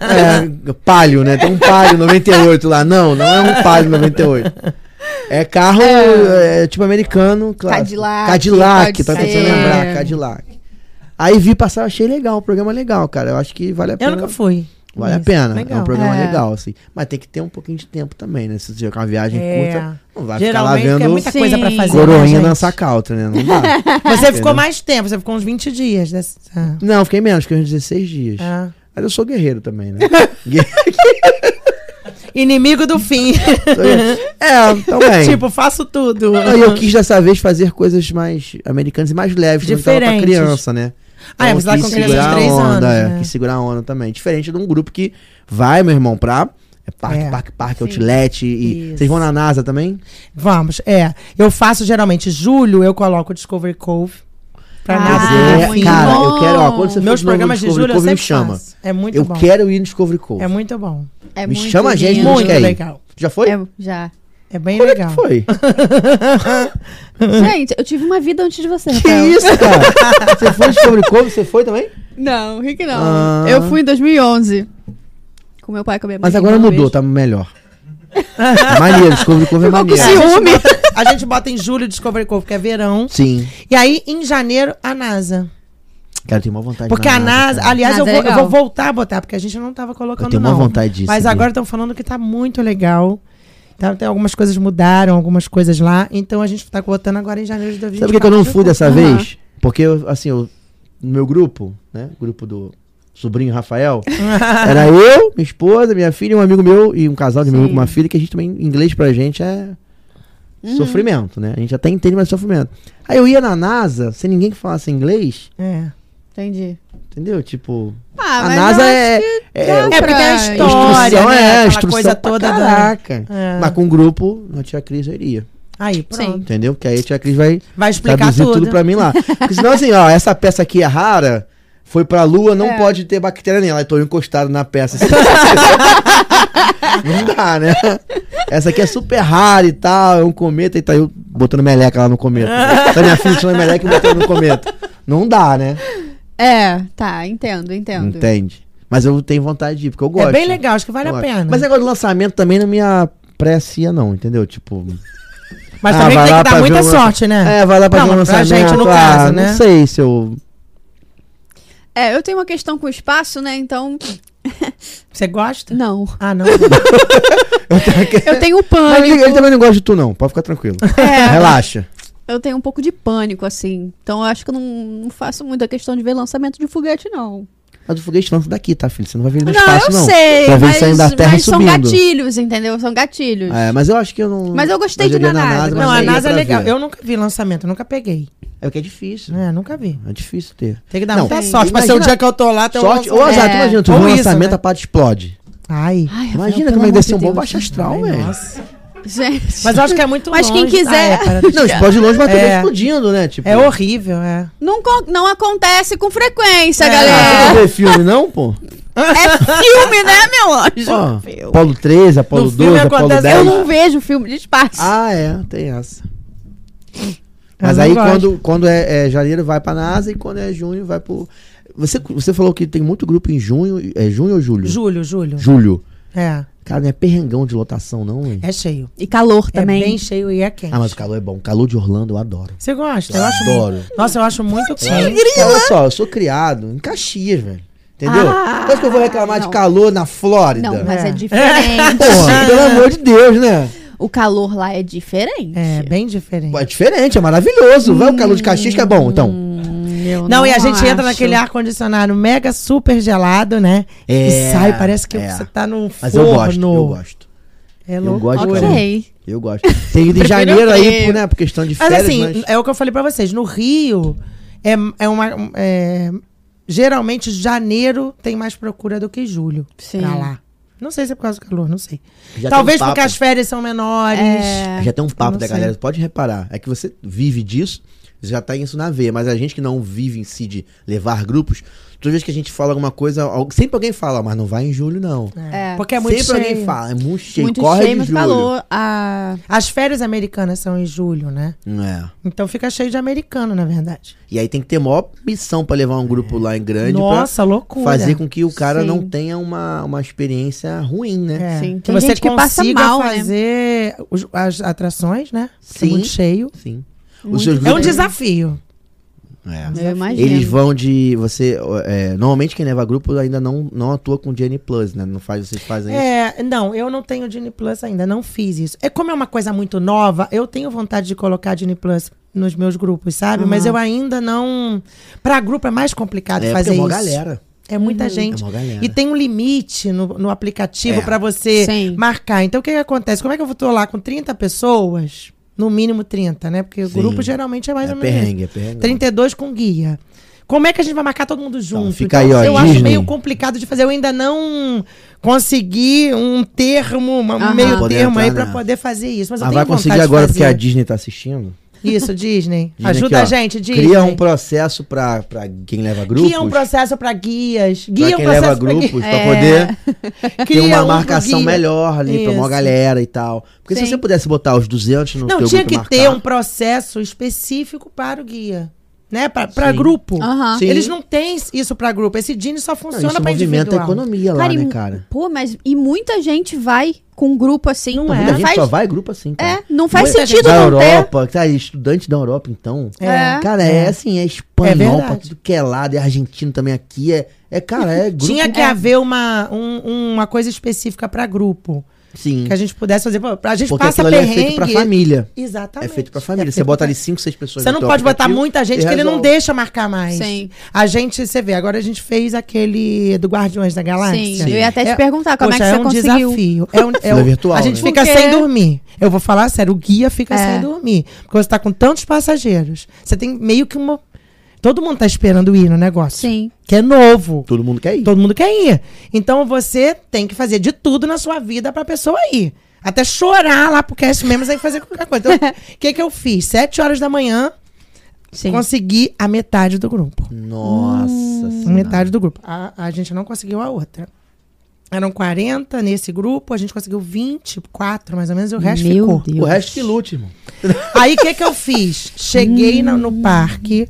B: É, palio, né? Tem um palio 98 lá. Não, não é um palio 98. É carro é, tipo americano, claro.
A: Cadillac,
B: Cadillac,
A: pode
B: tá tentando
A: ser.
B: lembrar, Cadillac. Aí vi passar, achei legal, o programa é legal, cara. Eu acho que vale a
C: Eu
B: pena.
C: nunca fui.
B: Vale a
C: Mas
B: pena. É
C: legal.
B: um programa
A: É.
B: legal, assim. Mas tem que ter um pouquinho de tempo também, né? Se você tiver uma viagem
C: É.
B: curta, não vai
C: Geralmente
B: ficar lá
C: é
B: vendo
C: muita coisa pra
A: Sim.
C: fazer. né,
B: coroinha
C: gente?
B: dançar country, né? Não dá.
C: Você ficou
B: Entendeu?
C: mais tempo, você ficou uns 20 dias dessa.
B: não, fiquei menos, fiquei uns 16 dias.
C: Ah.
B: Mas eu sou guerreiro também, né?
C: Inimigo do fim.
B: é, também.
C: tipo, faço tudo.
B: Não, e eu quis dessa vez fazer coisas mais americanas e mais leves, quando eu tava pra
C: Diferentes.
B: criança, né?
C: Ah, é, você tava
B: quis
C: com criança de
B: segurar a
C: três
B: onda,
C: anos,
B: é,
C: né?
B: quis segurar a onda também. Diferente de um grupo que vai, meu irmão, pra é parque,
C: É.
B: parque, parque,
A: Sim.
B: outlet e...
C: Isso.
B: Vocês vão na NASA também?
C: Vamos, é. Eu faço geralmente julho, eu coloco Discovery Cove. Pra
A: Ah,
C: nada
B: Mas
C: do
B: é,
A: muito
C: fim.
B: cara,
A: bom.
B: eu quero, ó, quando você
C: Meus
B: for de novo no
C: programas de
B: Discovery
C: julho eu
B: Cove,
C: sempre
B: me chama.
C: faço. É muito
B: eu
C: bom.
B: quero ir no Discovery Cove.
C: É muito bom.
A: É
B: Me
A: muito
B: chama a gente,
A: lindo.
B: a gente
C: Muito
B: quer ir.
C: legal.
B: Já foi?
A: É, já.
C: É bem
B: Quando é que
C: legal.
B: foi?
A: Gente, eu tive uma vida antes de você,
C: É
B: Que
A: Rafael.
B: isso, cara? você foi no Discovery Cove? Você foi também?
A: Não, Rick não.
B: Ah.
A: Eu fui em 2011. Com meu pai e com a minha mãe.
B: Mas agora
A: uma
B: mudou,
A: vez.
B: tá melhor. É maneiro, Discovery Cove é
A: Ficou com
B: maneiro.
A: ciúme. Ciúme.
C: A gente bota em julho Discovery Cove, que é verão.
B: Sim.
C: E aí, em janeiro, a NASA.
B: Cara, eu tenho uma vontade
C: Porque
B: na
C: a NASA.
B: cara.
C: Aliás,
A: NASA é
C: eu, vou, eu
A: legal.
C: vou voltar a botar, porque a gente não tava colocando,
B: Eu tenho uma
C: não.
B: vontade disso.
C: Mas
B: viu?
C: agora estão falando que tá muito legal. Tá, tem algumas coisas mudaram, algumas coisas lá. Então a gente tá botando agora em janeiro de 2020.
B: Sabe por que, que eu não fui dessa
A: Aham.
B: vez? Porque, eu, assim, eu, no meu grupo, né? Grupo do sobrinho Rafael, era eu, minha esposa, minha filha, e um amigo meu e um casal de amigo
A: Sim.
B: com uma filha, que a gente também, em inglês pra gente é
C: Uhum.
B: sofrimento, né? A gente até entende, mas é sofrimento. Aí eu ia na NASA, sem ninguém que falasse inglês,
C: É.
A: Entendi.
B: entendeu? Tipo,
A: Ah,
B: a
A: mas
B: NASA
A: eu acho
B: é.
A: que dá
C: É porque tem a
A: pra-
C: história,
B: instrução,
C: né?
B: é,
C: Aquela
B: instrução
C: coisa
B: pra
C: toda né? da-
B: Caraca.
C: É.
B: Mas com um grupo, a tia Cris eu iria.
C: Aí, pronto.
A: Sim.
B: Entendeu? Porque aí a tia Cris vai
C: Vai explicar
B: traduzir
C: tudo.
B: tudo. pra mim lá. Porque senão, assim, ó, essa peça aqui é rara, foi pra lua, não
A: É.
B: pode ter bactéria nela. Então, Eu tô encostado na peça. assim. não dá, né? Essa aqui é super rara e tal, é um cometa, e tá eu botando meleca lá no cometa. tá minha filha tirando meleca e botando no cometa. Não dá, né?
A: É, tá, entendo, entendo.
B: Entende? Mas eu tenho vontade de ir, porque eu gosto.
C: É bem legal, acho que vale
B: Eu
C: a
B: gosto.
C: pena.
B: Mas é- agora do lançamento também não me aprecia, não, entendeu? Tipo.
C: Mas
B: Ah,
C: também
B: vai
C: tem
B: lá
C: que
B: pra
C: dar
B: ver
C: muita
B: o-
C: sorte, né?
B: É, vai lá pra
C: Não,
B: ver o
C: mas pra
B: lançamento.
C: gente, no
B: ah,
C: caso, né?
B: Não sei se eu.
A: É, eu tenho uma questão com espaço, né? Então,
C: Você gosta?
A: não.
C: Ah, não.
A: Eu tenho um
B: Mas ele, ele
A: pânico. É,
B: também não gosta de tu, não. Pode ficar tranquilo.
C: É.
B: Relaxa.
A: Eu tenho um pouco de pânico, assim. Então, eu acho que eu não, não faço muita questão de ver lançamento de foguete, não.
B: Mas o foguete lança daqui, tá, filho? Você não vai ver
A: Não,
B: ele no espaço,
A: eu
B: não.
A: sei.
B: Você vai ver
A: mas
B: ele saindo da Terra e
A: mas são
B: subindo.
A: gatilhos, entendeu? São gatilhos.
B: É, mas eu acho que eu não.
A: Mas eu gostei
B: não
A: de ir
B: joguei
A: na NASA,
B: mas
C: Não, a
B: eu ia
C: NASA é
B: pra
C: legal.
B: ver.
C: Eu nunca vi lançamento, nunca peguei.
B: É porque é difícil.
C: É, nunca vi.
B: É difícil ter.
C: Tem que dar
B: Não,
C: muita
A: tem.
C: sorte. Mas se o
B: Imagina-
C: dia que eu tô lá, tem um
B: Sorte. Ô,
C: lançamento.
B: azar, tu
A: É.
B: imagina, tu vê
C: Ou
B: um
C: isso,
B: lançamento,
C: né?
B: a parte explode.
C: Ai.
A: Ai, Rafael,
B: Imagina
A: pelo
B: como é que
A: amor
B: deve ser
A: de
B: um bom
A: Deus.
B: baixo astral,
C: Ai,
B: velho.
C: Nossa.
A: Gente.
C: Mas eu acho que é muito
A: Mas quem
C: longe.
A: quiser-
C: Ah, é, cara,
B: Não, explode longe, mas também
C: É.
B: explodindo, né? Tipo,
C: é horrível, é.
A: Não, con- não acontece com frequência,
C: É.
B: Ah, você
A: galera.
B: não vê filme, não, pô?
A: É filme, né, meu anjo?
B: Ó,
A: Filme.
B: Apolo 13, Apolo
C: No filme
B: 12, Apolo
C: acontece-
B: 10.
A: Eu não vejo filme de espaço.
B: Ah, é, tem essa. Mas
C: não
B: aí
C: gosto.
B: quando, quando é, é janeiro vai pra NASA e quando é junho vai pro. Você, você falou que tem muito grupo em junho. É junho ou julho?
C: Julho, julho.
B: Julho.
C: É.
B: Cara, não é perrengão de lotação, não, hein?
C: É cheio.
A: E calor
C: É
A: também.
C: bem cheio e é quente.
B: Ah, mas o calor é bom. O calor de Orlando eu adoro.
C: Você gosta?
B: Eu
C: Eu acho.
B: adoro.
C: Nossa, eu acho muito quente.
B: Então, olha só, eu sou criado em Caxias, velho. Entendeu?
A: Ah,
B: Então acho que eu vou reclamar
A: não.
B: de calor na Flórida.
A: Não, mas é,
C: É.
A: diferente.
B: Porra, pelo amor de Deus, né?
A: o calor lá é diferente.
C: É, bem diferente.
B: Pô, É diferente, é maravilhoso. Vai o calor de Caxias que é bom, então.
A: Hum, eu
C: Não, e a gente entra
A: acho.
C: naquele ar-condicionado mega super gelado, né?
B: É,
C: e sai, parece que
B: é.
C: você tá num forno.
B: Mas eu gosto, eu gosto.
C: É
B: Eu
C: loucura.
B: gosto de calor.
A: Ok.
B: Eu gosto. Tem ido em
A: Prefiro
B: janeiro aí,
A: frio.
B: por, né? Por questão de
C: Mas
B: férias,
C: assim,
B: mas-
C: é o que eu falei pra vocês. No Rio, é, é uma... um, é, geralmente, janeiro tem mais procura do que julho.
A: Sim.
C: Pra lá. Não sei se é por causa do calor, não sei.
B: Já
C: é, Talvez
B: tem um
C: porque
B: papo.
C: as férias são menores.
A: É.
B: Já tem um papo
C: não
B: da
C: sei.
B: galera, pode reparar. É que você vive disso, você já tá isso na veia. Mas a gente que não vive em si de levar grupos, toda vez que a gente fala alguma coisa, al- sempre alguém fala, mas não vai em julho, não.
A: É.
C: Porque é muito
B: sempre
C: cheio.
B: alguém fala, é muito cheio,
A: Muito
B: corre
A: cheio, mas
B: de
C: tá
B: julho.
A: calor. Ah,
C: As férias americanas são em julho, né?
B: É.
C: Então fica cheio de americano, na verdade.
B: E aí tem que ter maior missão pra levar um grupo lá em grande
C: É. Nossa,
B: pra
C: loucura.
B: fazer com que o cara
A: Sim.
B: não tenha uma, uma experiência ruim, né?
C: É.
A: Sim,
C: que
A: tem
C: você
A: gente que passa
C: consiga
A: mal, né?
C: fazer os- as atrações, né? Porque É
B: Sim.
C: muito cheio.
B: Sim.
A: Muito
B: seus
C: É um
B: grupos-
C: desafio.
B: É.
A: eu imagino.
B: Eles vão de. Você. é, normalmente quem leva grupo ainda não, não atua com Genie Plus, né? Não faz, vocês fazem isso.
C: É, não, eu não tenho Disney Plus ainda, não fiz isso. É como é uma coisa muito nova, eu tenho vontade de colocar Disney Plus nos meus grupos, sabe?
A: Aham.
C: Mas eu ainda não. Pra grupo é mais complicado
B: É, porque
C: fazer
B: é
C: isso.
B: uma galera.
C: É muita
B: É
C: gente.
B: uma galera.
C: E tem um limite no, no aplicativo
B: É.
C: pra você
A: Sim.
C: marcar. Então o que, que acontece? Como é que eu vou tô lá com 30 pessoas? No mínimo 30, né? Porque o
B: Sim.
C: grupo geralmente é mais
B: é
C: ou menos. isso.
B: perrengue, é perrengue.
C: 32 com guia. Como é que a gente vai marcar todo mundo junto?
B: fica aí, ó,
C: eu acho
B: Disney.
C: meio complicado de fazer. Eu ainda não consegui um termo, uma- um
A: Aham.
C: meio
B: Poder
C: termo aí
B: entrar
C: pra
B: na-
C: poder fazer isso. Mas eu
B: Mas
C: tenho
B: Ah, vai conseguir
C: vontade de
B: agora
C: fazer.
B: porque a Disney tá assistindo?
C: Isso, Disney.
B: Disney
C: Ajuda
B: aqui,
C: a
B: ó.
C: gente, Disney.
B: Cria um processo pra, pra quem leva grupos.
C: Guia um processo pra guias.
B: Pra
C: Guia um
B: quem
C: processo
B: leva
C: pra
B: grupos,
C: guia.
B: pra
A: É.
B: poder ter
C: Cria
B: uma
C: um
B: marcação
C: guia.
B: melhor ali, pra uma
C: Isso.
B: galera e tal. Porque
A: Sim.
B: se você pudesse botar os 200 no
C: Não,
B: teu
C: tinha
B: grupo
C: que
B: e marcar,
C: ter um processo específico para o guia. Né? Pra, pra
B: Sim.
C: grupo.
A: Aham.
B: Sim.
C: Eles não têm isso pra grupo. Esse Disney só
B: Não, é
C: funciona
B: isso
C: pra
B: movimenta a
C: individual.
B: economia lá,
A: e,
B: né,
A: mu-
B: cara?
A: Pô, mas e muita gente vai com grupo assim.
C: Não
B: Não,
C: é.
B: Então, muita gente
A: faz,
B: só vai grupo assim, cara.
A: É, não faz
C: Muita
A: sentido
B: da
A: não ter.
B: Europa, tá, estudante da Europa, então.
C: Ah,
A: É.
B: Cara, é, assim, é espanhol
C: verdade.
B: pra tudo que é lado, é argentino também aqui, é, é cara, é grupo.
C: Tinha que haver uma, um- uma coisa específica pra grupo.
B: Sim,
C: Que a gente pudesse fazer. Pô, A gente
B: Hum. porque
C: passa
B: aquilo ali é
C: perrengue.
B: feito pra família.
C: Exatamente.
B: É feito pra família.
C: É
B: você
C: feito
B: bota
C: pra-
B: ali 5, 6 pessoas
C: Você
B: no
C: não
B: teu
C: pode botar
B: aplicativo
C: muita gente,
B: e
C: que ele não
B: resolve.
C: deixa marcar mais.
A: Sim.
C: A gente, você vê, agora a gente fez aquele do Guardiões da
A: Sim,
C: Galáxia.
A: eu ia até te
C: É-
A: perguntar como
C: Poxa,
A: é que
C: é
A: você
C: um
A: conseguiu.
C: desafio. É um, é
B: Não é
C: um-
B: virtual,
C: a gente
B: né?
C: fica
A: Porque-
C: sem dormir. Eu vou falar sério, o guia fica
A: É.
C: sem dormir. Porque você tá com tantos passageiros. Você tem meio que uma. Todo mundo tá esperando ir no negócio.
A: Sim.
C: Que é novo.
B: Todo mundo quer ir.
C: Todo mundo quer ir. Então você tem que fazer de tudo na sua vida pra pessoa ir. Até chorar lá pro cast mesmo sem fazer qualquer coisa. Então, o que, que eu fiz? Sete horas da manhã,
A: Sim.
C: consegui a metade do grupo.
B: Nossa
C: A
B: senhora.
C: metade do grupo. A, a gente não conseguiu a outra. Eram 40 nesse grupo, a gente conseguiu 24, mais ou menos, e o resto
A: Meu
C: ficou.
A: Deus.
B: O resto que lute, irmão.
C: Aí o que, que eu fiz? Cheguei na- no, parque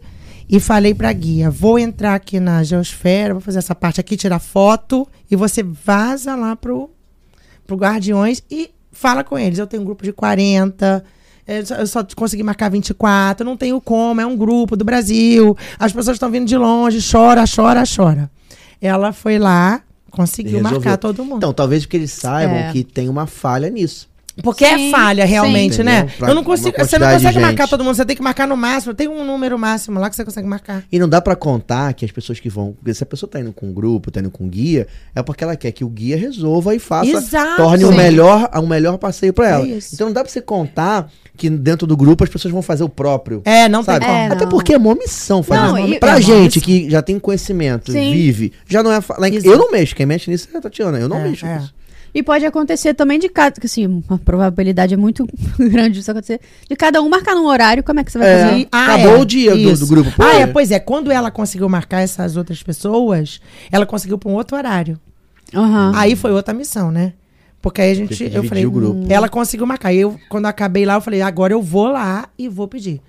C: e falei pra guia: vou entrar aqui na Geosfera, vou fazer essa parte aqui, tirar foto, e você vaza lá pro, pro Guardiões e fala com eles. Eu tenho um grupo de 40. Eu só, eu só consegui marcar 24, não tenho como, é um grupo do Brasil, as pessoas estão vindo de longe, chora, chora, chora. Ela foi lá, conseguiu
B: Resolveu.
C: marcar todo mundo.
B: Então, talvez porque eles saibam
A: É.
B: que tem uma falha nisso.
C: Porque
A: Sim,
C: é falha, realmente,
B: sim.
C: né?
B: Entendeu? Pra
C: Eu não
B: uma
C: consigo, você não
B: quantidade de
C: consegue marcar
B: gente.
C: todo mundo, você tem que marcar no máximo. Tem um número máximo lá que você consegue marcar.
B: E não dá pra contar que as pessoas que vão. Porque se a pessoa tá indo com um grupo, tá indo com um guia, é porque ela quer que o guia resolva e faça.
C: Exato.
B: Torne o
A: Sim.
B: melhor, um melhor passeio pra ela.
C: É isso.
B: então não dá pra você contar que dentro do grupo as pessoas vão fazer o próprio.
C: É, não
B: sabe?
C: tem como.
A: É,
B: Até
A: não.
B: porque é mó missão fazer
A: Não,
B: isso.
A: e-
B: Pra
A: é uma
B: gente que já tem conhecimento,
A: Sim.
B: vive, já não é. fa- lá em-
C: Exato.
B: eu não mexo, quem mexe nisso é a Tatiana. Eu não
C: É,
B: mexo
C: é.
B: com isso.
A: E pode acontecer também de cada. que, Assim, uma probabilidade é muito grande disso acontecer. De cada um marcar num horário, como é que você vai
B: É.
A: fazer?
C: E- ah,
B: Acabou
C: é,
B: o dia do-
C: isso.
B: do grupo, pô.
C: Ah, é, pois é. Quando ela conseguiu marcar essas outras pessoas, ela conseguiu para um outro horário.
A: Aham.
B: Ah.
C: Aí foi outra missão, né? Porque aí a gente.
B: Teve que
C: eu
B: dividir
C: falei,
B: o grupo.
C: "Hum." ela conseguiu marcar. E eu, quando eu acabei lá, eu falei, agora eu vou lá e vou pedir.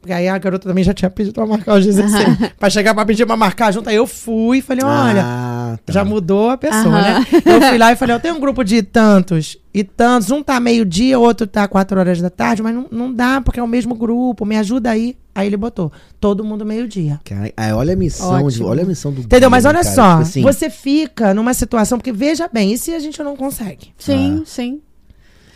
C: Porque aí a garota também já tinha pedido pra marcar os 16. pra chegar pra pedir pra marcar junto. Aí eu fui e falei, olha,
B: Ah, tá.
C: já mudou a pessoa,
A: Aham.
C: né? Eu fui lá e falei, eu tenho um grupo de tantos e tantos. Um tá meio-dia, outro tá quatro horas da tarde, mas não, não dá porque é o mesmo grupo. Me ajuda aí. Aí ele botou, todo mundo meio-dia.
B: Cara, ah, olha a missão, de-
A: Ótimo.
B: olha a missão do
C: Entendeu? Mas
B: grupo,
C: olha
B: cara.
C: só,
B: Tipo assim,
C: você fica numa situação, porque veja bem, e se a gente não consegue?
A: Sim, sim.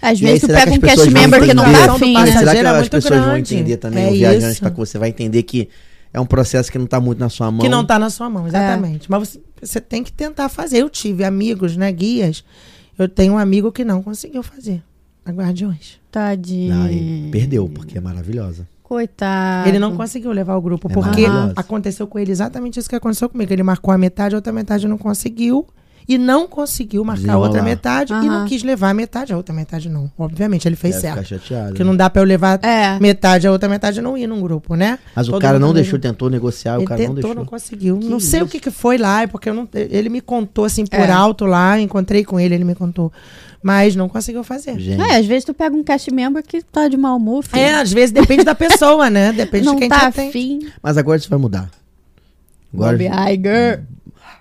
A: Às
B: E Ah. aí,
A: vezes tu
B: será
A: pega um
B: que as pessoas
A: cast
B: vão
A: member que não
B: entender?
A: tá afim,
C: Mas
A: né?
B: Será que
C: passageiro é
B: as
C: muito
B: pessoas vão
C: grande.
B: entender também,
C: É
B: o viajante,
C: isso.
B: pra que você vai entender que é um processo que não tá muito na sua mão.
C: Que não tá na sua mão, exatamente. Mas você, você tem que tentar fazer. Eu tive amigos, né, guias. Eu tenho um amigo que não conseguiu fazer. A Guardiões.
A: Tadinho.
B: Não, Ah, e perdeu, porque é maravilhosa.
A: Coitado.
C: Ele não conseguiu levar o grupo,
B: É
C: porque
B: maravilhoso.
C: aconteceu com ele exatamente isso que aconteceu comigo. Ele marcou a metade, a outra metade não conseguiu. E não conseguiu marcar a outra
B: Desenrolar.
C: metade e
A: Aham.
C: não quis levar a metade, a outra metade não. Obviamente, ele fez
B: Deve ficar
C: certo.
B: chateado.
C: Porque
B: né?
C: não dá pra eu levar
A: É.
C: metade, a outra metade não ir num grupo, né?
B: Mas o
C: Todo
B: cara
C: mundo
B: não
C: mesmo.
B: deixou, tentou negociar,
C: Ele
B: o cara
C: tentou,
B: não deixou.
C: conseguiu.
B: Que
C: não sei o
B: isso.
C: que, que foi lá, é porque eu não, ele me contou assim por
A: É.
C: alto lá, encontrei com ele, ele me contou. Mas não conseguiu fazer.
B: Gente,
A: É, às vezes tu pega um cast member que tá de mau humor, filho.
C: É, às vezes depende da pessoa, né? Depende
A: não
C: de quem
A: tá
C: que tem.
A: afim.
B: mas agora isso vai mudar. Agora,
A: Bob Iger.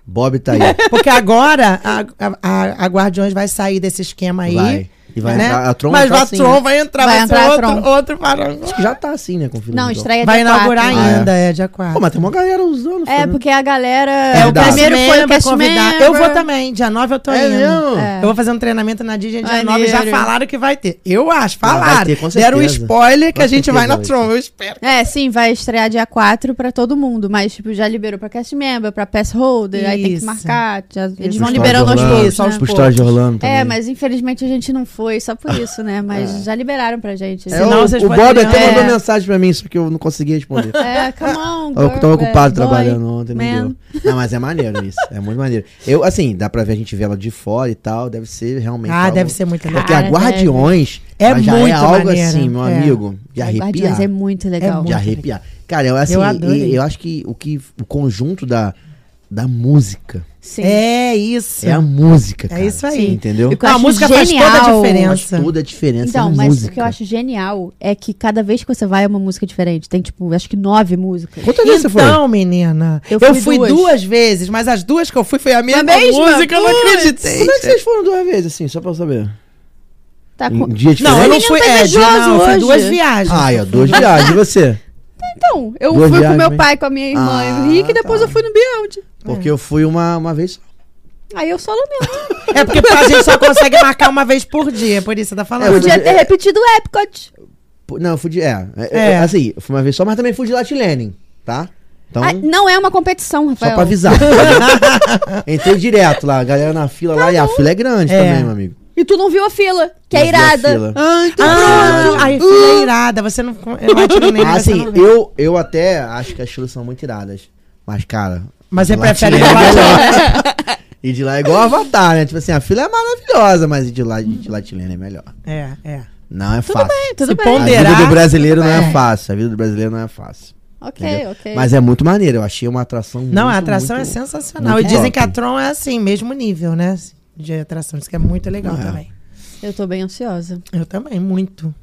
B: Bob tá aí.
C: Porque agora a, a- a, a Guardiões vai sair desse esquema aí.
B: Vai. E vai
C: né?
B: entrar. A Tron
C: Mas
B: tá
C: a
B: assim,
C: Tron
B: né?
C: vai entrar,
A: Vai
C: vai,
A: entrar a
C: ser outro,
A: Tron. É
C: outro barulho.
B: Acho que já tá assim, né? Com o filme
A: Não,
B: do Dom.
A: estreia
C: Vai
A: dia
C: inaugurar
A: 4.
B: Ah, é.
C: ainda, é, dia 4.
B: Pô, mas tem uma galera usando.
A: É,
B: né?
A: porque a galera.
B: É,
A: o
B: dá.
A: primeiro foi o
C: Membro,
A: cast
C: convidar.
A: member.
C: Eu vou também, dia 9 eu tô
B: É
C: indo.
B: mesmo?
A: É.
C: Eu vou fazer um treinamento na Disney dia
A: Maneiro.
C: 9, já falaram que vai ter. Eu acho,
B: Ah, vai
C: falaram.
B: ter, com
C: Deram um
B: certeza.
C: spoiler que
B: Com
C: a gente vai na
B: certeza vai
C: Tron, eu espero.
A: É, sim, vai estrear dia 4 pra todo mundo, mas tipo, já liberou pra cast member, pra pass holder, aí tem que
C: Isso.
A: marcar, já- eles
C: Isso.
A: vão
B: Os
A: liberando aos
B: Star de Orlando,
A: poucos,
C: só os
A: né?
B: Tipo, história de Orlando também.
A: É, mas infelizmente a gente não foi, só por isso, né? Mas já liberaram pra gente.
B: É,
A: É,
C: Senão
B: o,
C: vocês
B: o
C: podem
B: Bob
C: olhar.
B: até mandou
A: É.
B: mensagem pra mim, só que eu não consegui responder.
A: come on,
B: É Eu
A: girl, é,
B: tava ocupado
A: boy.
B: trabalhando ontem, não
A: man.
B: deu. Não, mas é maneiro isso. É muito maneiro. Eu, assim, dá pra ver a gente vê ela de fora e tal. Deve ser realmente.
C: Ah,
B: algo-
C: deve ser muito legal.
B: Porque a
A: Cara,
B: Guardiões
C: deve.
B: ela
C: É
B: já é
C: muito
B: algo
C: maneiro,
B: assim, meu
C: é.
B: amigo. De
A: Ai, Guardiões
B: arrepiar.
A: é muito
C: É
A: legal.
B: de
C: muito
B: arrepiar. Cara, eu, assim,
C: Eu
B: eu,
C: adorei.
B: eu acho que o, que o conjunto da, da música
A: Sim.
C: É isso.
B: é a música, cara.
C: isso aí.
B: Entendeu?
A: E o que eu
C: A
A: acho
C: música faz toda a
A: genial-
C: diferença.
B: Faz toda a diferença
A: Então,
B: na
A: mas
B: música.
A: o que eu acho genial é que cada vez que você vai é uma música diferente. Tem, tipo, acho que nove músicas.
B: Quantas vezes você foi?
C: Então, menina, eu
A: Eu
C: fui,
A: fui
C: duas.
A: duas.
C: vezes, mas as duas que eu fui foi a mesma,
A: mesma?
C: música, eu não
A: Putz.
C: acreditei.
B: Como é que vocês foram duas vezes, assim, só pra eu saber?
A: Tá com-
B: Um dia
C: Não, eu
B: diferente?
C: não
A: Menino
C: fui, é, dia-
A: invejoso
C: não, foi
A: hoje.
C: duas viagens.
B: Ai, ó, Ah, é, duas viagens. E você?
A: Então, eu
B: Duas
A: fui com
B: viagens,
A: meu
B: né?
A: pai, com a minha irmã e
B: Ah,
A: o Rick, e depois
B: tá.
A: eu fui no Beyond.
B: Porque eu fui uma, uma vez só.
A: Aí eu só lamento.
C: É porque a gente só consegue marcar uma vez por dia, por isso você tá
B: É,
C: falando.
B: eu fui
A: Podia
B: de-
A: ter repetido o Epcot.
B: Pô, Não, eu fui de. É, é,
C: É.
B: eu- assim, eu fui uma vez só, mas também fui de Latilene, tá? Então,
A: Ah, não é uma competição,
B: só
A: Rafael.
B: pra avisar. Entrei direto lá, a galera na fila lá, e a fila é grande
C: É.
B: também, meu amigo.
A: E tu não viu a fila, que
B: Não
A: é
B: vi a
A: irada.
B: fila.
A: Ah, então
C: Ah,
A: pronto.
C: aí filha irada, você não é bate no meio,
B: Ah,
C: você
B: assim,
C: não vê.
B: eu, eu até acho que as filas são muito iradas. Mas, é cara.
C: Mas você
B: lá
C: prefere
B: tinha-
C: levar
B: E de lá é igual Avatar, né? Tipo assim, a fila é maravilhosa, mas e de lá, de Latilene é melhor.
C: É, é.
B: Não é fácil.
A: Tudo
C: se
A: bem.
C: pon-
B: A vida
C: Ponderar,
B: do brasileiro não é
C: é.
B: fácil. A vida do brasileiro não é fácil.
A: Ok,
B: entendeu?
A: ok.
B: Mas é muito maneiro. Eu achei uma atração muito.
C: Não, a atração é
B: muito-
C: sensacional. E
B: muito top.
C: dizem que a Tron é assim, mesmo nível, né? De atração, isso que é muito legal
B: É.
C: também.
A: Eu tô bem ansiosa.
C: Eu também, muito.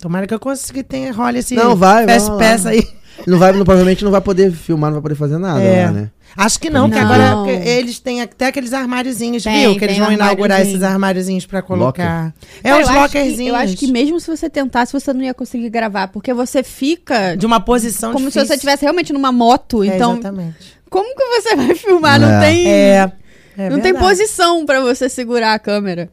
C: Tomara que eu consiga que tenha role esse
B: Não, vai,
C: fast
B: vamos lá.
C: pass aí.
B: Não vai, não, provavelmente não vai poder filmar, não vai poder fazer nada
C: É.
B: lá, né?
C: Acho que não, porque
A: Não.
C: agora porque eles têm até aqueles armáriozinhos,
A: Tem,
C: viu? Que eles
A: tem
C: vão inaugurar
A: armáriozinho.
C: esses armáriozinhos pra colocar. É
A: Cara,
C: uns
A: eu acho que-
C: lockerzinhos.
A: Eu acho que mesmo se você tentasse, você não ia conseguir gravar, porque você fica um-
C: de uma posição
A: como
C: difícil.
A: se você estivesse realmente numa moto.
C: É,
A: então,
C: exatamente.
A: como que você vai filmar? Não
B: É.
A: tem,
C: É, é
A: não tem
C: verdade.
A: posição pra você segurar a câmera.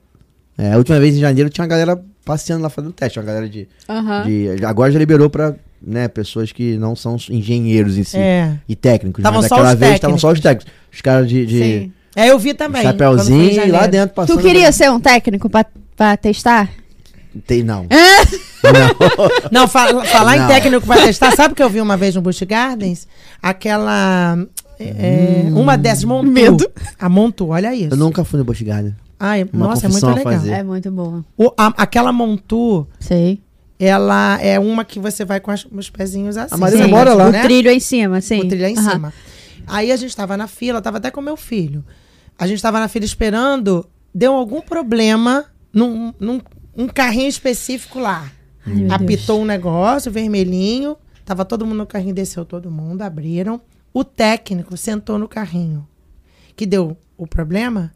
B: É, a última vez em janeiro tinha uma galera passeando lá fazendo teste, uma galera de.
C: Ah.
A: Aham.
B: de- agora já liberou pra né, pessoas que não são engenheiros em si.
C: É.
B: E técnicos.
C: Tavam
B: mas
C: só
B: daquela
C: os
B: vez estavam só os técnicos. Os caras de, de
A: Sim.
C: É, eu vi também. quando foi em
B: chapéuzinho e lá
C: janeiro.
B: dentro passando.
A: Tu queria ser um técnico pra, pra testar?
B: Tem, não.
C: Não, fa- falar em
B: Não.
C: técnico pra testar, sabe o que eu vi uma vez no Busch Gardens? Aquela. é, Uma dessas montou.
B: Hum.
A: Medo.
C: A montou, olha isso.
B: Eu nunca fui no Busch Garden.
C: Ai,
B: Uma
C: nossa, é muito
B: confissão a
C: legal.
B: fazer.
A: É muito boa.
C: O- a- aquela montu,
A: Sei.
C: ela é uma que você vai com as- os pezinhos assim.
B: A Marina
C: né?
B: mora lá.
A: O
C: Né?
A: trilho é em cima, sim.
C: O trilho é em
A: Aham.
C: cima. Aí a gente tava na fila, tava até com meu filho. A gente tava na fila esperando, deu algum problema num, num um carrinho específico lá.
A: Ai, meu Deus.
C: Apitou um negócio, vermelhinho. Tava todo mundo no carrinho, desceu todo mundo, abriram. O técnico sentou no carrinho. Que deu o problema,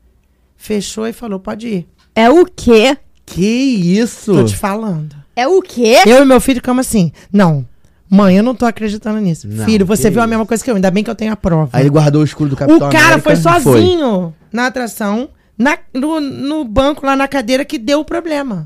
C: fechou e falou: pode ir.
A: É o quê?
B: Que isso?
C: Tô te falando.
A: É o quê?
C: Eu e meu filho ficamos assim: não, mãe, eu não tô acreditando nisso.
B: Não,
C: filho, você
B: que
C: viu a
B: isso.
C: mesma coisa que eu, ainda bem que eu tenho a prova.
B: Aí ele guardou o escudo do
C: O
B: Capitão
C: cara
B: América
C: foi
B: e
C: sozinho na atração, na- no, no banco, lá na cadeira, que deu o problema.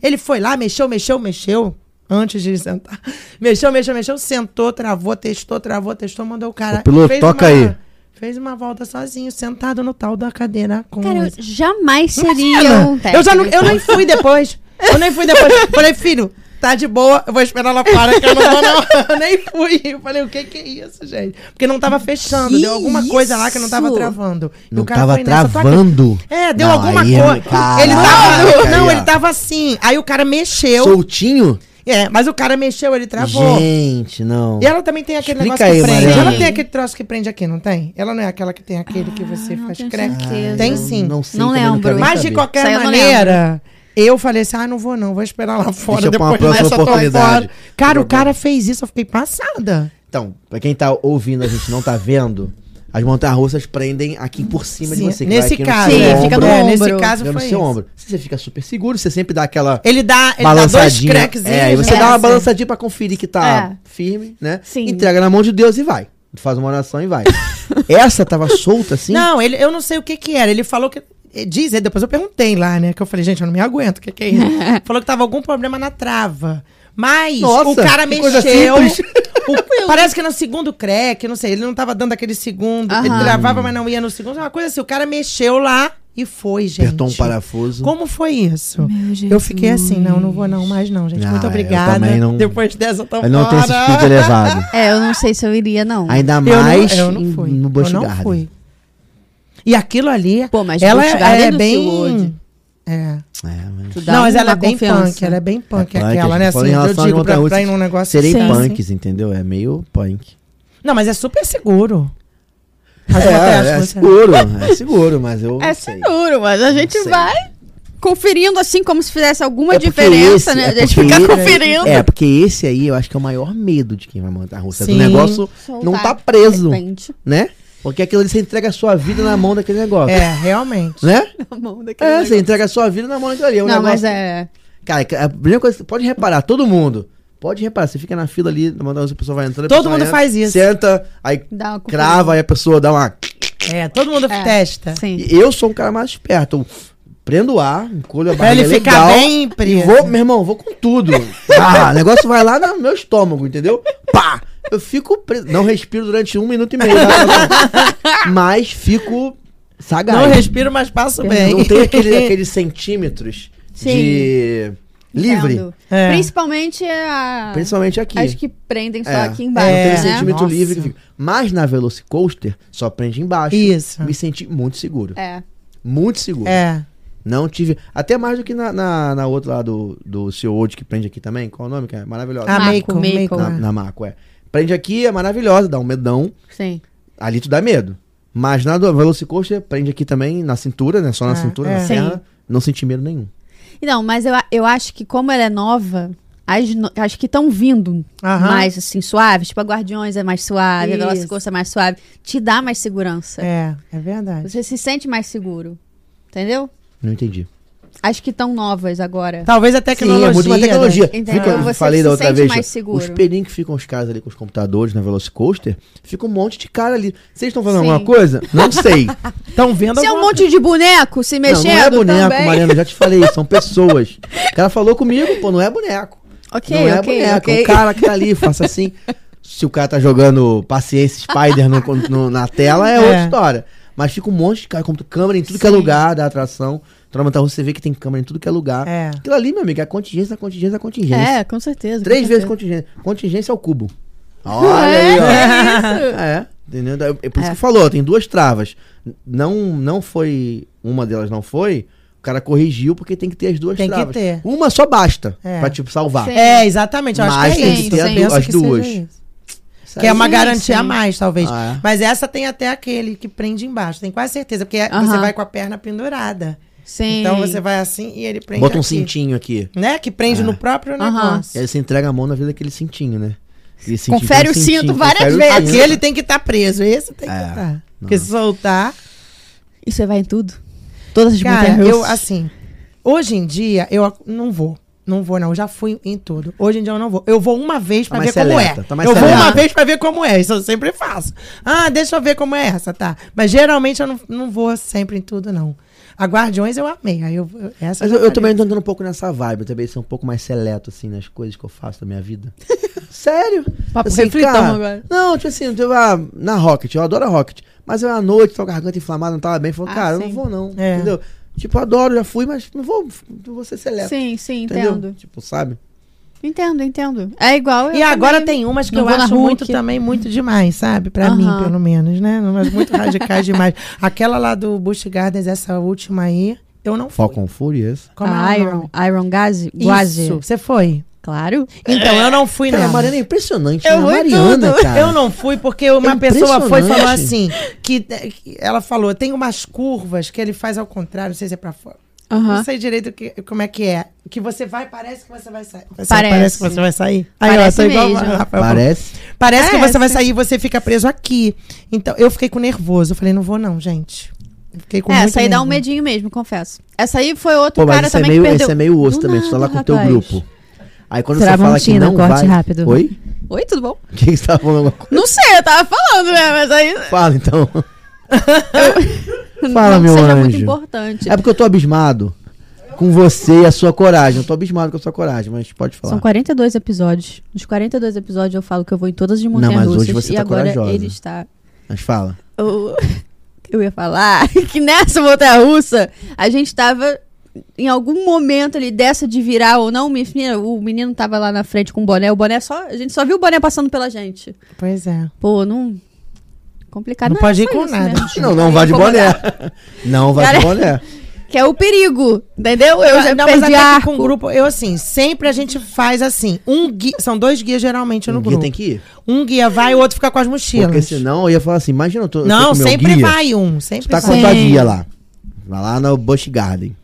C: Ele foi lá, mexeu, mexeu, mexeu. Antes de sentar. Mexeu, mexeu, mexeu, sentou, travou, testou, travou, testou, mandou o cara.
B: O piloto, toca
C: uma,
B: aí.
C: Fez uma volta sozinho, sentado no tal da cadeira. Com
A: Cara,
C: os-
A: eu jamais seria
C: Imagina!
A: um técnico.
C: eu já não, eu nem fui depois. Eu nem fui depois. Falei, filho, tá de boa, eu vou esperar lá fora, que eu não vou, não. Eu nem fui. Eu falei, o que que é isso, gente? Porque não tava fechando,
A: Que
C: deu alguma coisa lá que não tava
A: isso?
C: travando. E
B: Não
C: o cara
B: tava
C: foi nessa, tu acredita?
B: travando?
C: É, deu
B: Não,
C: alguma
B: aí é-
C: coisa. Ele
B: Caraca,
C: tava. Não,
B: aí,
C: ele
B: ó.
C: tava assim. Aí o cara mexeu.
B: Soltinho?
C: É, mas o cara mexeu, ele travou.
B: Gente, não.
C: E ela também tem aquele
B: Explica aí,
C: negócio que prende.
B: Mariana.
C: Ela tem aquele troço que prende aqui, não tem? Ela não é aquela que tem aquele que você
A: não
C: faz
A: tenho
C: crack.
A: Ah, certeza.
C: Tem sim.
B: Não, sei,
A: Não
B: também quero
A: lembro.
B: nem
C: Mas de
B: saber.
A: Isso aí
C: qualquer
A: eu não
C: maneira, eu falei assim: ah, não vou não, vou esperar lá fora
B: Deixa pra uma
C: depois
B: próxima
C: dessa eu tô
B: oportunidade.
C: fora. Cara, o cara fez isso, eu fiquei passada.
B: Então, pra quem tá ouvindo, a gente não tá vendo, as montanhas-russas prendem aqui por cima de você. que vai
C: nesse
B: aqui no
C: caso,
B: seu
A: Sim,
B: ombro,
A: fica no
C: É, nesse
A: ombro.
C: caso
B: no
C: foi
B: seu
C: isso.
B: ombro. Se você fica super seguro, você sempre dá aquela
C: Ele dá, ele dá dois assim.
B: balançadinha.
C: crackzinhos.
B: é, aí você
A: né?
B: dá uma
A: Sim.
B: balançadinha pra conferir que tá
A: É.
B: firme, né?
A: Sim.
B: Entrega na mão de Deus e vai. Faz uma oração e vai. Essa tava solta assim?
C: Não, ele, eu não sei o que que era. Ele falou que. eh, Diz, aí depois eu perguntei lá, né? Que eu falei, gente, eu não me aguento, o que que é isso? falou que tava algum problema na trava. Mas
B: Nossa,
C: o cara
B: que coisa
C: mexeu.
B: simples.
C: o- parece que é no segundo crack, não sei, ele não tava dando aquele segundo. Ele
A: Aham.
C: travava, mas não ia no segundo. Uma coisa assim, o cara mexeu lá e foi, gente.
B: Apertou um parafuso.
C: Como foi isso?
A: Meu
C: Eu fiquei assim, não, não vou não mais não, gente.
B: Ah,
C: Muito
B: eu
C: obrigada.
B: também não-
C: Depois dessa, eu tô
B: Mas não tem esse
C: fora.
B: espírito elevado.
A: É, eu não sei se eu iria, não.
B: Ainda
C: Eu não,
B: mais
C: eu não
B: em-
C: fui.
B: no Busch
C: eu não
B: Garden.
C: fui. E aquilo ali,
A: Pô, mas
C: ela
A: Busch
C: é,
A: Garden
C: é
A: é do SeaWorld.
C: bem... É.
B: É, mas-
A: Tu dá
C: Não, mas
A: uma
C: ela é bem
A: confiança.
C: punk, ela é bem punk
B: É punk, a
C: aquela,
B: gente
C: né?
B: fala
C: Assim,
B: em
C: eu
B: relação a
C: digo pra,
B: montanha-russa,
C: pra ir num negócio
B: Serei
C: assim.
B: punks, entendeu? É meio punk.
C: Não, mas é super seguro.
B: É,
C: As montanhas
B: é
C: russas.
B: seguro, é seguro, mas eu.
A: É
B: não sei.
A: seguro, mas a gente
B: Não sei.
A: vai conferindo assim como se fizesse alguma
B: É porque
A: diferença,
B: esse-
A: né?
B: é
A: a gente
B: porque
A: fica
B: esse-
A: conferindo.
B: É, porque esse aí eu acho que é o maior medo de quem vai montar a russa. É do
C: Sim.
B: negócio não
A: um
B: tá preso,
A: De repente,
B: né? Porque aquilo ali você entrega a sua vida na mão daquele negócio.
C: É, realmente.
B: Né?
A: na mão daquele
B: É, você
A: negócio.
B: entrega a sua vida na mão daquele ali. É um
A: Não, mas
B: negócio...
A: é.
B: Cara, a primeira coisa, pode reparar, todo mundo. Pode reparar, você fica na fila ali, na mão da russa, a pessoa vai entrando. a
C: Todo
B: pessoa
C: mundo
B: entra,
C: faz isso.
B: Senta, aí
A: Dá uma
B: crava, aí a pessoa dá uma.
C: É, todo mundo
A: É.
C: testa.
A: Sim.
B: E Eu sou um cara mais esperto. Eu prendo o ar, encolho a
C: Pra
B: barriga
C: ele ficar
B: legal,
C: bem
B: E
C: preso.
B: vou, meu irmão, vou com tudo. Ah, o negócio vai lá no meu estômago, entendeu? Pá! Eu fico preso. Não respiro durante um minuto e meio. tá? Mas fico sagaz.
C: Não respiro, mas passo bem.
B: Não tem um aquele- aqueles centímetros
A: Sim.
B: de livre.
A: Entendo.
C: É.
A: um Principalmente
C: Ah.
A: a.
B: Principalmente aqui.
A: As que prendem só
B: É.
A: aqui embaixo,
B: Não
C: É.
B: tem
A: né?
B: centímetro
C: Nossa.
B: livre. que fica. Mas na Velocicoaster, só prende embaixo.
C: Isso.
B: Me senti muito seguro.
A: É.
B: Muito seguro.
C: É.
B: Não tive. Até mais do que na, na, na outra lá do, do CEO Old que prende aqui também. Qual o nome, cara? Maravilhosa.
C: Ah,
A: Maco,
C: Meiko,
A: Meiko.
C: Meiko.
B: Na, na Marco, é. Prende aqui é maravilhosa, dá um medão.
A: Sim.
B: Ali tu dá medo. Mas na do Velocicoaster, prende aqui também na cintura, né? Só na
C: Ah,
B: cintura,
C: é.
B: na
A: Sim.
B: perna. Não senti medo nenhum.
A: Não, Então, mas eu, a- eu acho que como ela é nova, as, no- as que estão vindo
C: Aham.
A: mais assim, suaves, tipo a Guardiões é mais suave, a
C: Isso.
A: Velocicosta é mais suave, te dá mais segurança.
C: É, é verdade.
A: Você se sente mais seguro. Entendeu?
B: Não entendi.
A: As que estão novas agora.
C: Talvez a tecnologia.
B: Sim, é muito uma
C: né?
B: tecnologia.
A: Entendeu?
B: Fica, eu
A: Então, Você
B: falei
A: se
B: da outra
A: sente
B: vez.
A: mais seguro.
B: O espelhinho que ficam os caras ali com os computadores na Velocicoaster, fica um monte de cara ali. Vocês estão fazendo
A: Sim.
B: alguma coisa? Não sei.
C: Estão vendo
A: Se é um
C: alguma
A: monte de boneco se
B: Não,
A: mexendo
B: não é boneco,
A: também.
B: Mariana, já te falei, são pessoas. O cara falou comigo, pô, não é boneco.
A: Ok,
B: não é
A: ok,
B: boneco, é
A: ok.
B: o cara que tá ali, faça assim. Se o cara tá jogando paciência Spider no- no- na tela, é,
C: É.
B: outra história. Mas fica um monte de cara, com câmera em tudo que é
A: Sim.
B: lugar da atração. Então, na Montanha-Russa, você vê que tem câmera em tudo que é lugar.
C: É.
B: Aquilo ali, meu amigo, é contingência, contingência, contingência.
A: É, com certeza.
B: Três
A: com
B: vezes
A: certeza.
B: contingência. Contingência ao cubo. Olha aí, ó. É, entendeu? É por isso
A: É.
B: que falou, tem duas travas. Não, não foi uma delas não foi, o cara corrigiu porque tem que ter as duas
C: Tem que
B: travas.
C: ter.
B: Uma só basta
C: É.
B: pra, tipo, salvar.
A: Sim.
C: É, exatamente. Eu
B: Mas
C: acho que é
A: tem que
C: isso.
A: ter
C: Eu
A: a-
C: penso
B: as
C: que seja
B: duas.
C: isso. Que é uma
A: Sim,
C: garantia a
A: sim.
C: mais, talvez.
B: Ah, é?
C: Mas essa tem até aquele que prende embaixo, tem quase certeza, porque você
A: Aham.
C: vai com a perna pendurada.
A: Sim.
C: Então você vai assim e ele prende
B: Bota um
C: aqui.
B: cintinho É. aqui.
C: Né? Que prende no próprio
A: Aham.
B: E
C: negócio.
B: aí você entrega a mão na vida daquele cintinho, né? Aquele cintinho
A: Confere
B: tem um
A: o cinto várias
B: confere o
A: vezes.
B: cinto.
C: Aquele tem que estar preso, esse tem que
B: É,
C: estar. Porque se soltar...
A: E você é vai em tudo? Todas as
C: Cara,
A: montanhas
C: eu,
A: russas?
C: assim, hoje em dia, eu ac- não vou. Não vou, não. Eu já fui em tudo. Hoje em dia eu não vou. Eu vou uma vez pra
B: Tá
C: ver
B: mais
C: como é.
B: seleta, tá mais
C: eu vou
B: seleta.
C: uma vez pra ver como é. Isso eu sempre faço. Ah, deixa eu ver como é essa, tá. Mas geralmente eu não, não vou sempre em tudo, não. A Guardiões eu amei. Aí eu, eu- essa
B: Mas eu,
C: já
B: eu
C: falei.
B: também tô andando um pouco nessa vibe, eu também sou um pouco mais seleto, assim, nas coisas que eu faço da minha vida. Sério?
A: Papo
B: assim,
A: refritão
B: cara,
A: agora.
B: Não, tipo assim, eu, ah, na Rocket, eu adoro a Rocket. Mas eu à noite, tô com a garganta inflamada, não tava bem, falou,
A: Ah,
B: cara, eu
A: sim.
B: não vou não,
C: É.
B: entendeu? Tipo, adoro, já fui, mas não vou, não vou ser seleto.
A: Sim, sim,
B: entendeu?
A: entendo.
B: Tipo, sabe?
A: Entendo, entendo. É igual.
C: E
A: eu
C: agora
A: também.
C: tem umas que
A: Não
C: eu
A: vou na
C: acho
A: rua
C: muito
A: que-
C: também, muito demais, sabe? Pra mim,
A: Aham.
C: pelo menos, né? Umas muito radicais demais. Aquela lá do Busch Gardens, essa última aí, eu não fui.
B: Falcon Fury, esse.
C: Como é o
A: A
C: nome?
A: Iron, Iron Gaze? Guaze. Tá
C: Isso, você foi.
A: Claro.
C: Então, eu não fui
B: Cara, a
C: nela.
B: Mariana é impressionante,
C: Eu
B: né?
C: vou em
B: Mariana,
C: tudo.
B: cara.
C: Eu não fui porque
A: É
C: uma pessoa foi e falou
B: impressionante.
C: assim, que, que ela falou, tem umas curvas que ele faz ao contrário, não sei se é pra fora.
A: Aham.
C: Não sei direito que- como é que é. Que você vai, parece que você vai sair. Você
A: Parece.
C: parece que você vai sair. Aí,
A: Parece
C: ó, tô igual
A: mesmo.
C: a Rafael falou.
B: Parece.
C: Parece que
A: Parece.
C: você vai sair e você fica preso aqui. Então, eu fiquei com nervoso. Eu falei, não vou não, gente. Eu Fiquei com
A: É,
C: muito
A: essa aí dá um
C: nervoso.
A: medinho mesmo, confesso. Essa aí foi outro
B: Pô,
A: cara
B: mas esse é,
A: também
B: meio,
A: que perdeu.
B: esse é meio osso
A: Do
B: também, tu tá lá
A: nada,
B: com o teu
A: rapaz.
B: grupo. Aí quando você fala que
D: Tramontina,
B: não
D: corte
B: vai...
D: rápido.
B: Oi?
A: Oi, tudo bom?
B: O que que você tava falando?
A: Não sei, eu tava falando, né? Mas aí.
B: Fala, então.
A: Tipo não
B: Fala,
A: que
B: meu
A: seja muito
B: anjo.
A: importante.
B: É porque eu tô abismado com você e a sua coragem. Eu tô abismado com a sua coragem, mas pode falar.
D: São 42 episódios. Nos 42 episódios eu falo que eu vou em todas as
B: Não,
D: montanhas
B: mas hoje
D: russas.
B: você
D: e
B: tá
D: agora
B: corajosa.
D: ele está.
B: Mas fala.
A: Eu, eu ia falar que nessa montanha russa a gente tava em algum momento ali dessa de virar ou não, o menino, o menino tava lá na frente com o boné, o boné só, a gente só viu o boné passando pela gente.
C: Pois é.
A: Pô, não complicado
C: Não
A: é
C: pode ir
A: só
C: com
A: isso,
C: nada.
A: né?
B: Não, não vá de boné. um Não vá de
A: Cara,
B: boné.
A: Que é o perigo, entendeu? Eu já
C: Ah, não, mas
A: perdi
C: até que
A: arco.
C: com o grupo, eu assim, sempre a gente faz assim, um guia, são dois guias geralmente no
B: Um guia
C: grupo.
B: tem que ir.
C: Um guia vai e o outro fica com as mochilas.
B: Porque senão eu ia falar assim, imagina, eu tô, eu
C: não,
B: tô com meu
C: sempre
B: guia,
C: vai um, sempre
B: Tu tá com
C: vai.
B: a tua
A: Sim.
B: guia lá. Vai lá no Bush Garden.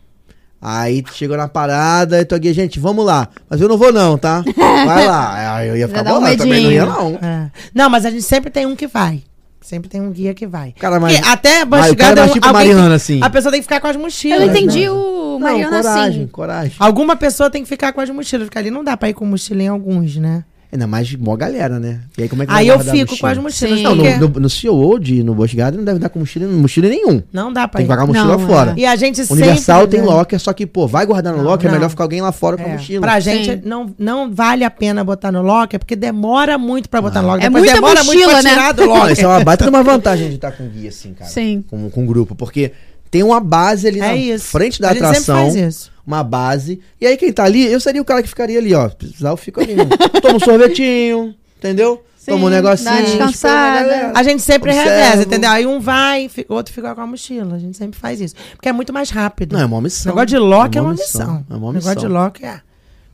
B: Aí tu chegou na parada e tua guia, gente, vamos lá. Mas eu não vou não, tá? Vai lá. Aí eu ia ficar
A: dá um
B: bolado, eu também não ia
A: medinho.
B: não.
C: É. Não, mas a gente sempre tem um que vai. Sempre tem um guia que vai.
B: Cara, mas...
C: Porque
B: mas o
C: até
B: cara
C: mastigada,
B: é mais tipo
C: alguém tem-
B: Mariana, assim.
C: a pessoa tem que ficar com as mochilas.
A: Eu entendi
C: né?
A: o
B: Não,
A: Mariana
B: coragem,
A: assim.
B: coragem.
C: Alguma pessoa tem que ficar com as mochilas, porque ali não dá pra ir com mochila em alguns, né?
B: Ainda mais mó galera, né? E aí como é que
C: Aí
B: vai
C: eu
B: guardar a
C: fico com
B: mochila?
C: as mochilas.
A: Sim.
B: Não,
C: porque
B: no, no, no CEO de no Bush Garden não deve dar com mochila, mochila nenhum.
C: não dá pra
B: Tem
C: ir.
B: que pagar a mochila
A: Não,
B: fora.
A: é.
C: E a gente
B: Universal
C: sempre,
B: tem
C: né?
B: locker, só que, pô, vai guardar no
C: Não,
B: locker, é
C: não.
B: melhor ficar alguém lá fora com a
C: É.
B: mochila.
C: Pra gente,
A: Sim.
C: não, não vale a pena botar no locker, porque demora muito pra botar no locker.
A: É
C: Depois
A: muita
C: demora muito
A: mochila,
C: pra
A: né?
C: tirar do
B: Ah. Não,
C: locker.
B: isso é uma baita de uma vantagem de estar com guia, assim, cara.
A: Sim.
B: Com, com grupo, porque tem uma base ali na
C: É isso.
B: frente da
C: a gente
B: atração,
C: Sempre faz isso.
B: uma base. E aí quem tá ali, eu seria o cara que ficaria ali, ó. Precisar, eu fico ali. Toma um sorvetinho, entendeu?
A: Sim,
B: Toma um
A: dá
B: negocinho.
A: uma
B: espera a
A: descansada.
B: galera.
C: A gente sempre
B: Observo.
C: reveza, entendeu? Aí um vai, fi- o outro fica com a mochila. A gente sempre faz isso. Porque é muito mais rápido.
B: Não, é uma missão.
C: Negócio de lock é
B: É
C: uma
B: uma
C: missão.
B: missão. É uma
C: Negócio de
B: missão.
C: lock é.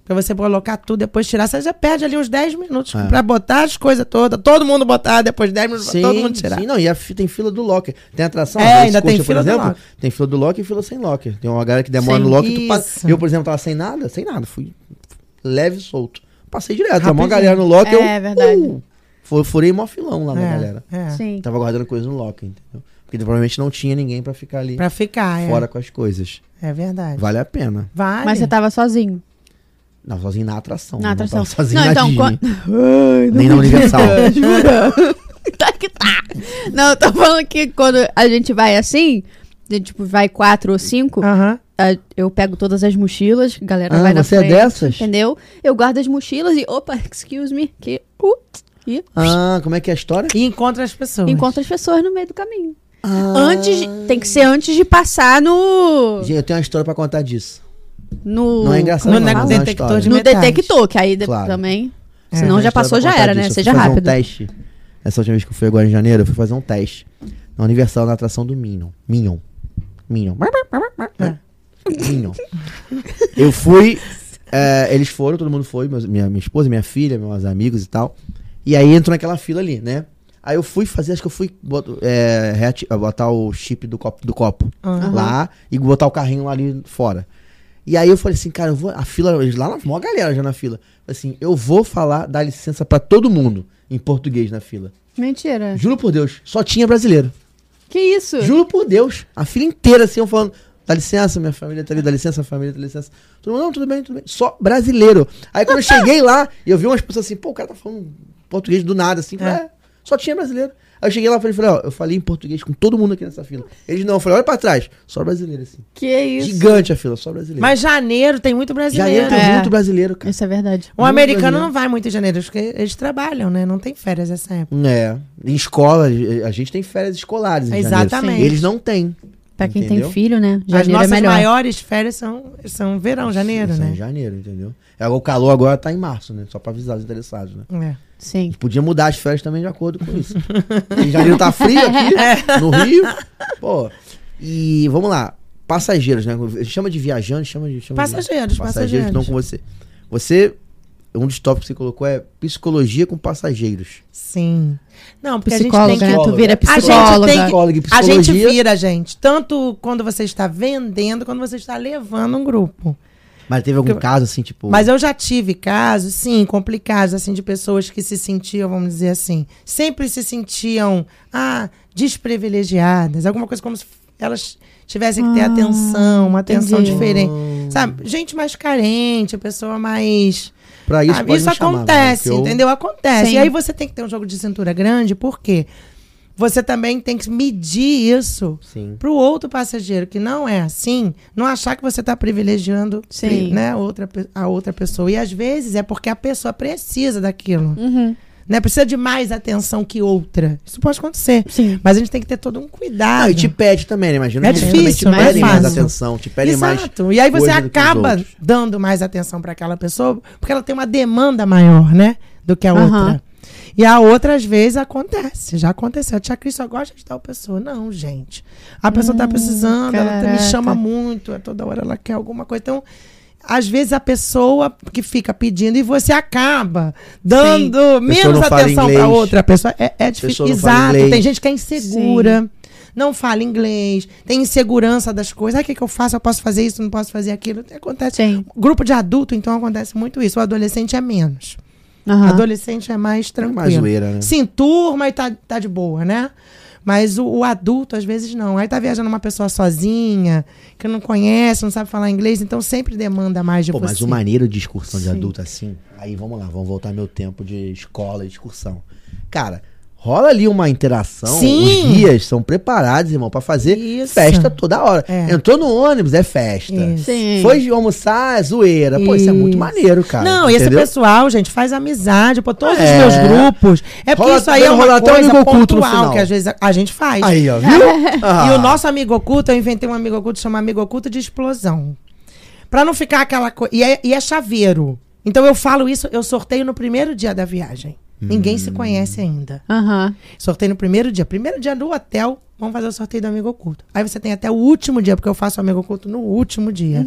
C: Pra você colocar tudo, depois tirar. Você já perde ali uns 10 minutos
B: É.
C: pra botar as coisas todas. Todo mundo botar, depois 10 minutos pra todo mundo tirar.
B: Sim, não, e a fi- tem fila do locker. Tem atração,
C: É,
B: às vezes,
C: ainda tem
B: coxa,
C: fila do locker.
B: Tem fila do locker e fila sem locker. Tem uma galera que demora
A: Sim,
B: no locker e tu passa.
C: isso.
B: Eu, por exemplo, tava sem nada, sem nada. Fui leve e solto. Passei direto. Tava uma
C: Rapidinho.
B: galera no locker.
A: É,
B: eu,
A: verdade.
B: Uh, fu- furei mó filão lá na
C: É,
B: galera.
C: é.
A: Sim.
B: Tava guardando coisa no locker, entendeu? Porque provavelmente não tinha ninguém pra ficar ali
C: Pra é. ficar,
B: fora com as coisas.
C: é. É verdade.
B: Vale a pena.
C: Vale.
A: Mas você tá tava sozinho.
B: Não, sozinho na atração.
A: Na
B: não
A: atração.
B: tava sozinho
A: Não,
B: na
A: então,
B: Disney. Nem na Universal.
A: tá que tá. Não, eu tô falando que quando a gente vai assim, a gente tipo, vai quatro ou cinco,
C: Aham.
A: a- eu pego todas as mochilas, a galera
B: Ah,
A: vai na
B: você é
A: frente,
B: dessas?
A: entendeu? Eu guardo as mochilas e, opa, excuse me, que... Uh, e
B: ah, como é que é a história?
C: E encontra as pessoas.
A: encontro as pessoas no meio do caminho.
B: Ah.
A: Antes, de- tem que ser antes de passar no...
B: Gente, eu tenho uma história pra contar disso.
A: no
B: Não é engraçado,
C: No
B: não,
C: ne-
B: mas é uma
C: detector
B: história.
C: de
A: No
C: metais.
A: detector, que aí de-
B: Claro.
A: também...
C: É.
B: Tem
A: Senão
B: uma
A: já
B: história
A: passou,
B: pra
A: já
B: contar
A: era, né?
B: disso. Eu
A: Seja
B: fui fazer
A: rápido.
B: um teste. Essa última vez que eu fui agora em janeiro, eu fui fazer um teste. Na Universal, na atração do Minion. Minion. Minion.
A: É.
B: Minion. Eu fui. é, eles foram, todo mundo foi, meus- minha, minha esposa, minha filha, meus amigos e tal. E aí entrou naquela fila ali, né? Aí eu fui fazer, acho que eu fui bot- é, reati- botar o chip do copo, do copo
C: Aham.
B: lá e botar o carrinho lá ali fora. E aí eu falei assim, cara, eu vou. A fila, eles lá na maior galera já na fila. Assim, eu vou falar, dar licença pra todo mundo em português na fila.
A: Mentira.
B: Juro por Deus, só tinha brasileiro.
A: Que isso?
B: Juro por Deus. A fila inteira assim, eu falando. Dá licença, minha família tá ali, dá licença, família, dá licença. Todo mundo, não, tudo bem, tudo bem. Só brasileiro. Aí quando eu cheguei lá, eu vi umas pessoas assim, pô, o cara tá falando português do nada, assim, falei, é, só tinha brasileiro. Aí eu cheguei lá e falei, falei, ó, eu falei em português com todo mundo aqui nessa fila. Eles não, eu falei, olha pra trás, só brasileiro, assim.
A: Que é isso?
B: Gigante a fila, só brasileiro.
C: Mas janeiro tem muito
B: Já
C: brasileiro.
B: entra
A: É.
B: muito brasileiro, cara.
D: Isso é verdade.
C: O
B: Muito
C: americano
B: brasileiro.
C: não vai muito em janeiro, porque eles trabalham, né? Não tem férias essa época.
B: É. Em escola, a gente tem férias escolares. Em
C: Exatamente.
B: Janeiro. Eles não têm.
D: Pra quem
B: Entendeu?
D: tem filho, né?
C: As
D: Janeiro é
C: nossas
D: melhor.
C: maiores férias são, são verão, janeiro,
B: São
C: né?
B: é Em janeiro, entendeu? É, O calor agora tá em março, né? Só pra avisar os interessados, né?
C: É.
D: Sim.
B: A gente podia mudar as férias também de acordo com isso. em janeiro tá frio
C: É.
B: aqui, no Rio. Pô. E vamos lá. Passageiros, né? Chama de viajante, chama de. Chama
C: Passageiros,
B: de... Passageiros que
C: passageiros.
B: estão com você. Você. Um dos tópicos que você colocou é psicologia com passageiros.
C: Sim. Não, porque a
D: Psicóloga,
C: gente tem
D: né?
C: que.
B: Psicóloga.
D: Tu vira
C: A gente
D: psicóloga.
C: tem que-
B: Psicóloga e
A: né?
C: A
B: psicologia.
C: gente vira, gente. Tanto quando você está vendendo, quando você está levando um grupo.
B: Mas teve algum caso assim, tipo.
C: Mas eu já tive casos, sim, complicados, assim, de pessoas que se sentiam, vamos dizer assim, sempre se sentiam, ah, desprivilegiadas, alguma coisa como se elas tivessem que ter
B: Ah,
C: atenção, uma atenção
D: entendi.
C: é diferente. Sabe? Gente mais carente, pessoa mais.
B: Pra
C: Sabe?
B: isso,
C: Ah, Isso,
B: pode me chamar,
C: acontece,
B: né? Porque eu-
C: entendeu? Acontece.
D: Sim.
C: E aí você tem que ter um jogo de cintura grande, por quê? Você também tem que medir isso
B: Sim.
C: para o outro passageiro que não é assim, não achar que você está privilegiando
D: Sim.
C: né, outra, pe- a outra pessoa. E às vezes é porque a pessoa precisa daquilo.
A: Uhum.
C: Né? Precisa de mais atenção que outra. Isso pode acontecer.
D: Sim.
C: Mas a gente tem que ter todo um cuidado.
B: Ah, e te pede também, né? Imagina
C: É
B: que eles
C: difícil,
B: também
C: não
B: te
C: é
B: pedem mais
C: fácil.
B: atenção, te pedem mais.
C: Exato. E aí você
B: coisa do que os
C: acaba
B: outros.
C: dando mais atenção para aquela pessoa, porque ela tem uma demanda maior, né? Do que a outra. E a outra, às vezes, acontece. Já aconteceu. A tia Cris só gosta de tal pessoa. Não, gente. A pessoa tá precisando, ela me
D: caraca.
C: chama muito, é toda hora ela quer alguma coisa. Então, às vezes, a pessoa que fica pedindo e você acaba dando menos
B: não fala
C: atenção para
B: inglês.
C: outra pessoa. É, é difícil.
B: Pessoa não fala
C: Exato.
B: inglês.
C: Tem gente que é insegura não fala inglês, tem insegurança das coisas. Ah, o que, que eu faço? Eu posso fazer isso, não posso fazer aquilo. Acontece.
D: Sim.
C: Grupo de adulto, então, acontece muito isso. O adolescente é menos.
A: Ah.
D: Aham.
C: Adolescente é mais tranquilo.
B: mais zoeira, né?
C: Sim, turma e tá, tá de boa, né? Mas o, o adulto, às vezes, não. Aí tá viajando uma pessoa sozinha, que não conhece, não sabe falar inglês, então sempre demanda mais de
B: Pô,
C: você.
B: mas o maneiro de excursão de
C: tipo assim. Sim.
B: adulto assim. Aí vamos lá, vamos voltar meu tempo de escola e excursão. Cara, rola ali uma interação.
C: Sim.
B: Os guias são preparados, irmão, pra fazer
C: Isso.
B: festa toda hora.
C: É.
B: Entrou no ônibus, é festa.
C: Isso.
A: Sim.
B: Foi de almoçar, é zoeira. Pô, isso é muito
C: Isso.
B: maneiro, cara.
C: não, e esse
B: entendeu?
C: pessoal, gente, faz amizade, pô, todos
B: É.
C: os meus grupos. É porque
B: Rola-
C: isso aí é uma
B: rola até um
C: coisa
B: amigo oculto no
C: pontual
B: final.
C: que às vezes a, a gente faz.
B: Aí, ó, viu?
C: E
B: Ah.
C: o nosso amigo oculto, eu inventei um amigo oculto, chama amigo oculto de explosão. Pra não ficar aquela coisa. E, é, e é chaveiro. Então eu falo isso, eu sorteio no primeiro dia da viagem. Ninguém
B: Hum.
C: se conhece ainda.
A: Aham.
C: Sorteio no primeiro dia. Primeiro dia no hotel, vamos fazer o sorteio do amigo oculto. Aí você tem até o último dia, porque eu faço o amigo oculto no último dia.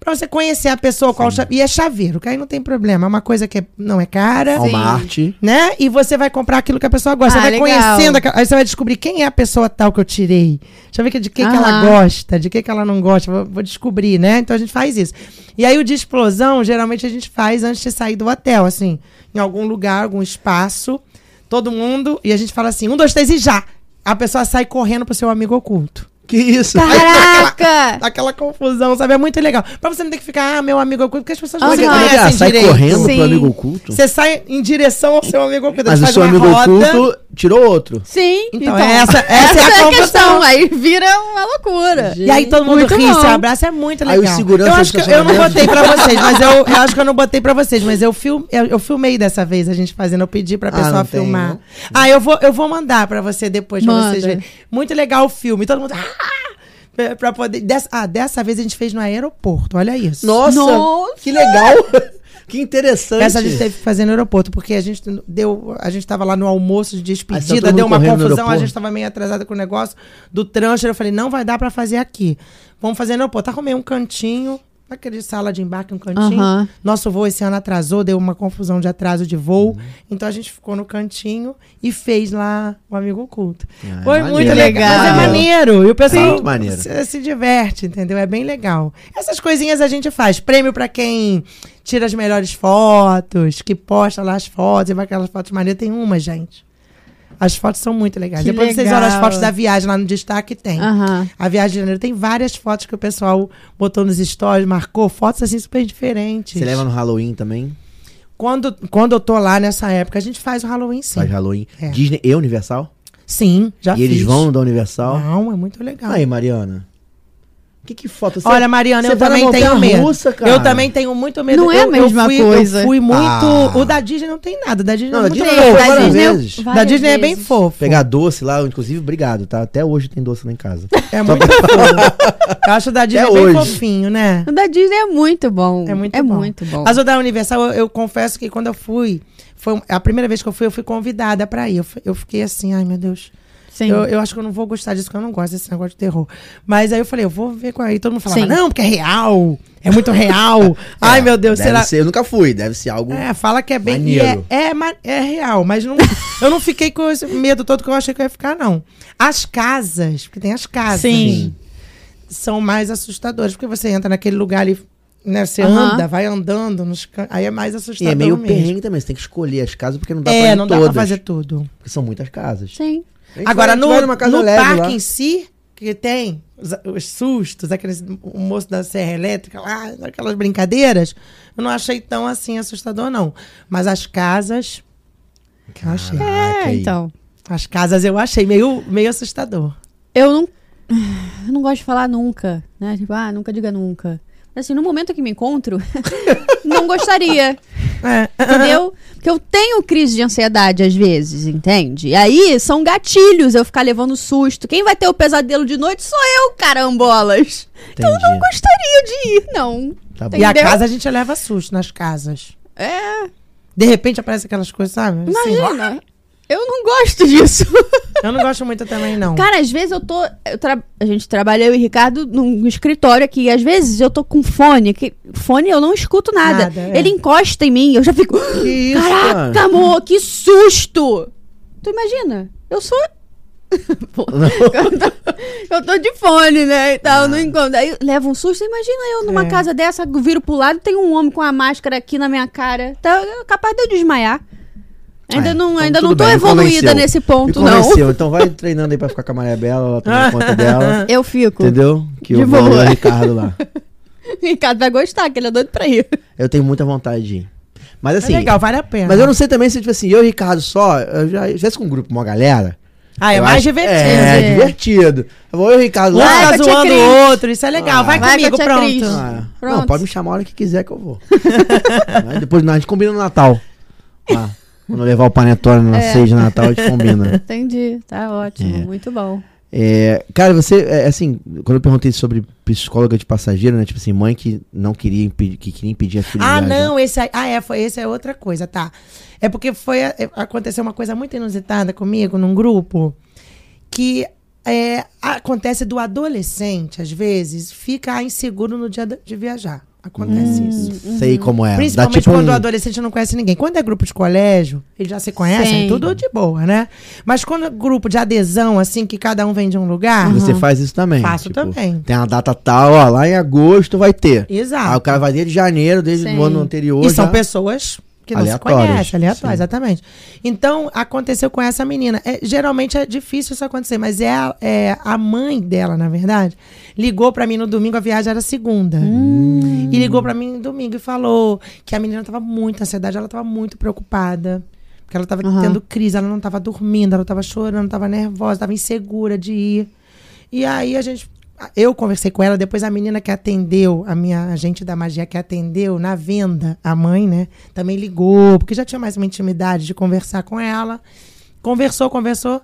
C: Pra você conhecer a pessoa, qual cha- E é chaveiro, que aí não tem problema. É uma coisa que é- não é cara
B: Ó, Uma arte.
C: né? E você vai comprar aquilo que a pessoa gosta.
A: Ah,
C: você vai
A: legal.
C: conhecendo, aquela- aí você vai descobrir quem é a pessoa tal que eu tirei. Deixa eu ver que- de que, que ela
A: Aham.
C: gosta, de que, que ela não gosta. Vou, vou descobrir, né? Então a gente faz isso. E aí o de explosão, geralmente a gente faz antes de sair do hotel, assim, em algum lugar, algum espaço, todo mundo, e a gente fala assim: um, dois, três e já! A pessoa sai correndo pro seu amigo oculto.
B: Que isso?
C: Tá.
A: Caraca!
C: Dá Aquela confusão, sabe? É muito legal. Pra você não ter que ficar, ah, meu amigo oculto, porque as pessoas não
A: Aham.
C: se
B: Como é que
C: conhecem
B: ela sai
C: direito.
B: correndo
A: Sim.
B: pro amigo oculto?
C: Você sai em direção ao seu amigo oculto.
B: Mas
C: a
B: o
C: gente
B: seu
C: faz
B: amigo
C: uma roda.
B: oculto tirou outro.
A: Sim,
C: Então, essa,
A: Essa,
C: essa é
A: é
C: a
A: a questão.
C: confusão.
A: Aí vira uma loucura.
C: E aí todo mundo
A: Muito
C: ri,
A: bom.
C: se abraça, é muito
B: Aí o
C: legal.
B: segurança
C: eu
B: do
C: acho que eu não
B: estacionamento-
C: botei pra vocês, mas eu, eu acho que eu não botei pra vocês, mas eu, film, eu, eu filmei dessa vez a gente fazendo, eu pedi pra
B: Ah,
C: pessoa
B: não tem,
C: filmar.
B: não?
C: Ah, eu vou, eu vou mandar pra você depois, pra
A: Manda.
C: vocês verem. Muito legal o filme, todo mundo... "Ah!" Pra- Pra poder. dessa- ah, dessa vez a gente fez no aeroporto, olha isso.
B: Nossa,
A: Nossa!
B: que legal. Que interessante.
C: Essa a gente teve que fazer no aeroporto, porque a gente deu. A gente tava lá no almoço de
B: Aí tá
C: despedida,
B: todo
C: deu
B: mundo
C: uma
B: correndo no
C: confusão, a
B: aeroporto.
C: gente tava meio atrasada com o negócio do transfer. Eu falei, não vai dar pra fazer aqui. Vamos fazer no aeroporto. Arrumei um cantinho, naquele sala de embarque, um cantinho.
A: Aham.
C: Nosso voo esse ano atrasou, deu uma confusão de atraso de
B: Uhum.
C: voo. Então a gente ficou no cantinho e fez lá o amigo oculto.
B: Ah, é
C: Foi
B: maneiro.
C: muito legal.
A: Legal.
C: Mas é maneiro. E o
B: Sim.
C: pessoal
B: Muito maneiro.
C: Se, se diverte, entendeu? É bem legal. Essas coisinhas a gente faz. Prêmio pra quem tira as melhores fotos, que posta lá as fotos, e vai aquelas fotos maneiras. Tem uma, gente. As fotos são muito legais.
A: Que
C: Depois vocês olham as
A: legal.
C: fotos da viagem lá no destaque, tem.
A: Aham.
C: A viagem de janeiro tem várias fotos que o pessoal botou nos stories, marcou fotos assim super diferentes.
B: Você leva no Halloween também?
C: Quando, quando eu tô lá nessa época, a gente faz o Halloween sim.
B: Faz Halloween.
C: É.
B: Disney e Universal?
C: Sim, já
B: e eles
C: fiz.
B: vão no da Universal?
C: Não, é muito legal.
B: Aí, Mariana. Que que foto? Você-
C: Olha, Mariana,
B: você
C: eu
B: vai na
C: também tenho
B: montanha
C: medo.
B: russa, cara.
C: eu também tenho muito medo.
A: Não é a
C: Eu-
A: mesma
C: eu fui,
A: coisa.
C: Eu fui muito.
B: Ah.
C: O da Disney não tem nada. O da Disney
B: Não,
C: é
B: da
C: muito
B: Disney
C: fofo.
B: eu fui
A: Da
B: várias
A: Disney eu-
B: vezes.
C: Da
D: Várias
C: Disney é bem
D: vezes.
C: fofo.
B: Pegar doce lá, inclusive, obrigado, tá? Até hoje tem doce lá em casa.
C: É muito fofo. Eu acho o da Disney
B: Até
C: bem
B: É hoje.
C: fofinho, né?
A: O da Disney é muito bom.
C: É muito
A: é
C: bom.
A: Muito bom.
C: Mas o da Universal, eu, eu confesso que quando eu fui, foi um- a primeira vez que eu fui, eu fui convidada pra ir. Eu, fui- eu fiquei assim, ai meu Deus.
A: Sim.
C: Eu, eu acho que eu não vou gostar disso, porque eu não gosto desse negócio de terror. Mas aí eu falei, eu vou ver com aí. Todo mundo falava,
A: Sim.
C: não, porque é real. É muito real. ai
B: É,
C: meu Deus,
B: deve
C: será.
B: ser- eu nunca fui, deve ser algo.
C: É, fala que é bem. e
B: Maneiro.
C: É, é, ma- é real, mas não, eu não fiquei com esse medo todo que eu achei que eu ia ficar, não. As casas, porque tem as casas,
A: Sim.
C: são mais assustadoras, porque você entra naquele lugar ali, né? Você
A: Aham.
C: anda, vai andando, nos can- aí é mais
B: E
C: assustador.
B: é meio
C: mesmo.
B: perrengue também, você tem que escolher as casas porque não dá pra
C: É,
B: ir
C: não dá
B: todas.
C: pra fazer tudo.
B: Porque são muitas casas.
A: Sim.
B: A gente
C: Agora,
B: vai- a gente
C: no,
B: vai numa casa
C: no
B: leve
C: parque
B: lá.
C: em si, que tem os, os sustos, aqueles, o moço da serra elétrica lá, aquelas brincadeiras, eu não achei tão assim assustador, não. Mas as casas. que eu achei.
B: Caraca,
A: É,
B: Ah, aí.
A: então.
C: As casas eu achei meio, meio assustador.
A: Eu não. Eu não gosto de falar nunca, né? Tipo, ah, nunca diga nunca. Mas assim, no momento que me encontro, não gostaria. É, Entendeu? Porque eu tenho crise de ansiedade às vezes, entende? E aí são gatilhos eu ficar levando susto. Quem vai ter o pesadelo de noite sou eu, carambolas. Então eu não
B: Entendi.
A: gostaria de ir, não.
B: Tá bom.
C: E a
A: Entendeu?
C: casa a gente leva susto nas casas.
A: É,
C: De repente aparece aquelas coisas, sabe? Assim,
A: imagina. Eu não gosto disso.
C: eu não gosto muito também, não.
A: Cara, às vezes eu tô. eu tra- A gente trabalha, eu e Ricardo, num escritório aqui. E às vezes eu tô com fone. Que... Fone eu não escuto nada.
C: Nada, é.
A: Ele encosta em mim, eu já fico.
B: Que isso,
A: Caraca,
B: cara?
A: amor, que susto! Tu imagina? Eu sou. Pô, eu, tô, eu tô de fone, né? E tal,
B: Ah.
A: não encontro. Aí leva um susto. Imagina eu numa
C: É.
A: casa dessa, viro pro lado, tem um homem com a máscara aqui na minha cara. Tá capaz de eu desmaiar. Ainda
B: Ah,
A: não,
B: então
A: ainda não
B: tudo
A: tô
B: bem, me
A: evoluída
B: convenceu.
A: nesse ponto,
B: Me
A: não.
B: convenceu. Então vai treinando aí pra ficar com a Maria Bela, ela
C: Ah.
B: toma conta dela.
A: Eu fico.
B: né? Entendeu? Que
A: De
B: eu vou
A: boa.
B: o Ricardo lá.
A: Ricardo vai gostar, que ele é doido pra ir.
B: Eu tenho muita vontade de ir. Mas
C: É
B: assim.
C: legal, vale a pena.
B: Mas eu não sei também se, tipo assim, eu e o Ricardo só, eu já, se tivesse com um grupo, uma galera.
C: Ah, é
B: eu
C: mais
B: acho-
C: divertido.
B: É,
A: É.
B: divertido. Eu vou eu e o Ricardo
C: Um
A: Vai
B: lá.
A: com
C: tá
A: a tia
C: zoando
A: Cris.
C: o outro, isso é legal.
A: Vai
C: vai,
A: com a
C: comigo,
A: tia
C: pronto.
A: Cris.
B: Ah,
A: Pronto.
B: não, pode me chamar a hora que quiser que eu vou. Mas depois nós a gente combina no Natal. Ah, quando eu levar o panetone na
C: É.
B: ceia de Natal, a gente combina.
A: Entendi, tá ótimo, muito bom.
B: É, cara, você, é, assim, quando eu perguntei sobre psicóloga de passageiro, né? Tipo assim, mãe que não queria impedir, que queria impedir a filha
C: Ah,
B: de viajar.
C: não, esse aí. Ah, é, foi, esse é outra coisa, tá. É porque foi é, aconteceu uma coisa muito inusitada comigo num grupo que é, acontece do adolescente, às vezes, ficar inseguro no dia de de viajar. Acontece isso.
B: Sei como Hum. é.
C: Hum, Principalmente
B: Dá tipo
C: quando
B: um...
C: o adolescente não conhece ninguém. Quando é grupo de colégio, eles já se conhecem,
A: Sim.
C: tudo de boa, né? Mas quando é grupo de adesão, assim, que cada um vem de um lugar.
B: Você faz isso também.
C: Faço
B: tipo,
C: também.
B: Tem uma data tal, ó, lá em agosto vai ter.
C: Exato.
B: Aí o cara vai desde janeiro, desde
A: Sim.
B: o ano anterior.
C: E são
B: já-
C: pessoas que não se
B: Aleatórias,
C: conhecem, aleatórias,
B: sim.
C: exatamente. Então, aconteceu com essa menina. É, geralmente é difícil isso acontecer, mas é a, é a mãe dela, na verdade, ligou pra mim no domingo, a viagem era segunda.
B: Hum.
C: E ligou pra mim no domingo e falou que a menina tava muito ansiedade, ela tava muito preocupada. Porque ela tava
A: Aham.
C: tendo crise, ela não tava dormindo, ela tava chorando, tava nervosa, tava insegura de ir. E aí a gente. Eu conversei com ela, depois a menina que atendeu, a minha agente da magia que atendeu na venda, a mãe, né? Também ligou, porque já tinha mais uma intimidade de conversar com ela. Conversou, conversou.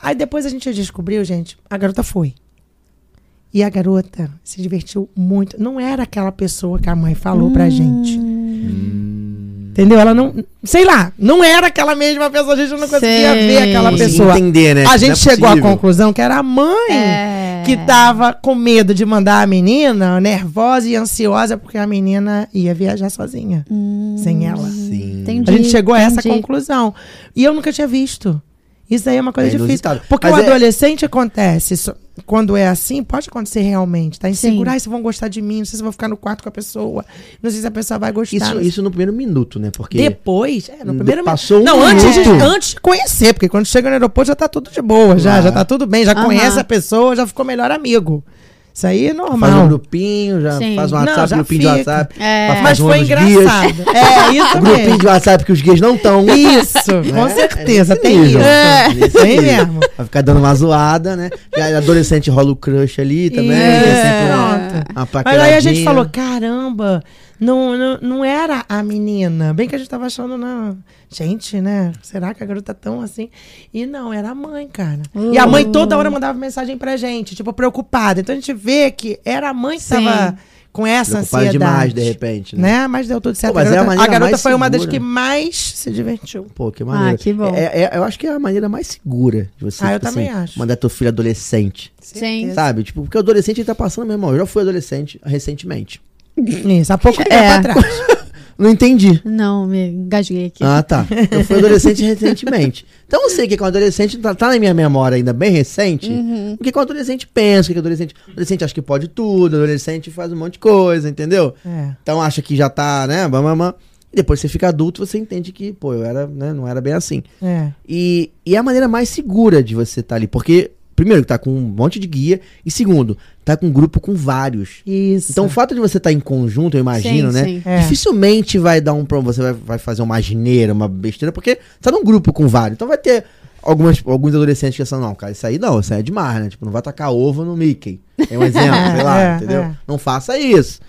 C: Aí depois a gente descobriu, gente, a garota foi. E a
A: Hum.
C: garota se divertiu muito. Não era aquela pessoa que a mãe falou pra gente. Entendeu? Ela não. Sei lá, não era aquela mesma pessoa, a gente não conseguia
A: Sei.
C: ver aquela
A: Consegui
C: pessoa.
B: entender, né?
C: A gente chegou à
B: conclusão.
C: conclusão que era a mãe
A: É.
C: que
B: tá-
C: tava com medo de mandar a menina nervosa e ansiosa porque a menina ia viajar sozinha,
A: Hum.
C: sem ela.
B: Sim.
D: Entendi.
C: A gente chegou a essa
D: entendi.
C: conclusão. E eu nunca tinha visto. Isso aí é uma coisa
B: É
C: difícil.
B: inusitado.
C: Porque
B: Mas
C: o
B: é-
C: adolescente acontece, isso- quando é assim, pode acontecer realmente. Tá inseguro, ai, se vão gostar de mim, não sei se eu vou ficar no quarto com a pessoa, não sei se a pessoa vai gostar.
B: Isso,
C: não
B: isso no primeiro minuto, né? Porque
C: depois, é, Tá, no primeiro
B: passou um
C: Não, antes de,
B: minuto.
C: antes de conhecer, porque quando chega no aeroporto já tá tudo de boa, já,
B: Ah.
C: já tá tudo bem, já
A: Aham.
C: conhece a pessoa, já ficou melhor amigo. Isso aí é
B: faz um
C: normal.
B: grupinho, já
A: Sim.
B: faz um
C: Não,
B: WhatsApp,
C: já
B: grupinho
C: fica.
B: de WhatsApp.
A: É.
B: pra ficar
C: Mas
B: zoando
C: foi
B: os guias.
C: engraçado. É, isso
B: Grupinho
C: mesmo.
B: de WhatsApp que os gays não estão.
C: Isso,
B: É,
C: com certeza, tem isso.
B: nível.
C: É,
B: Nesse
C: tem
B: nível.
C: mesmo.
B: Vai ficar dando uma zoada, né? E aí, adolescente rola o crush ali também.
C: É.
B: tem sempre
C: Pronto.
B: uma, uma
C: Mas aí a gente
B: paqueradinha.
C: falou, caramba, não, não, não era a menina. Bem que a gente tava achando, na gente, né? Será que a garota é tão assim? E não, era a mãe, cara. E a mãe toda hora mandava mensagem pra gente, tipo, preocupada. Então a gente vê que era a mãe que
A: Sim.
C: tava com essa
B: Preocupada
C: ansiedade.
B: demais, de repente, né?
C: Né? Mas deu tudo certo.
B: Pô, mas é a
C: a garota, a
B: maneira
C: garota
B: mais
C: foi uma das
B: segura.
C: que mais se divertiu.
B: Pô, que maneiro.
A: Ah, que bom.
B: É, é- eu acho que é a maneira mais segura de você
C: Ah, eu
B: tipo
C: também
B: assim,
C: acho.
B: mandar teu filho adolescente.
A: Sim.
B: Sabe? Tipo, porque o adolescente ele tá passando, meu irmão. Eu já fui adolescente recentemente.
C: Isso, há pouco tempo
A: É.
C: atrás.
B: Não entendi.
A: Não, me engasguei aqui.
B: Ah, tá. Eu fui adolescente recentemente. Então eu sei o que que um adolescente tá, tá na minha memória ainda bem recente.
A: Uhum.
B: O que que um adolescente pensa, o que que um adolescente. Adolescente acha que pode tudo, adolescente faz um monte de coisa, entendeu?
C: É.
B: Então acha que já tá, né? Mamamã. E depois você fica adulto, você entende que, pô, eu era, né, não era bem assim.
C: É.
B: E, e é a maneira mais segura de você estar ali. Porque, primeiro, tá com um monte de guia. E segundo, tá com um grupo com vários.
C: Isso.
B: Então o fato de você estar em conjunto, eu imagino,
A: Sim,
B: né?
A: sim.
C: É.
B: Dificilmente vai dar um problema. Você vai, vai fazer uma asneira, uma besteira, porque tá num grupo com vários. Então vai ter algumas, alguns adolescentes que pensam, não, cara, isso aí não, isso aí é demais, né? Tipo, não vai tacar ovo no Mickey. É um exemplo, sei lá,
C: É,
B: entendeu?
C: é.
B: Não faça isso.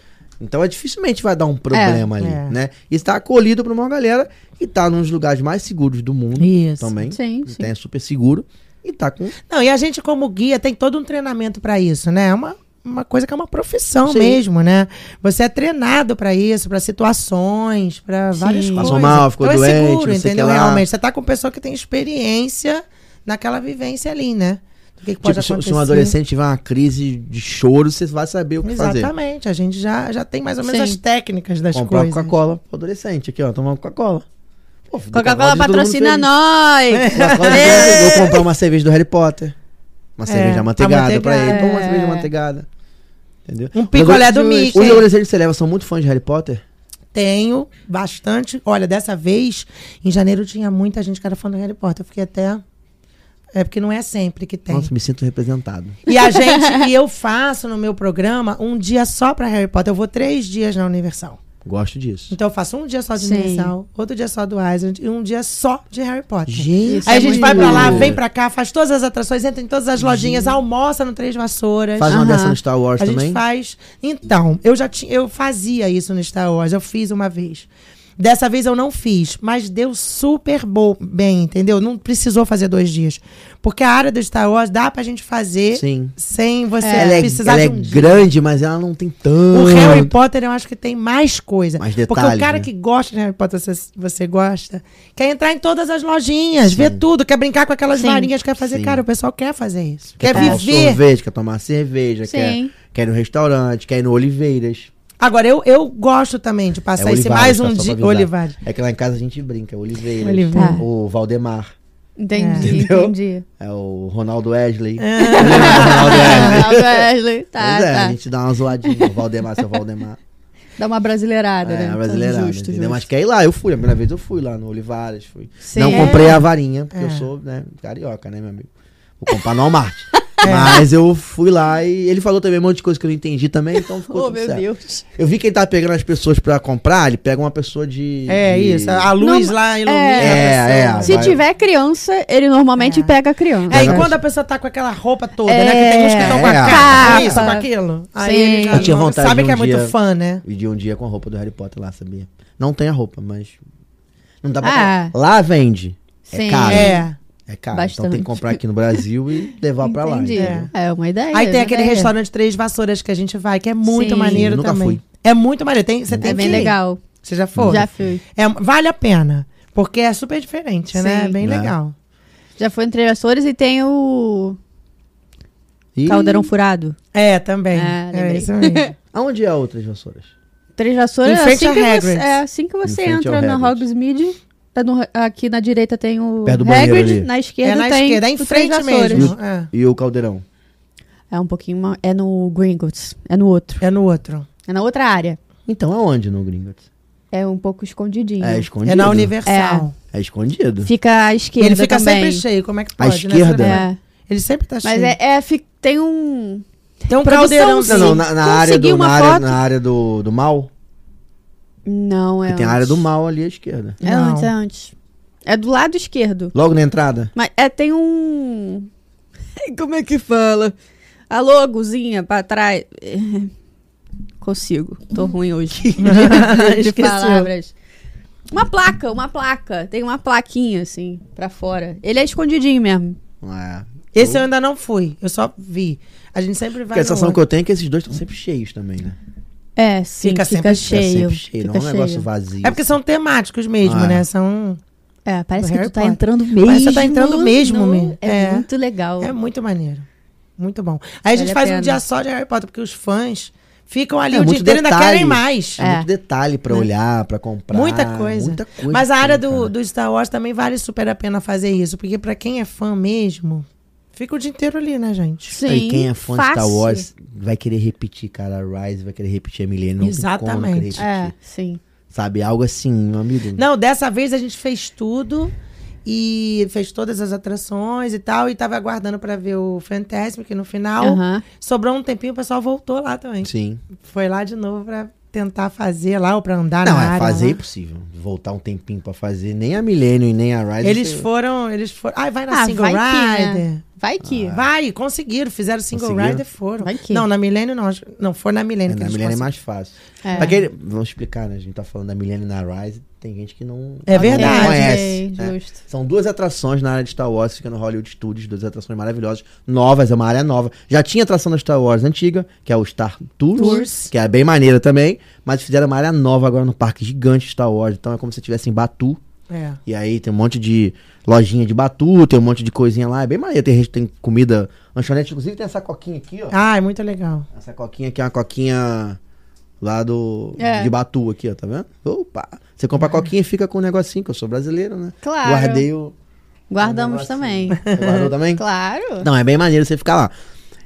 B: Então é dificilmente vai dar um problema ali,
C: É.
B: né? E está acolhido por uma galera que tá nos lugares mais seguros do mundo
C: Isso.
B: também.
A: Sim, sim.
B: né? Então é super seguro. E tá com.
C: Não, e a gente, como guia, tem todo um treinamento pra isso, né? É uma, uma coisa que é uma profissão
B: Sim.
C: mesmo, né? Você é treinado pra isso, pra situações, pra
A: Sim.
C: várias coisas.
B: Passou mal, ficou
C: então é
B: doente,
C: seguro,
B: não sei o que
C: entendeu?
B: lá.
C: Realmente. Você tá com pessoa que tem experiência naquela vivência ali, né? O que, que pode
B: Tipo, se,
C: acontecer.
B: se um adolescente tiver uma crise de choro, você vai saber o que fazer.
C: Exatamente. A gente já, já tem mais ou menos
A: Sim.
C: as técnicas das
B: comprar
C: coisas.
B: Coca-Cola pro adolescente. Aqui, ó, tomar Coca-Cola. Pô,
A: Coca-Cola
B: deixa todo mundo
A: patrocina
B: feliz.
A: nós.
B: Coca-Cola
A: É.
B: Vou comprar uma cerveja do Harry Potter.
C: É,
B: Uma cerveja amanteigada pra
C: amanteigada.
B: ele. Toma uma cerveja
A: É.
B: amanteigada. Entendeu?
C: Um picolé do
B: Os adolescentes-
C: Mickey.
B: Os adolescentes que você leva são muito fãs de Harry Potter?
C: Tenho bastante. Olha, dessa vez, em janeiro tinha muita gente que era fã do Harry Potter. Eu fiquei até. É porque não é sempre que tem.
B: Nossa, me sinto representado.
C: E a gente, e eu faço no meu programa um dia só pra Harry Potter. Eu vou três dias na Universal.
B: Gosto disso.
C: Então eu faço um dia só de
A: Sim.
C: Universal, outro dia só do Island e um dia só de Harry Potter.
B: Gente, é
C: Aí a gente vai pra lá,
B: maneiro.
C: vem pra cá, faz todas as atrações, entra em todas as lojinhas, almoça no Três Vassouras.
B: Faz uma
A: Aham.
B: dessa no Star Wars
C: A gente
B: também?
C: faz. Então, eu já tinha, eu fazia isso no Star Wars, eu fiz uma vez. Dessa vez eu não fiz, mas deu super bo- bem, entendeu? Não precisou fazer dois dias. Porque a área do Star Wars dá pra gente fazer
B: Sim.
C: sem você
B: Ela é,
C: precisar
B: ela é
C: de um dia.
B: grande, mas ela não tem tanto.
C: O Harry Potter eu acho que tem mais coisa.
B: Mais
C: porque o
B: detalhes,
C: cara
B: né?
C: que gosta de Harry Potter, você, você gosta, quer entrar em todas as lojinhas, ver tudo, quer brincar com aquelas
A: Sim.
C: varinhas, quer fazer.
B: Sim.
C: Cara, o pessoal quer fazer isso.
B: Quer
C: Quer,
B: tomar um
C: viver.
B: sorvete, quer tomar cerveja, quer,
A: Sim.
B: quer ir no restaurante, quer ir no Oliveiras.
C: Agora, eu, eu gosto também de
B: É
C: passar esse
B: Olivares,
C: mais
B: tá?
C: um
B: Só pra
C: dia.
B: avisar.
C: Olivares.
B: É que lá em casa a gente brinca, o Oliveiras,
C: Oliveira.
A: Tá.
B: o Valdemar,
A: Entendi,
B: Entendeu?
A: entendi.
B: é o Ronaldo Wesley. Lembra do Ronaldo Wesley?
A: Ah, Wesley, tá,
B: Pois é, a
A: tá.
B: gente dá uma zoadinha. O Valdemar, seu Valdemar.
A: Dá uma brasileirada,
B: é,
A: né?
B: a brasileirada.
A: Justo,
B: entendeu?
A: justo.
B: Mas quer ir lá, eu fui. A primeira vez eu fui lá no Olivares. Fui.
A: Sim.
B: Não
A: É.
B: comprei a varinha, porque eu
C: É.
B: sou, né, carioca, né, meu amigo? Vou comprar no Walmart.
A: É.
B: Mas eu fui lá e ele falou também um monte de coisa que eu não entendi também, então ficou
A: Oh,
B: tudo
A: meu
B: certo.
A: Deus.
B: Eu vi que ele tava pegando as pessoas pra comprar, ele pega uma pessoa de.
C: É
B: de-
C: isso.
A: Ah,
C: A luz
A: Não,
C: lá ilumina.
B: é,
C: a
B: é,
A: Se
B: vai-
A: tiver criança, ele normalmente
C: É.
A: pega a criança.
C: É, e
B: Né?
C: quando a pessoa tá com aquela roupa toda,
A: É.
C: né? Que tem uns que estão com a
B: É.
C: cara, com
A: Capa.
C: isso, com aquilo. Aí
A: Sim.
C: ele já
B: Eu tinha
C: não-
B: vontade de
C: sabe
B: um
C: que é
B: dia-
C: muito fã, né?
B: E de um dia com a roupa do Harry Potter lá, sabia? Não tem a roupa, mas. Não dá pra.
A: Ah.
B: comprar. Lá vende. É
A: Sim.
B: caro.
C: É.
B: É caro. Então
A: Bastante.
B: tem que comprar aqui no Brasil e levar pra lá.
A: Entendi.
B: entendeu?
A: É. uma ideia.
C: Aí tem
A: uma
C: aquele
A: ideia.
C: restaurante Três Vassouras que a gente vai, que é muito
A: Sim.
C: maneiro
B: Nunca
C: também.
B: fui.
C: É muito maneiro. Tem, você tem
A: É bem
C: que ir.
A: legal.
C: Você já foi?
A: Já fui.
C: É, vale a pena. Porque é super diferente, né? É
A: Sim.
C: bem
B: É.
C: legal.
A: Já fui entre Açores e tem o
B: E
D: Caldeirão furado.
C: É, também.
A: Ah,
C: é
A: lembrei.
C: isso mesmo.
B: aonde é a outra, Vassouras?
A: Três Vassouras.
C: Em
A: Assim
C: frente a
A: que, você,
C: Hagrid's.
A: é, assim que você
B: Em frente ao
A: entra na
B: Hagrid's.
A: Hogsmeade, tá no- aqui na direita tem o
B: Perto do banheiro
A: Hagrid,
B: ali.
A: na esquerda
C: É na
A: tem
C: esquerda, é em
A: o Três
C: frente
A: Vassouras.
C: mesmo. É.
B: E o Caldeirão?
A: É um pouquinho, ma- é no Gringotts, é no outro,
C: É no outro.
A: é na outra área.
B: Então aonde no Gringotts?
A: É um pouco escondidinho.
B: É escondido.
C: É na Universal.
B: É escondido.
A: Fica à esquerda
C: Ele fica
A: também.
C: sempre cheio, como é que
B: À Assim.
C: pode? né?
B: esquerda?
C: Você vai-
A: É.
C: Ele sempre tá cheio.
A: Mas é, é fi- tem um
C: Tem um
A: Produção,
C: caldeirão.
B: Não, não, na, na área,
A: Consegui
B: do,
A: uma
B: na, área,
A: foto.
B: na área do, do mal.
A: não é.
B: Tem a
A: antes.
B: área do mal ali à esquerda.
A: É
C: Não.
A: antes, é antes. É do lado esquerdo.
B: Logo na entrada?
A: Mas é, tem um. Como é que fala? A logozinha pra trás. É. Consigo. Tô ruim hoje. de
C: Esqueceu.
A: palavras. Uma placa, uma placa. Tem uma plaquinha, assim, pra fora. Ele é escondidinho mesmo.
B: É.
C: Esse eu ainda não fui, eu só vi. A gente sempre vai.
B: Porque a sensação
C: no
B: que eu tenho é que esses dois estão sempre cheios também, né?
A: É, sim.
C: Fica
A: Fica,
C: sempre- fica
B: É
A: cheio.
B: sempre cheio, não é um
A: fica
B: negócio
A: cheio.
B: vazio.
C: É porque são temáticos mesmo,
B: Ah.
C: né? São.
A: É, parece
C: Do
A: que
C: Harry
A: tu tá
C: Potter.
A: entrando mesmo.
C: Parece que tá entrando mesmo, mesmo.
A: É,
C: É.
A: muito legal.
C: É muito maneiro. Muito bom. Aí a gente
A: Vale a
C: faz um
A: pena.
C: dia só de Harry Potter, porque os fãs ficam ali
B: É
C: o dia
B: muito
C: inteiro e ainda
B: detalhe.
C: querem mais.
B: É muito detalhe pra olhar, pra comprar.
C: Né? Muita coisa.
B: Muita coisa
C: Mas a
B: que
C: área
B: tem,
C: do,
B: cara.
C: do Star Wars também vale super a pena fazer isso, porque pra quem é fã mesmo, fica o dia inteiro ali, né, gente?
A: Sim,
B: e quem é fã de Star
A: fácil.
B: Wars vai querer repetir, cara. A Rise vai querer repetir a Millennium. Não tem como não querer
C: Exatamente.
B: repetir.
A: É, sim.
B: Sabe? Algo assim, meu amigo.
C: Não, dessa vez a gente fez tudo e fez todas as atrações e tal, e tava aguardando pra ver o Fantasmic que no final.
A: Aham.
C: Sobrou um tempinho, o pessoal voltou lá também.
B: Sim.
C: Foi lá de novo pra tentar fazer lá ou pra andar
B: não,
C: na
B: é
C: área. né?
B: fazer
C: lá.
B: impossível. Voltar um tempinho pra fazer. Nem a Millennium e nem a Rise.
C: Eles
B: você-
C: foram, eles foram. Ai, vai na
A: Ah,
C: single
A: vai que, né?
C: rider.
A: Vai que.
C: Vai, conseguiram, fizeram single
B: Conseguiram?
C: rider e foram.
A: Vai que.
C: Não, na Milênio não. acho- Não, foi na
B: É,
C: Milênio que
B: na
C: eles
B: Millennium é
C: conseguiram.
B: mais fácil.
A: É.
B: Pra quem- Vamos explicar, né? A gente tá falando da Millennium e da Rise. Tem gente que não.
C: É
B: não
C: verdade. É,
B: conhece, né?
A: é, justo.
B: São duas atrações na área de Star Wars, fica no Hollywood Studios, duas atrações maravilhosas, novas, é uma área nova. Já tinha atração da Star Wars antiga, que é o Star Tours,
C: Tours.
B: que é bem maneira também, mas fizeram uma área nova agora no parque gigante Star Wars, então é como se estivesse em Batu,
C: É.
B: e aí tem um monte de lojinha de Batu, tem um monte de coisinha lá, é bem maneiro, tem, gente- tem comida, lanchonete, inclusive tem essa coquinha aqui, ó,
C: Ah, é muito legal.
B: essa coquinha aqui é uma coquinha lá do,
A: É.
B: de Batu aqui, ó, tá vendo? Opa! Você compra a coquinha e fica com um negocinho, que eu sou brasileiro, né?
A: Claro.
B: Guardei o...
A: Guardamos
B: É um Negócio. assim.
A: também.
B: Você guardou também?
A: claro.
B: Não, é bem maneiro você ficar lá.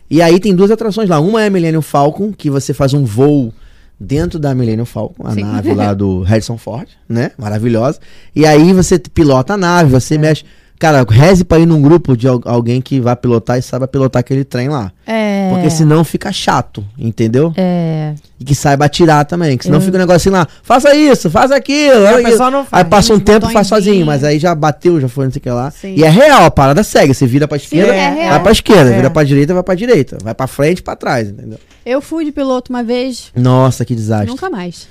B: E aí tem duas atrações lá. Uma é a Millennium Falcon, que você faz um voo dentro da Millennium Falcon, a
A: Sim.
B: nave lá do Harrison Ford, né? Maravilhosa. E aí você t- pilota a nave,
A: É.
B: você mexe. Cara, reze pra ir num grupo de al- alguém que vai pilotar e saiba pilotar aquele trem lá.
A: É.
B: Porque senão fica chato, entendeu?
D: É.
B: E que saiba atirar também, que senão
A: Hum.
B: fica um negocinho lá, faça isso, faz aquilo.
C: É, o
B: olha
C: pessoal
B: isso.
C: não
B: Aí
C: faz.
A: né?
B: passa um tempo faz sozinho,
A: botõezinho.
B: mas aí já bateu, já foi, não sei o que lá.
A: Sim.
B: E é real, a parada segue. Você vira pra esquerda,
A: é real.
B: vai pra esquerda,
C: É.
B: vira pra direita, vai pra direita. Vai pra frente, pra trás, entendeu?
A: Eu fui de piloto uma vez,
B: Nossa, que desastre.
A: nunca mais.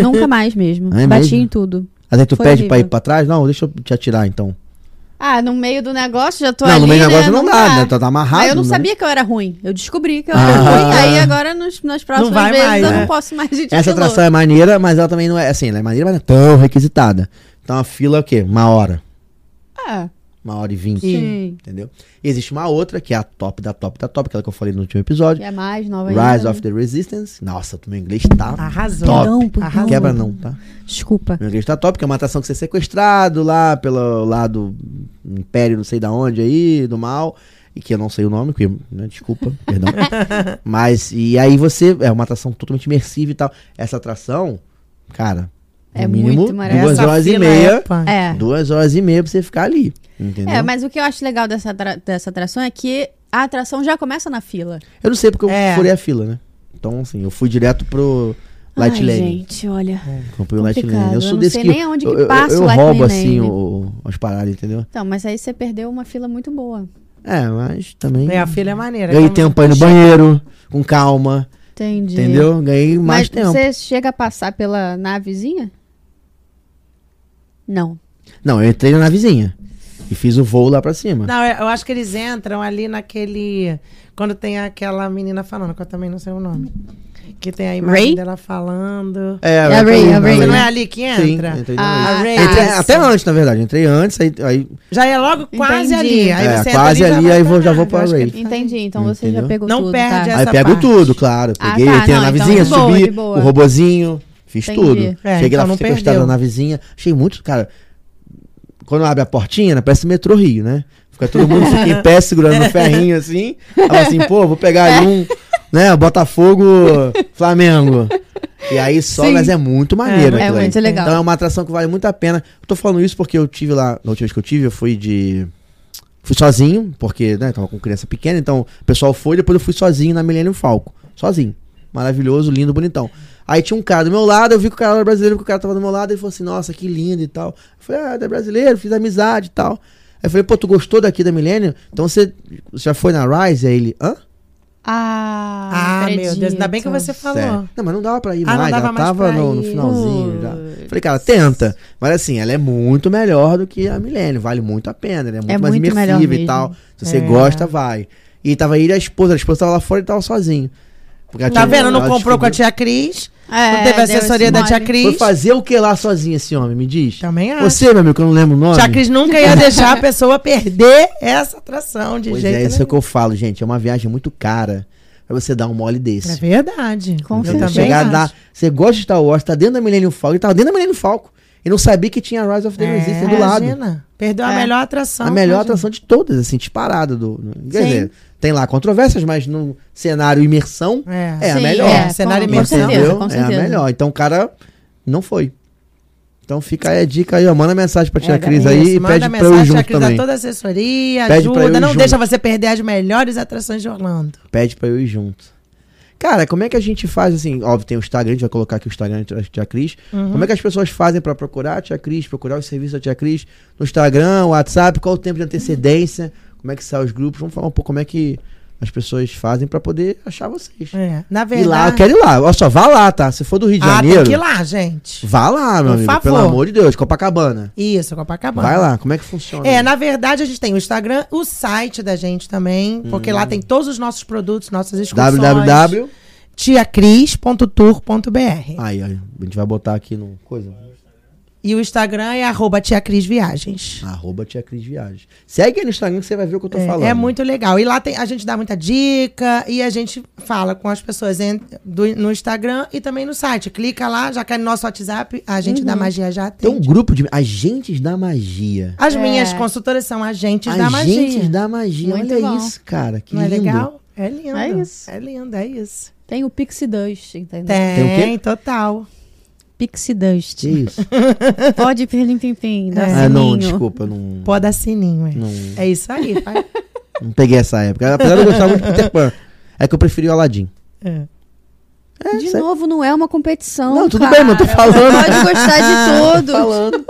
A: nunca mais mesmo.
B: É
A: Bati
B: mesmo?
A: em tudo.
B: Mas aí tu
A: Foi
B: pede pra ir
A: horrível.
B: pra trás? Não, deixa eu te atirar então.
A: Ah, no meio do negócio já tô
B: não,
A: ali,
B: no meio do negócio
A: né?
B: não dá, né? Tu tá amarrado.
A: Mas eu não
B: né?
A: sabia que eu era ruim. Eu descobri que eu
B: Ah.
A: era ruim. Aí agora, nos, nas próximas
C: vai
A: vezes,
C: mais,
A: eu
C: né?
A: não posso mais ir de
B: Essa
A: piloto.
B: atração é maneira, mas ela também não é assim, ela é maneira, mas não é tão requisitada. Então a fila é o quê? Uma hora.
A: Ah,
B: Uma hora e vinte.
A: sim.
B: Entendeu? E existe uma outra, que é a top da top da top, aquela que eu falei no último episódio.
A: Que é mais nova
B: Rise
A: ainda.
B: of the Resistance. Nossa, tu- meu inglês tá.
C: Arrasou.
B: Top.
D: Perdão, perdão.
B: Quebra não, tá?
D: Desculpa.
B: Meu inglês tá top, que é uma atração que você é sequestrado lá pelo lado Império, não sei da onde aí, do mal. E que eu não sei o nome, que, né, desculpa, perdão. Mas, e aí você. É uma atração totalmente imersiva e tal. Essa atração, cara. no
A: É
B: mínimo,
A: muito maravilhosa.
B: Duas horas
C: Então, Essa
B: e
C: fila
B: meia.
C: punk.
A: É.
B: Duas horas e meia pra você ficar ali. Entendeu?
A: É, mas o que eu acho legal dessa, atra- dessa atração é que a atração já começa na fila.
B: Eu não sei porque eu
C: É.
B: furei a fila, né? Então, assim, eu fui direto pro Light
A: Ai,
B: Lane.
A: gente, olha.
C: É.
B: Comprei o Light
A: complicado.
B: Lane.
A: Eu
B: Eu sou
A: não
B: desse
A: sei
B: que.
A: nem aonde que
B: eu- eu-
A: passa
B: eu
A: o Light
B: roubo,
A: Lane
B: assim,
A: ainda.
B: o- as paradas, entendeu?
A: Então, mas aí você perdeu uma fila muito boa.
B: É, mas também.
C: É, a filha é maneira.
B: Ganhei
C: Como-
B: tempo aí no banheiro, com calma,
A: Entendi.
B: entendeu? Ganhei
A: Mas
B: mais tempo.
A: você chega a passar pela navezinha? Não.
B: Não, eu entrei na navezinha. E fiz o voo lá pra cima.
C: Não, é, eu eu acho que eles entram ali naquele. Quando tem aquela menina falando, que eu também não sei o nome. Que tem a imagem
A: Ray?
C: dela falando.
B: É,
A: a Ray, a
B: entrei na
A: Ray.
C: Você não
A: né?
C: é ali que
B: Sim,
C: entra?
B: entrei na Ray.
A: Ah,
C: A Ray.
B: Entrei-
C: Anderson.
B: até antes, na verdade. Entrei antes, aí, aí
C: Já é logo quase ali.
A: Entendi.
C: Aí
B: É,
C: você
B: quase
C: entra
B: ali,
C: vai
B: aí vou-
C: pra
B: já vou
C: nave. Eu
B: pra
C: acho que
B: Ray.
C: ele-
D: Entendi, então você já
B: Entendeu?
D: pegou
C: Não
D: tudo.
C: perde
D: tá?
C: essa-
B: aí pego
C: parte.
B: tudo, claro.
A: Ah,
B: Peguei,
A: tá,
B: tem a
A: não, então
B: navezinha,
A: de boa, de
B: subi,
A: boa.
B: o robozinho, fiz
A: Entendi.
B: tudo.
C: É,
B: Cheguei
C: então
B: lá,
C: não
B: sequestrado
C: perdeu.
B: na navezinha. Achei muito, cara. Quando abre a portinha, né, parece metrô Rio, né? Fica todo mundo fica em pé segurando o ferrinho assim. Fala assim, pô, vou pegar ali
A: É.
B: um, né, Botafogo, Flamengo. E aí só,
A: Sim.
B: mas é muito maneiro.
A: É
B: aquilo ali.
A: muito legal.
B: Então é uma atração que vale muito a pena. Eu tô falando isso porque eu tive lá, na última vez que eu tive, eu fui de. Fui sozinho, porque, né, tava com criança pequena, então o pessoal foi, depois eu fui sozinho na Millennium Falco. Sozinho. Maravilhoso, lindo, bonitão. Aí tinha um cara do meu lado, eu vi que o cara era brasileiro, que o cara tava do meu lado, ele falou assim, nossa, que lindo e tal. Eu falei, ah, é brasileiro, fiz amizade e tal. Aí eu falei, pô, tu gostou daqui da Millennium? Então você, você já foi na Rise? Aí ele, hã?
A: Ah,
C: Ah, meu Deus, ainda bem que
A: acredito.
C: você falou.
B: Sério. Não, mas não dava pra ir
C: Ah, não
B: mais,
C: dava
B: ela
C: mais
B: tava
C: pra
B: no, no
C: ir.
B: finalzinho já. Falei, cara, tenta. Mas assim, ela é muito melhor do que a Milênio, vale muito a pena, né? Muito mais
A: muito melhor
B: imersiva e
A: mesmo.
B: tal. Se você
C: É.
B: gosta, vai. E tava ele e a esposa, a esposa tava lá fora e tava sozinho. Porque ela
C: Tá
B: tinha-
C: vendo? Não
B: ela
C: comprou com a
B: descobriu-
C: tia Cris.
A: É,
C: não teve
A: deu esse
C: assessoria da tia
A: mole.
C: Cris.
B: Foi fazer o que lá sozinho esse homem, me diz?
C: Também acho.
B: Você, meu amigo, que eu não lembro o nome.
C: Tia Cris nunca ia deixar a pessoa perder essa atração de
B: Pois
C: jeito
B: é, isso é
C: nenhum.
B: o que eu falo, gente. É uma viagem muito cara pra você dar um mole
C: É
B: desse.
C: verdade.
A: Com
B: Você
A: Eu também
B: chegar
C: acho.
B: lá, você gosta de Star Wars, tá dentro da Millennium Falcon, ele tava dentro da Millennium Falcon. E não sabia que tinha Rise of the Resistance do lado.
C: É, Imagina. Perdeu a
A: É.
C: melhor atração.
B: a melhor
C: imagina.
B: atração de todas, assim, disparada do. do- Quer
A: Sim.
B: dizer, tem lá controvérsias, mas no cenário imersão é
C: É.
B: a
A: Sim,
B: melhor.
A: é,
C: Cenário
A: com,
B: entendeu?
A: com
C: imersão.
A: certeza, com
B: é a
A: certeza.
B: melhor. Então o cara não foi. Então fica aí a dica aí, ó. Manda mensagem pra tia
C: É,
B: Cris
C: isso.
B: aí e
C: Manda
B: pede pra eu ir
C: mensagem, tia
B: junto
C: Cris
B: também.
C: dá toda a assessoria,
B: Pede pra eu
C: ajuda.
B: ir
C: Não
B: junto.
C: deixa você perder as melhores atrações de Orlando.
B: Pede pra eu ir junto. Cara, como é que a gente faz assim? Óbvio, tem o Instagram, a gente vai colocar aqui o Instagram da Tia Cris.
C: Uhum.
B: Como é que as pessoas fazem pra procurar a Tia Cris, procurar os serviços da Tia Cris no Instagram, WhatsApp? Qual o tempo de antecedência? Como é que saem os grupos? Vamos falar um pouco como é que as pessoas fazem pra poder achar vocês.
C: É. Na
B: E lá, eu
C: verdade.
B: quero ir lá. Olha só, vá lá, tá? Se for do Rio de
C: Ah, tem que ir
B: Janeiro,
C: lá, gente.
B: vá lá, meu
C: Por
B: amigo.
C: favor.
B: Pelo amor de Deus, Copacabana.
C: Isso, Copacabana.
B: Vai lá, como é que funciona?
C: É, na verdade, a gente tem o Instagram, o site da gente também, porque
B: Hum.
C: lá tem todos os nossos produtos, nossas excursões.
B: www.
C: tiacris.tour.br.
B: Aí, aí, a gente vai botar aqui no coisa.
C: E o Instagram é arroba tiacrisviagens.
B: Arroba Tia Cris Viagem. Segue aí no Instagram que você vai ver o que eu tô falando.
C: É, é muito legal. E lá tem- a gente dá muita dica e a gente fala com as pessoas em- do- no Instagram e também no site. Clica lá, já cai no nosso WhatsApp, a gente da magia já
B: Tem
C: tem.
B: um grupo de agentes da magia.
C: as
A: É.
C: minhas consultoras são agentes, da
B: agentes
C: magia.
B: da magia.
A: Muito
B: Olha
A: bom.
B: isso, cara. Que
C: Não é
B: lindo.
C: legal? É lindo.
A: É isso.
C: É lindo, é isso.
D: Tem o Pixie Dust, entendeu?
C: Tem,
B: Tem o quê?
C: total.
D: Pixie Dust.
B: Que isso?
D: Pode pirlim pim pim.
C: É.
D: dá
B: ah, não,
D: sininho.
B: desculpa, não,
C: Pó da sininho, é.
B: não,
C: É isso aí, pai.
B: não peguei essa época. Apesar de eu gostar muito de Peter Pan. É que eu preferi o Aladdin.
C: É.
B: É,
A: De
B: sério.
A: novo, não é uma competição.
B: Não, tudo
A: cara.
B: bem, mas eu tô falando.
A: Pode gostar de
B: Tô
A: tudo.
B: falando.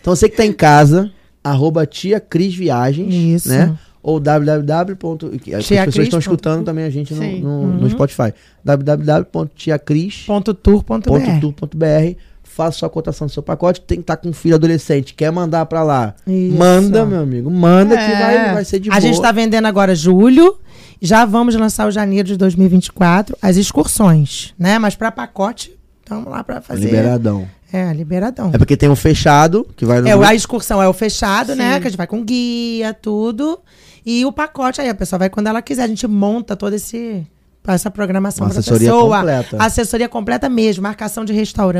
B: Então você que tá em casa, arroba tia Cris Viagens,
C: Isso.
B: né? Ou www. que As
C: Tia
B: pessoas estão
C: Cris ponto- Uhum.
B: escutando também a gente no,
A: Sim.
B: no, no Spotify. www.tiacris.com
C: Ponto tour, ponto BR.
B: .tour.br. Faça sua cotação do seu pacote. Tem que estar com um filho adolescente. Quer mandar pra lá?
C: Isso.
B: Manda, meu amigo. Manda que
C: É.
B: vai, vai ser de
C: a
B: boa.
C: gente tá está vendendo agora julho. Já vamos lançar o janeiro de 2024 as excursões, né? Mas para pacote, estamos lá para fazer.
B: liberadão.
C: É, liberadão.
B: É porque tem um fechado que vai no.
C: É,
B: grupo.
C: a excursão é o fechado, né?
A: Sim.
C: Que a gente vai com guia, tudo. E o pacote aí, a pessoa vai quando ela quiser. A gente monta todo esse essa programação
B: Uma
C: para
B: assessoria
C: pessoa.
B: completa.
C: Assessoria completa mesmo, marcação de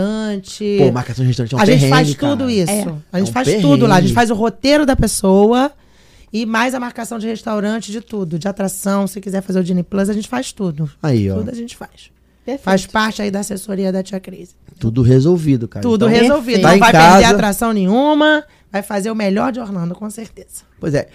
C: restaurante.
B: Pô, marcação de restaurante é um
C: a gente
B: perrengue,
C: faz
B: cara.
C: tudo isso.
A: É.
B: É
C: A gente
B: um
C: faz tudo lá. A
B: perrengue.
C: gente faz o roteiro da pessoa e mais a marcação de restaurante, de tudo. De atração, se quiser fazer o Disney Plus, a gente faz tudo.
B: Aí, ó.
C: Tudo
B: Tudo,
C: a gente faz.
A: Perfeito.
C: Faz parte aí da assessoria da Tia Cris.
B: resolvido, cara.
C: Tudo
B: Então,
C: resolvido.
B: Tá
C: Não
B: em
C: vai perder
B: casa.
C: atração nenhuma. Vai fazer o melhor de Orlando, com certeza.
B: Pois é.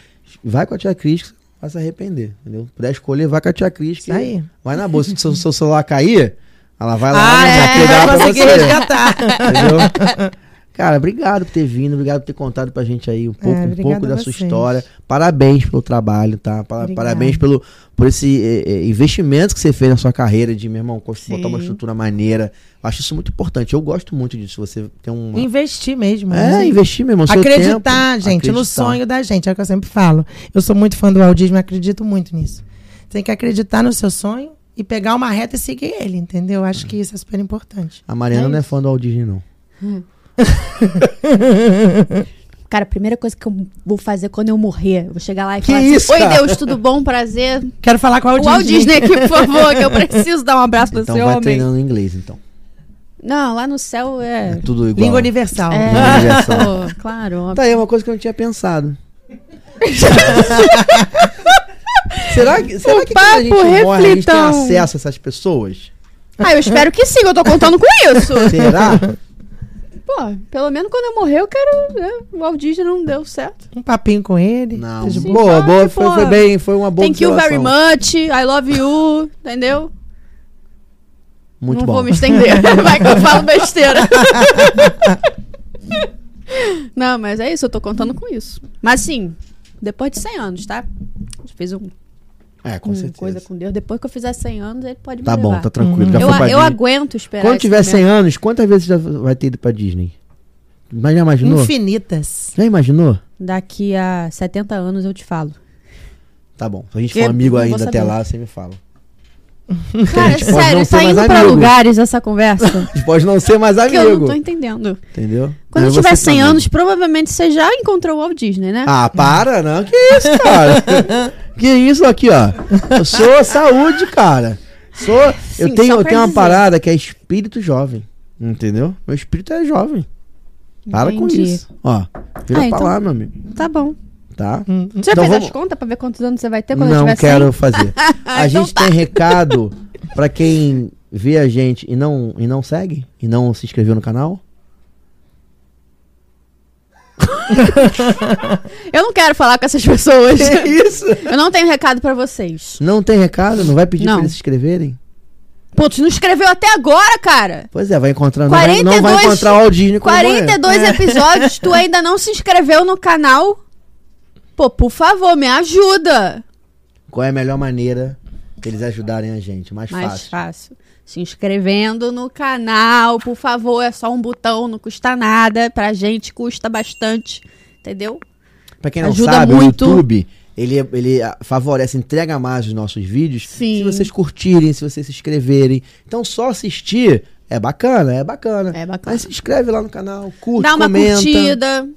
B: Vai com a tia Cris que você não vai se arrepender. Entendeu? Se puder escolher, vai com a tia Cris. Que
C: Isso aí.
B: Vai na bolsa. Se o seu- seu celular cair, ela vai lá.
C: Ah,
B: vai
C: é.
B: pegar
C: Vai
B: pra
C: conseguir
B: você.
C: resgatar.
B: Entendeu? Cara, obrigado por ter vindo, obrigado por ter contado pra gente aí um pouco, um
C: obrigada
B: pouco
C: É,
B: da
C: a
B: sua
C: vocês.
B: história. Parabéns pelo trabalho, tá? Pa-
C: Obrigada.
B: Parabéns pelo, por esse eh, eh, investimento que você fez na sua carreira de, meu irmão, cons- botar uma
A: Sim.
B: estrutura maneira. Eu acho isso muito importante. Eu gosto muito disso. Você tem um.
C: Investir mesmo.
B: É,
C: né?
B: investir, meu irmão. seu
C: acreditar,
B: tempo,
C: gente,
B: acreditar.
C: no sonho da gente. É o que eu sempre falo. Eu sou muito fã do audismo, acredito muito nisso. Tem que acreditar no seu sonho e pegar uma reta e seguir ele, entendeu? Acho que isso é super importante.
B: A Mariana não é fã do Walt Disney, não.
D: Cara, a primeira coisa que eu vou fazer quando eu morrer, eu vou chegar lá e
B: Que
D: falar
B: isso,
A: assim, Oi,
B: cara?
A: Deus, tudo bom? Prazer.
C: Quero falar com o
A: O é Walt
C: audismo.
A: Disney aqui, por favor, que eu preciso dar um abraço
C: é
A: pra
B: Então
A: esse
B: vai
A: homem.
B: treinando inglês, então.
A: Não, lá no céu
B: É
A: é.
B: tudo igual.
C: Língua universal.
A: É,
B: Uma diversão.
A: pô, claro. óbvio.
B: Tá aí, é uma coisa que eu não tinha pensado. será que, será que quando a
A: papo
B: gente morre, a gente tem
A: reflitão.
B: acesso a essas pessoas?
A: Ah, eu espero que sim, eu tô contando com isso.
B: Será?
A: Pô, pelo menos quald eu morrer, eu quero. Né? O Walt Disney não deu certo.
C: Um papinho com ele. tá
B: Não.
C: Seja-
B: boa,
A: Sim,
B: boa.
A: pode,
B: Foi,
A: pô.
B: foi bem, foi uma boa
A: Thank you very
B: observação.
A: much. I love you. Entendeu?
B: Muito
A: não
B: bom.
A: vou me estender. Vai que eu falo besteira. não, mas é isso, eu tô contando com isso. Mas sim, depois de 100 anos, tá? A gente fez um,
B: É, com
A: uma
B: certeza.
A: coisa com Deus. Depois que eu fizer 100 anos, ele pode
B: Tá
A: me
B: bom,
A: levar.
B: tá tranquilo. Já
A: eu,
B: foi pra
A: a- eu
B: Disney.
A: aguento esperar.
B: Quando
A: esse
B: tiver
A: momento.
B: 100 anos, quantas vezes já vai ter ido pra Disney? Mas já imaginou?
C: Infinitas.
B: Já imaginou?
D: Daqui a 70 anos eu te falo.
B: Tá bom. Se a gente
D: Eu
B: for amigo
D: não vou
B: ainda até
D: saber.
B: lá, você me fala.
D: Cara,
B: gente pode não
D: sério,
B: ser
D: tá
B: mais
D: indo pra
B: amigo.
D: lugares essa conversa
B: A gente pode não ser mais
A: Que eu não
B: amigo.
A: tô entendendo.
B: Entendeu?
D: Quando
B: Mas
D: eu tiver
B: você
D: 100
B: também.
D: anos, provavelmente você já encontrou o Walt Disney, né?
B: Ah, para, não. Que isso, cara? que isso aqui, ó. Eu sou saúde, cara. Sou, eu
D: Sim,
B: tenho,
D: só
B: eu
D: pra
B: tenho uma
D: dizer.
B: parada que é espírito jovem. Entendeu? Meu espírito é jovem. Para com
D: Entendi.
B: isso. Ó, vira
D: Ah,
B: pra
D: então-
B: lá, meu amigo.
D: Tá bom.
B: Tá?
D: Você já
B: Então
D: fez
B: vamos-
D: as contas pra ver quantos anos você vai ter quando eu
B: Não
D: tiver Ah, 100?
B: quero fazer. A
A: Então
B: gente
D: tá.
B: tem recado pra quem vê a gente e não, e não segue? E não se inscreveu no canal?
A: Eu não quero falar com essas pessoas.
B: isso?
A: eu não tenho recado pra vocês.
B: Não tem recado? Não vai pedir
A: Não.
B: pra eles se inscreverem?
A: Pô, tu não escreveu até agora, cara.
B: Pois é, vai encontrar. Não vai, não vai
A: 42
B: encontrar o Aldine com
A: 42
B: É.
D: é
A: episódios, tu ainda não se inscreveu no canal? Pô, por favor, me ajuda.
B: Qual é a melhor maneira deles ajudarem a gente? Mais,
A: Mais
B: É fácil.
A: fácil. Se inscrevendo no canal, por favor, é só um botão, não custa nada. Pra gente custa bastante, entendeu?
B: Pra quem não
A: Ajuda
B: sabe,
A: muito.
B: o YouTube, ele, ele ah, favorece, entrega mais os nossos vídeos.
A: Sim.
B: Se vocês curtirem, se vocês se inscreverem. Então só assistir é bacana, é bacana.
A: É bacana.
B: Mas se inscreve lá no canal, curte,
A: Dá uma
B: comenta,
A: curtida,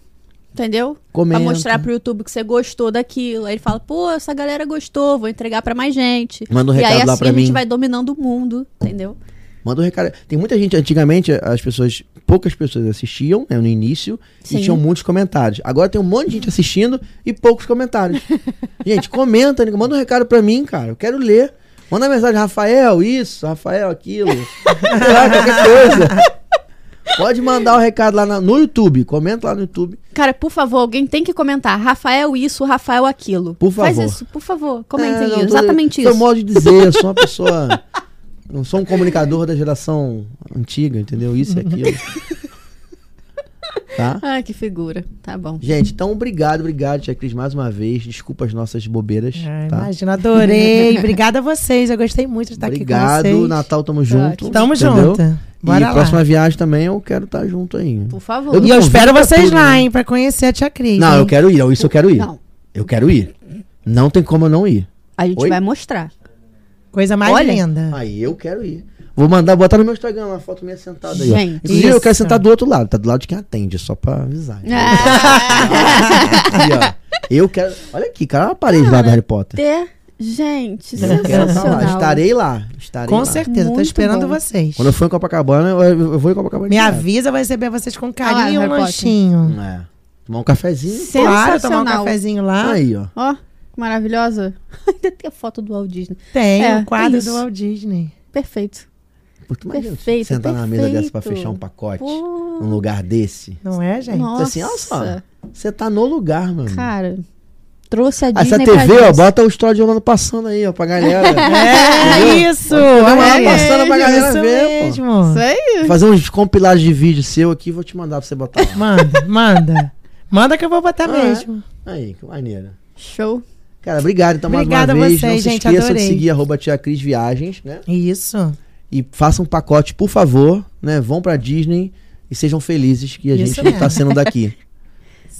A: entendeu?
B: comenta.
A: Pra mostrar pro YouTube que você gostou daquilo. Aí ele fala, pô, essa galera gostou, vou entregar pra mais gente.
B: Manda um
A: e
B: recado
A: aí
B: lá
A: assim
B: pra
A: a gente
B: mim.
A: vai dominando o mundo, entendeu?
B: Manda um recado. Tem muita gente, antigamente, as pessoas, poucas pessoas assistiam, né, no início, e
A: Sim.
B: tinham muitos comentários. Agora tem um monte de gente assistindo e poucos comentários. gente, comenta, né, manda um recado pra mim, cara. Eu quero ler. Manda mensagem, Rafael, isso, Rafael, aquilo. sei lá, qualquer coisa. Pode mandar o recado lá na- no YouTube. Comenta lá no YouTube.
A: Cara, por favor, alguém tem que comentar. Rafael isso, Rafael aquilo.
B: Por
A: Faz
B: favor.
A: isso, por favor. Comentem
B: É, não,
A: isso.
B: tô-
A: Exatamente
B: Foi um
A: isso.
B: modo de dizer, eu sou uma pessoa. Não sou um comunicador da geração antiga, entendeu? Isso e aquilo. tá?
A: Ah, que figura. Tá bom.
B: Gente, então obrigado, obrigado, Tia Cris, mais uma vez. Desculpa as nossas bobeiras.
C: Ah,
B: tá?
C: Imagina, adorei. Obrigada a vocês. Eu gostei muito de estar
B: Obrigado,
C: aqui com vocês.
B: Natal, tamo junto.
C: Tamo
B: entendeu?
C: junto.
B: E
C: Bora
B: a
C: lá.
B: próxima viagem também eu quero estar junto aí.
A: Por
B: Eu
A: favor.
B: não
C: E eu
B: convido
C: espero
B: pra
C: vocês
B: tudo,
C: lá,
B: né?
C: hein, pra conhecer a tia Cris.
B: Não,
C: hein?
B: eu quero ir, isso eu quero ir.
A: Não,
B: Eu quero ir. Não tem como eu não ir.
A: a gente
B: Oi?
A: vai mostrar.
C: Coisa mais
A: Olha.
C: linda.
B: Aí eu quero ir. Vou mandar, botar no meu Instagram uma foto minha sentada aí. ó.
A: Gente.
B: Inclusive, eu quero
C: Isso.
B: sentar do outro lado, tá do lado de quem atende, só pra avisar.
A: Ah,
B: Aqui, ó. Eu quero. Olha aqui, cara, olha a parede lá do Harry Potter.
A: ter- Gente,
B: Eu quero um estar lá.
A: sensacional.
B: Estarei lá. Estarei
C: Com
B: lá.
C: certeza, tô
A: Muito
C: esperando
A: bom.
C: vocês.
B: Quando eu for em Copacabana, eu, eu vou em Copacabana.
C: Me
B: direto.
C: avisa, vou receber vocês com
A: Ah,
C: carinho e um
A: Harry Potter.
C: lanchinho.
B: É. Tomar um cafezinho.
C: Claro, tomar um
A: Sensacional.
C: cafezinho lá.
B: Aí, ó.
A: Ó, que maravilhosa. Ainda tem a foto do Walt Disney.
C: Tem
A: É,
C: um quadro
A: isso.
C: do Walt Disney.
A: Perfeito.
B: Puta, imagina,
A: Perfeito,
B: sentar na mesa dessa pra
A: perfeito.
B: fechar um pacote
A: Pô,
B: num lugar desse. então,
C: Não é, gente?
A: nossa.
B: Assim, olha só. Você tá no lugar, mano.
A: Cara,
D: trouxe a
B: Ah, Essa
D: Disney pra
B: TV, ó,
D: gente.
B: bota o História de Orlando passando aí, ó, pra galera.
C: É
B: Entendeu?
C: isso!
B: Dá uma
C: olha aí,
B: passada pra galera
C: isso
B: ver, pô.
C: mesmo.
A: Isso aí.
B: Fazer uns compilados de vídeo seu aqui, vou te mandar pra você botar. lá.
C: Manda, manda. Manda que eu vou botar
B: Ah, é?
C: mesmo.
B: Aí, que maneira.
A: Show.
B: Cara, obrigado então mais
C: Obrigada a
B: uma vez.
C: vocês,
B: Não se
C: gente,
B: esqueçam
C: adorei.
B: de seguir arroba Tia Cris Viagens, né?
C: Isso.
B: E façam um pacote, por favor, né? Vão pra Disney e sejam felizes que a
C: Isso
B: gente não tá
C: mesmo.
B: sendo daqui.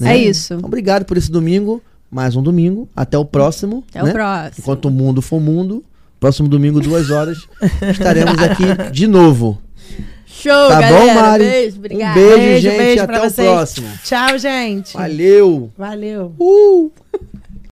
A: É isso.
B: Então, obrigado por esse domingo. Mais um domingo. Até o próximo.
A: Até
B: né?
A: o próximo.
B: Enquanto o mundo for mundo. Próximo domingo, duas horas, estaremos aqui de novo.
A: Show,
B: Tá
A: galera.
B: bom, Mari?
A: Beijo,
B: Um
A: obrigada.
B: beijo,
C: Beijo,
B: gente.
C: beijo pra
B: até o
C: vocês.
B: próximo.
C: Tchau, gente.
B: Valeu!
C: Valeu.
B: Uh!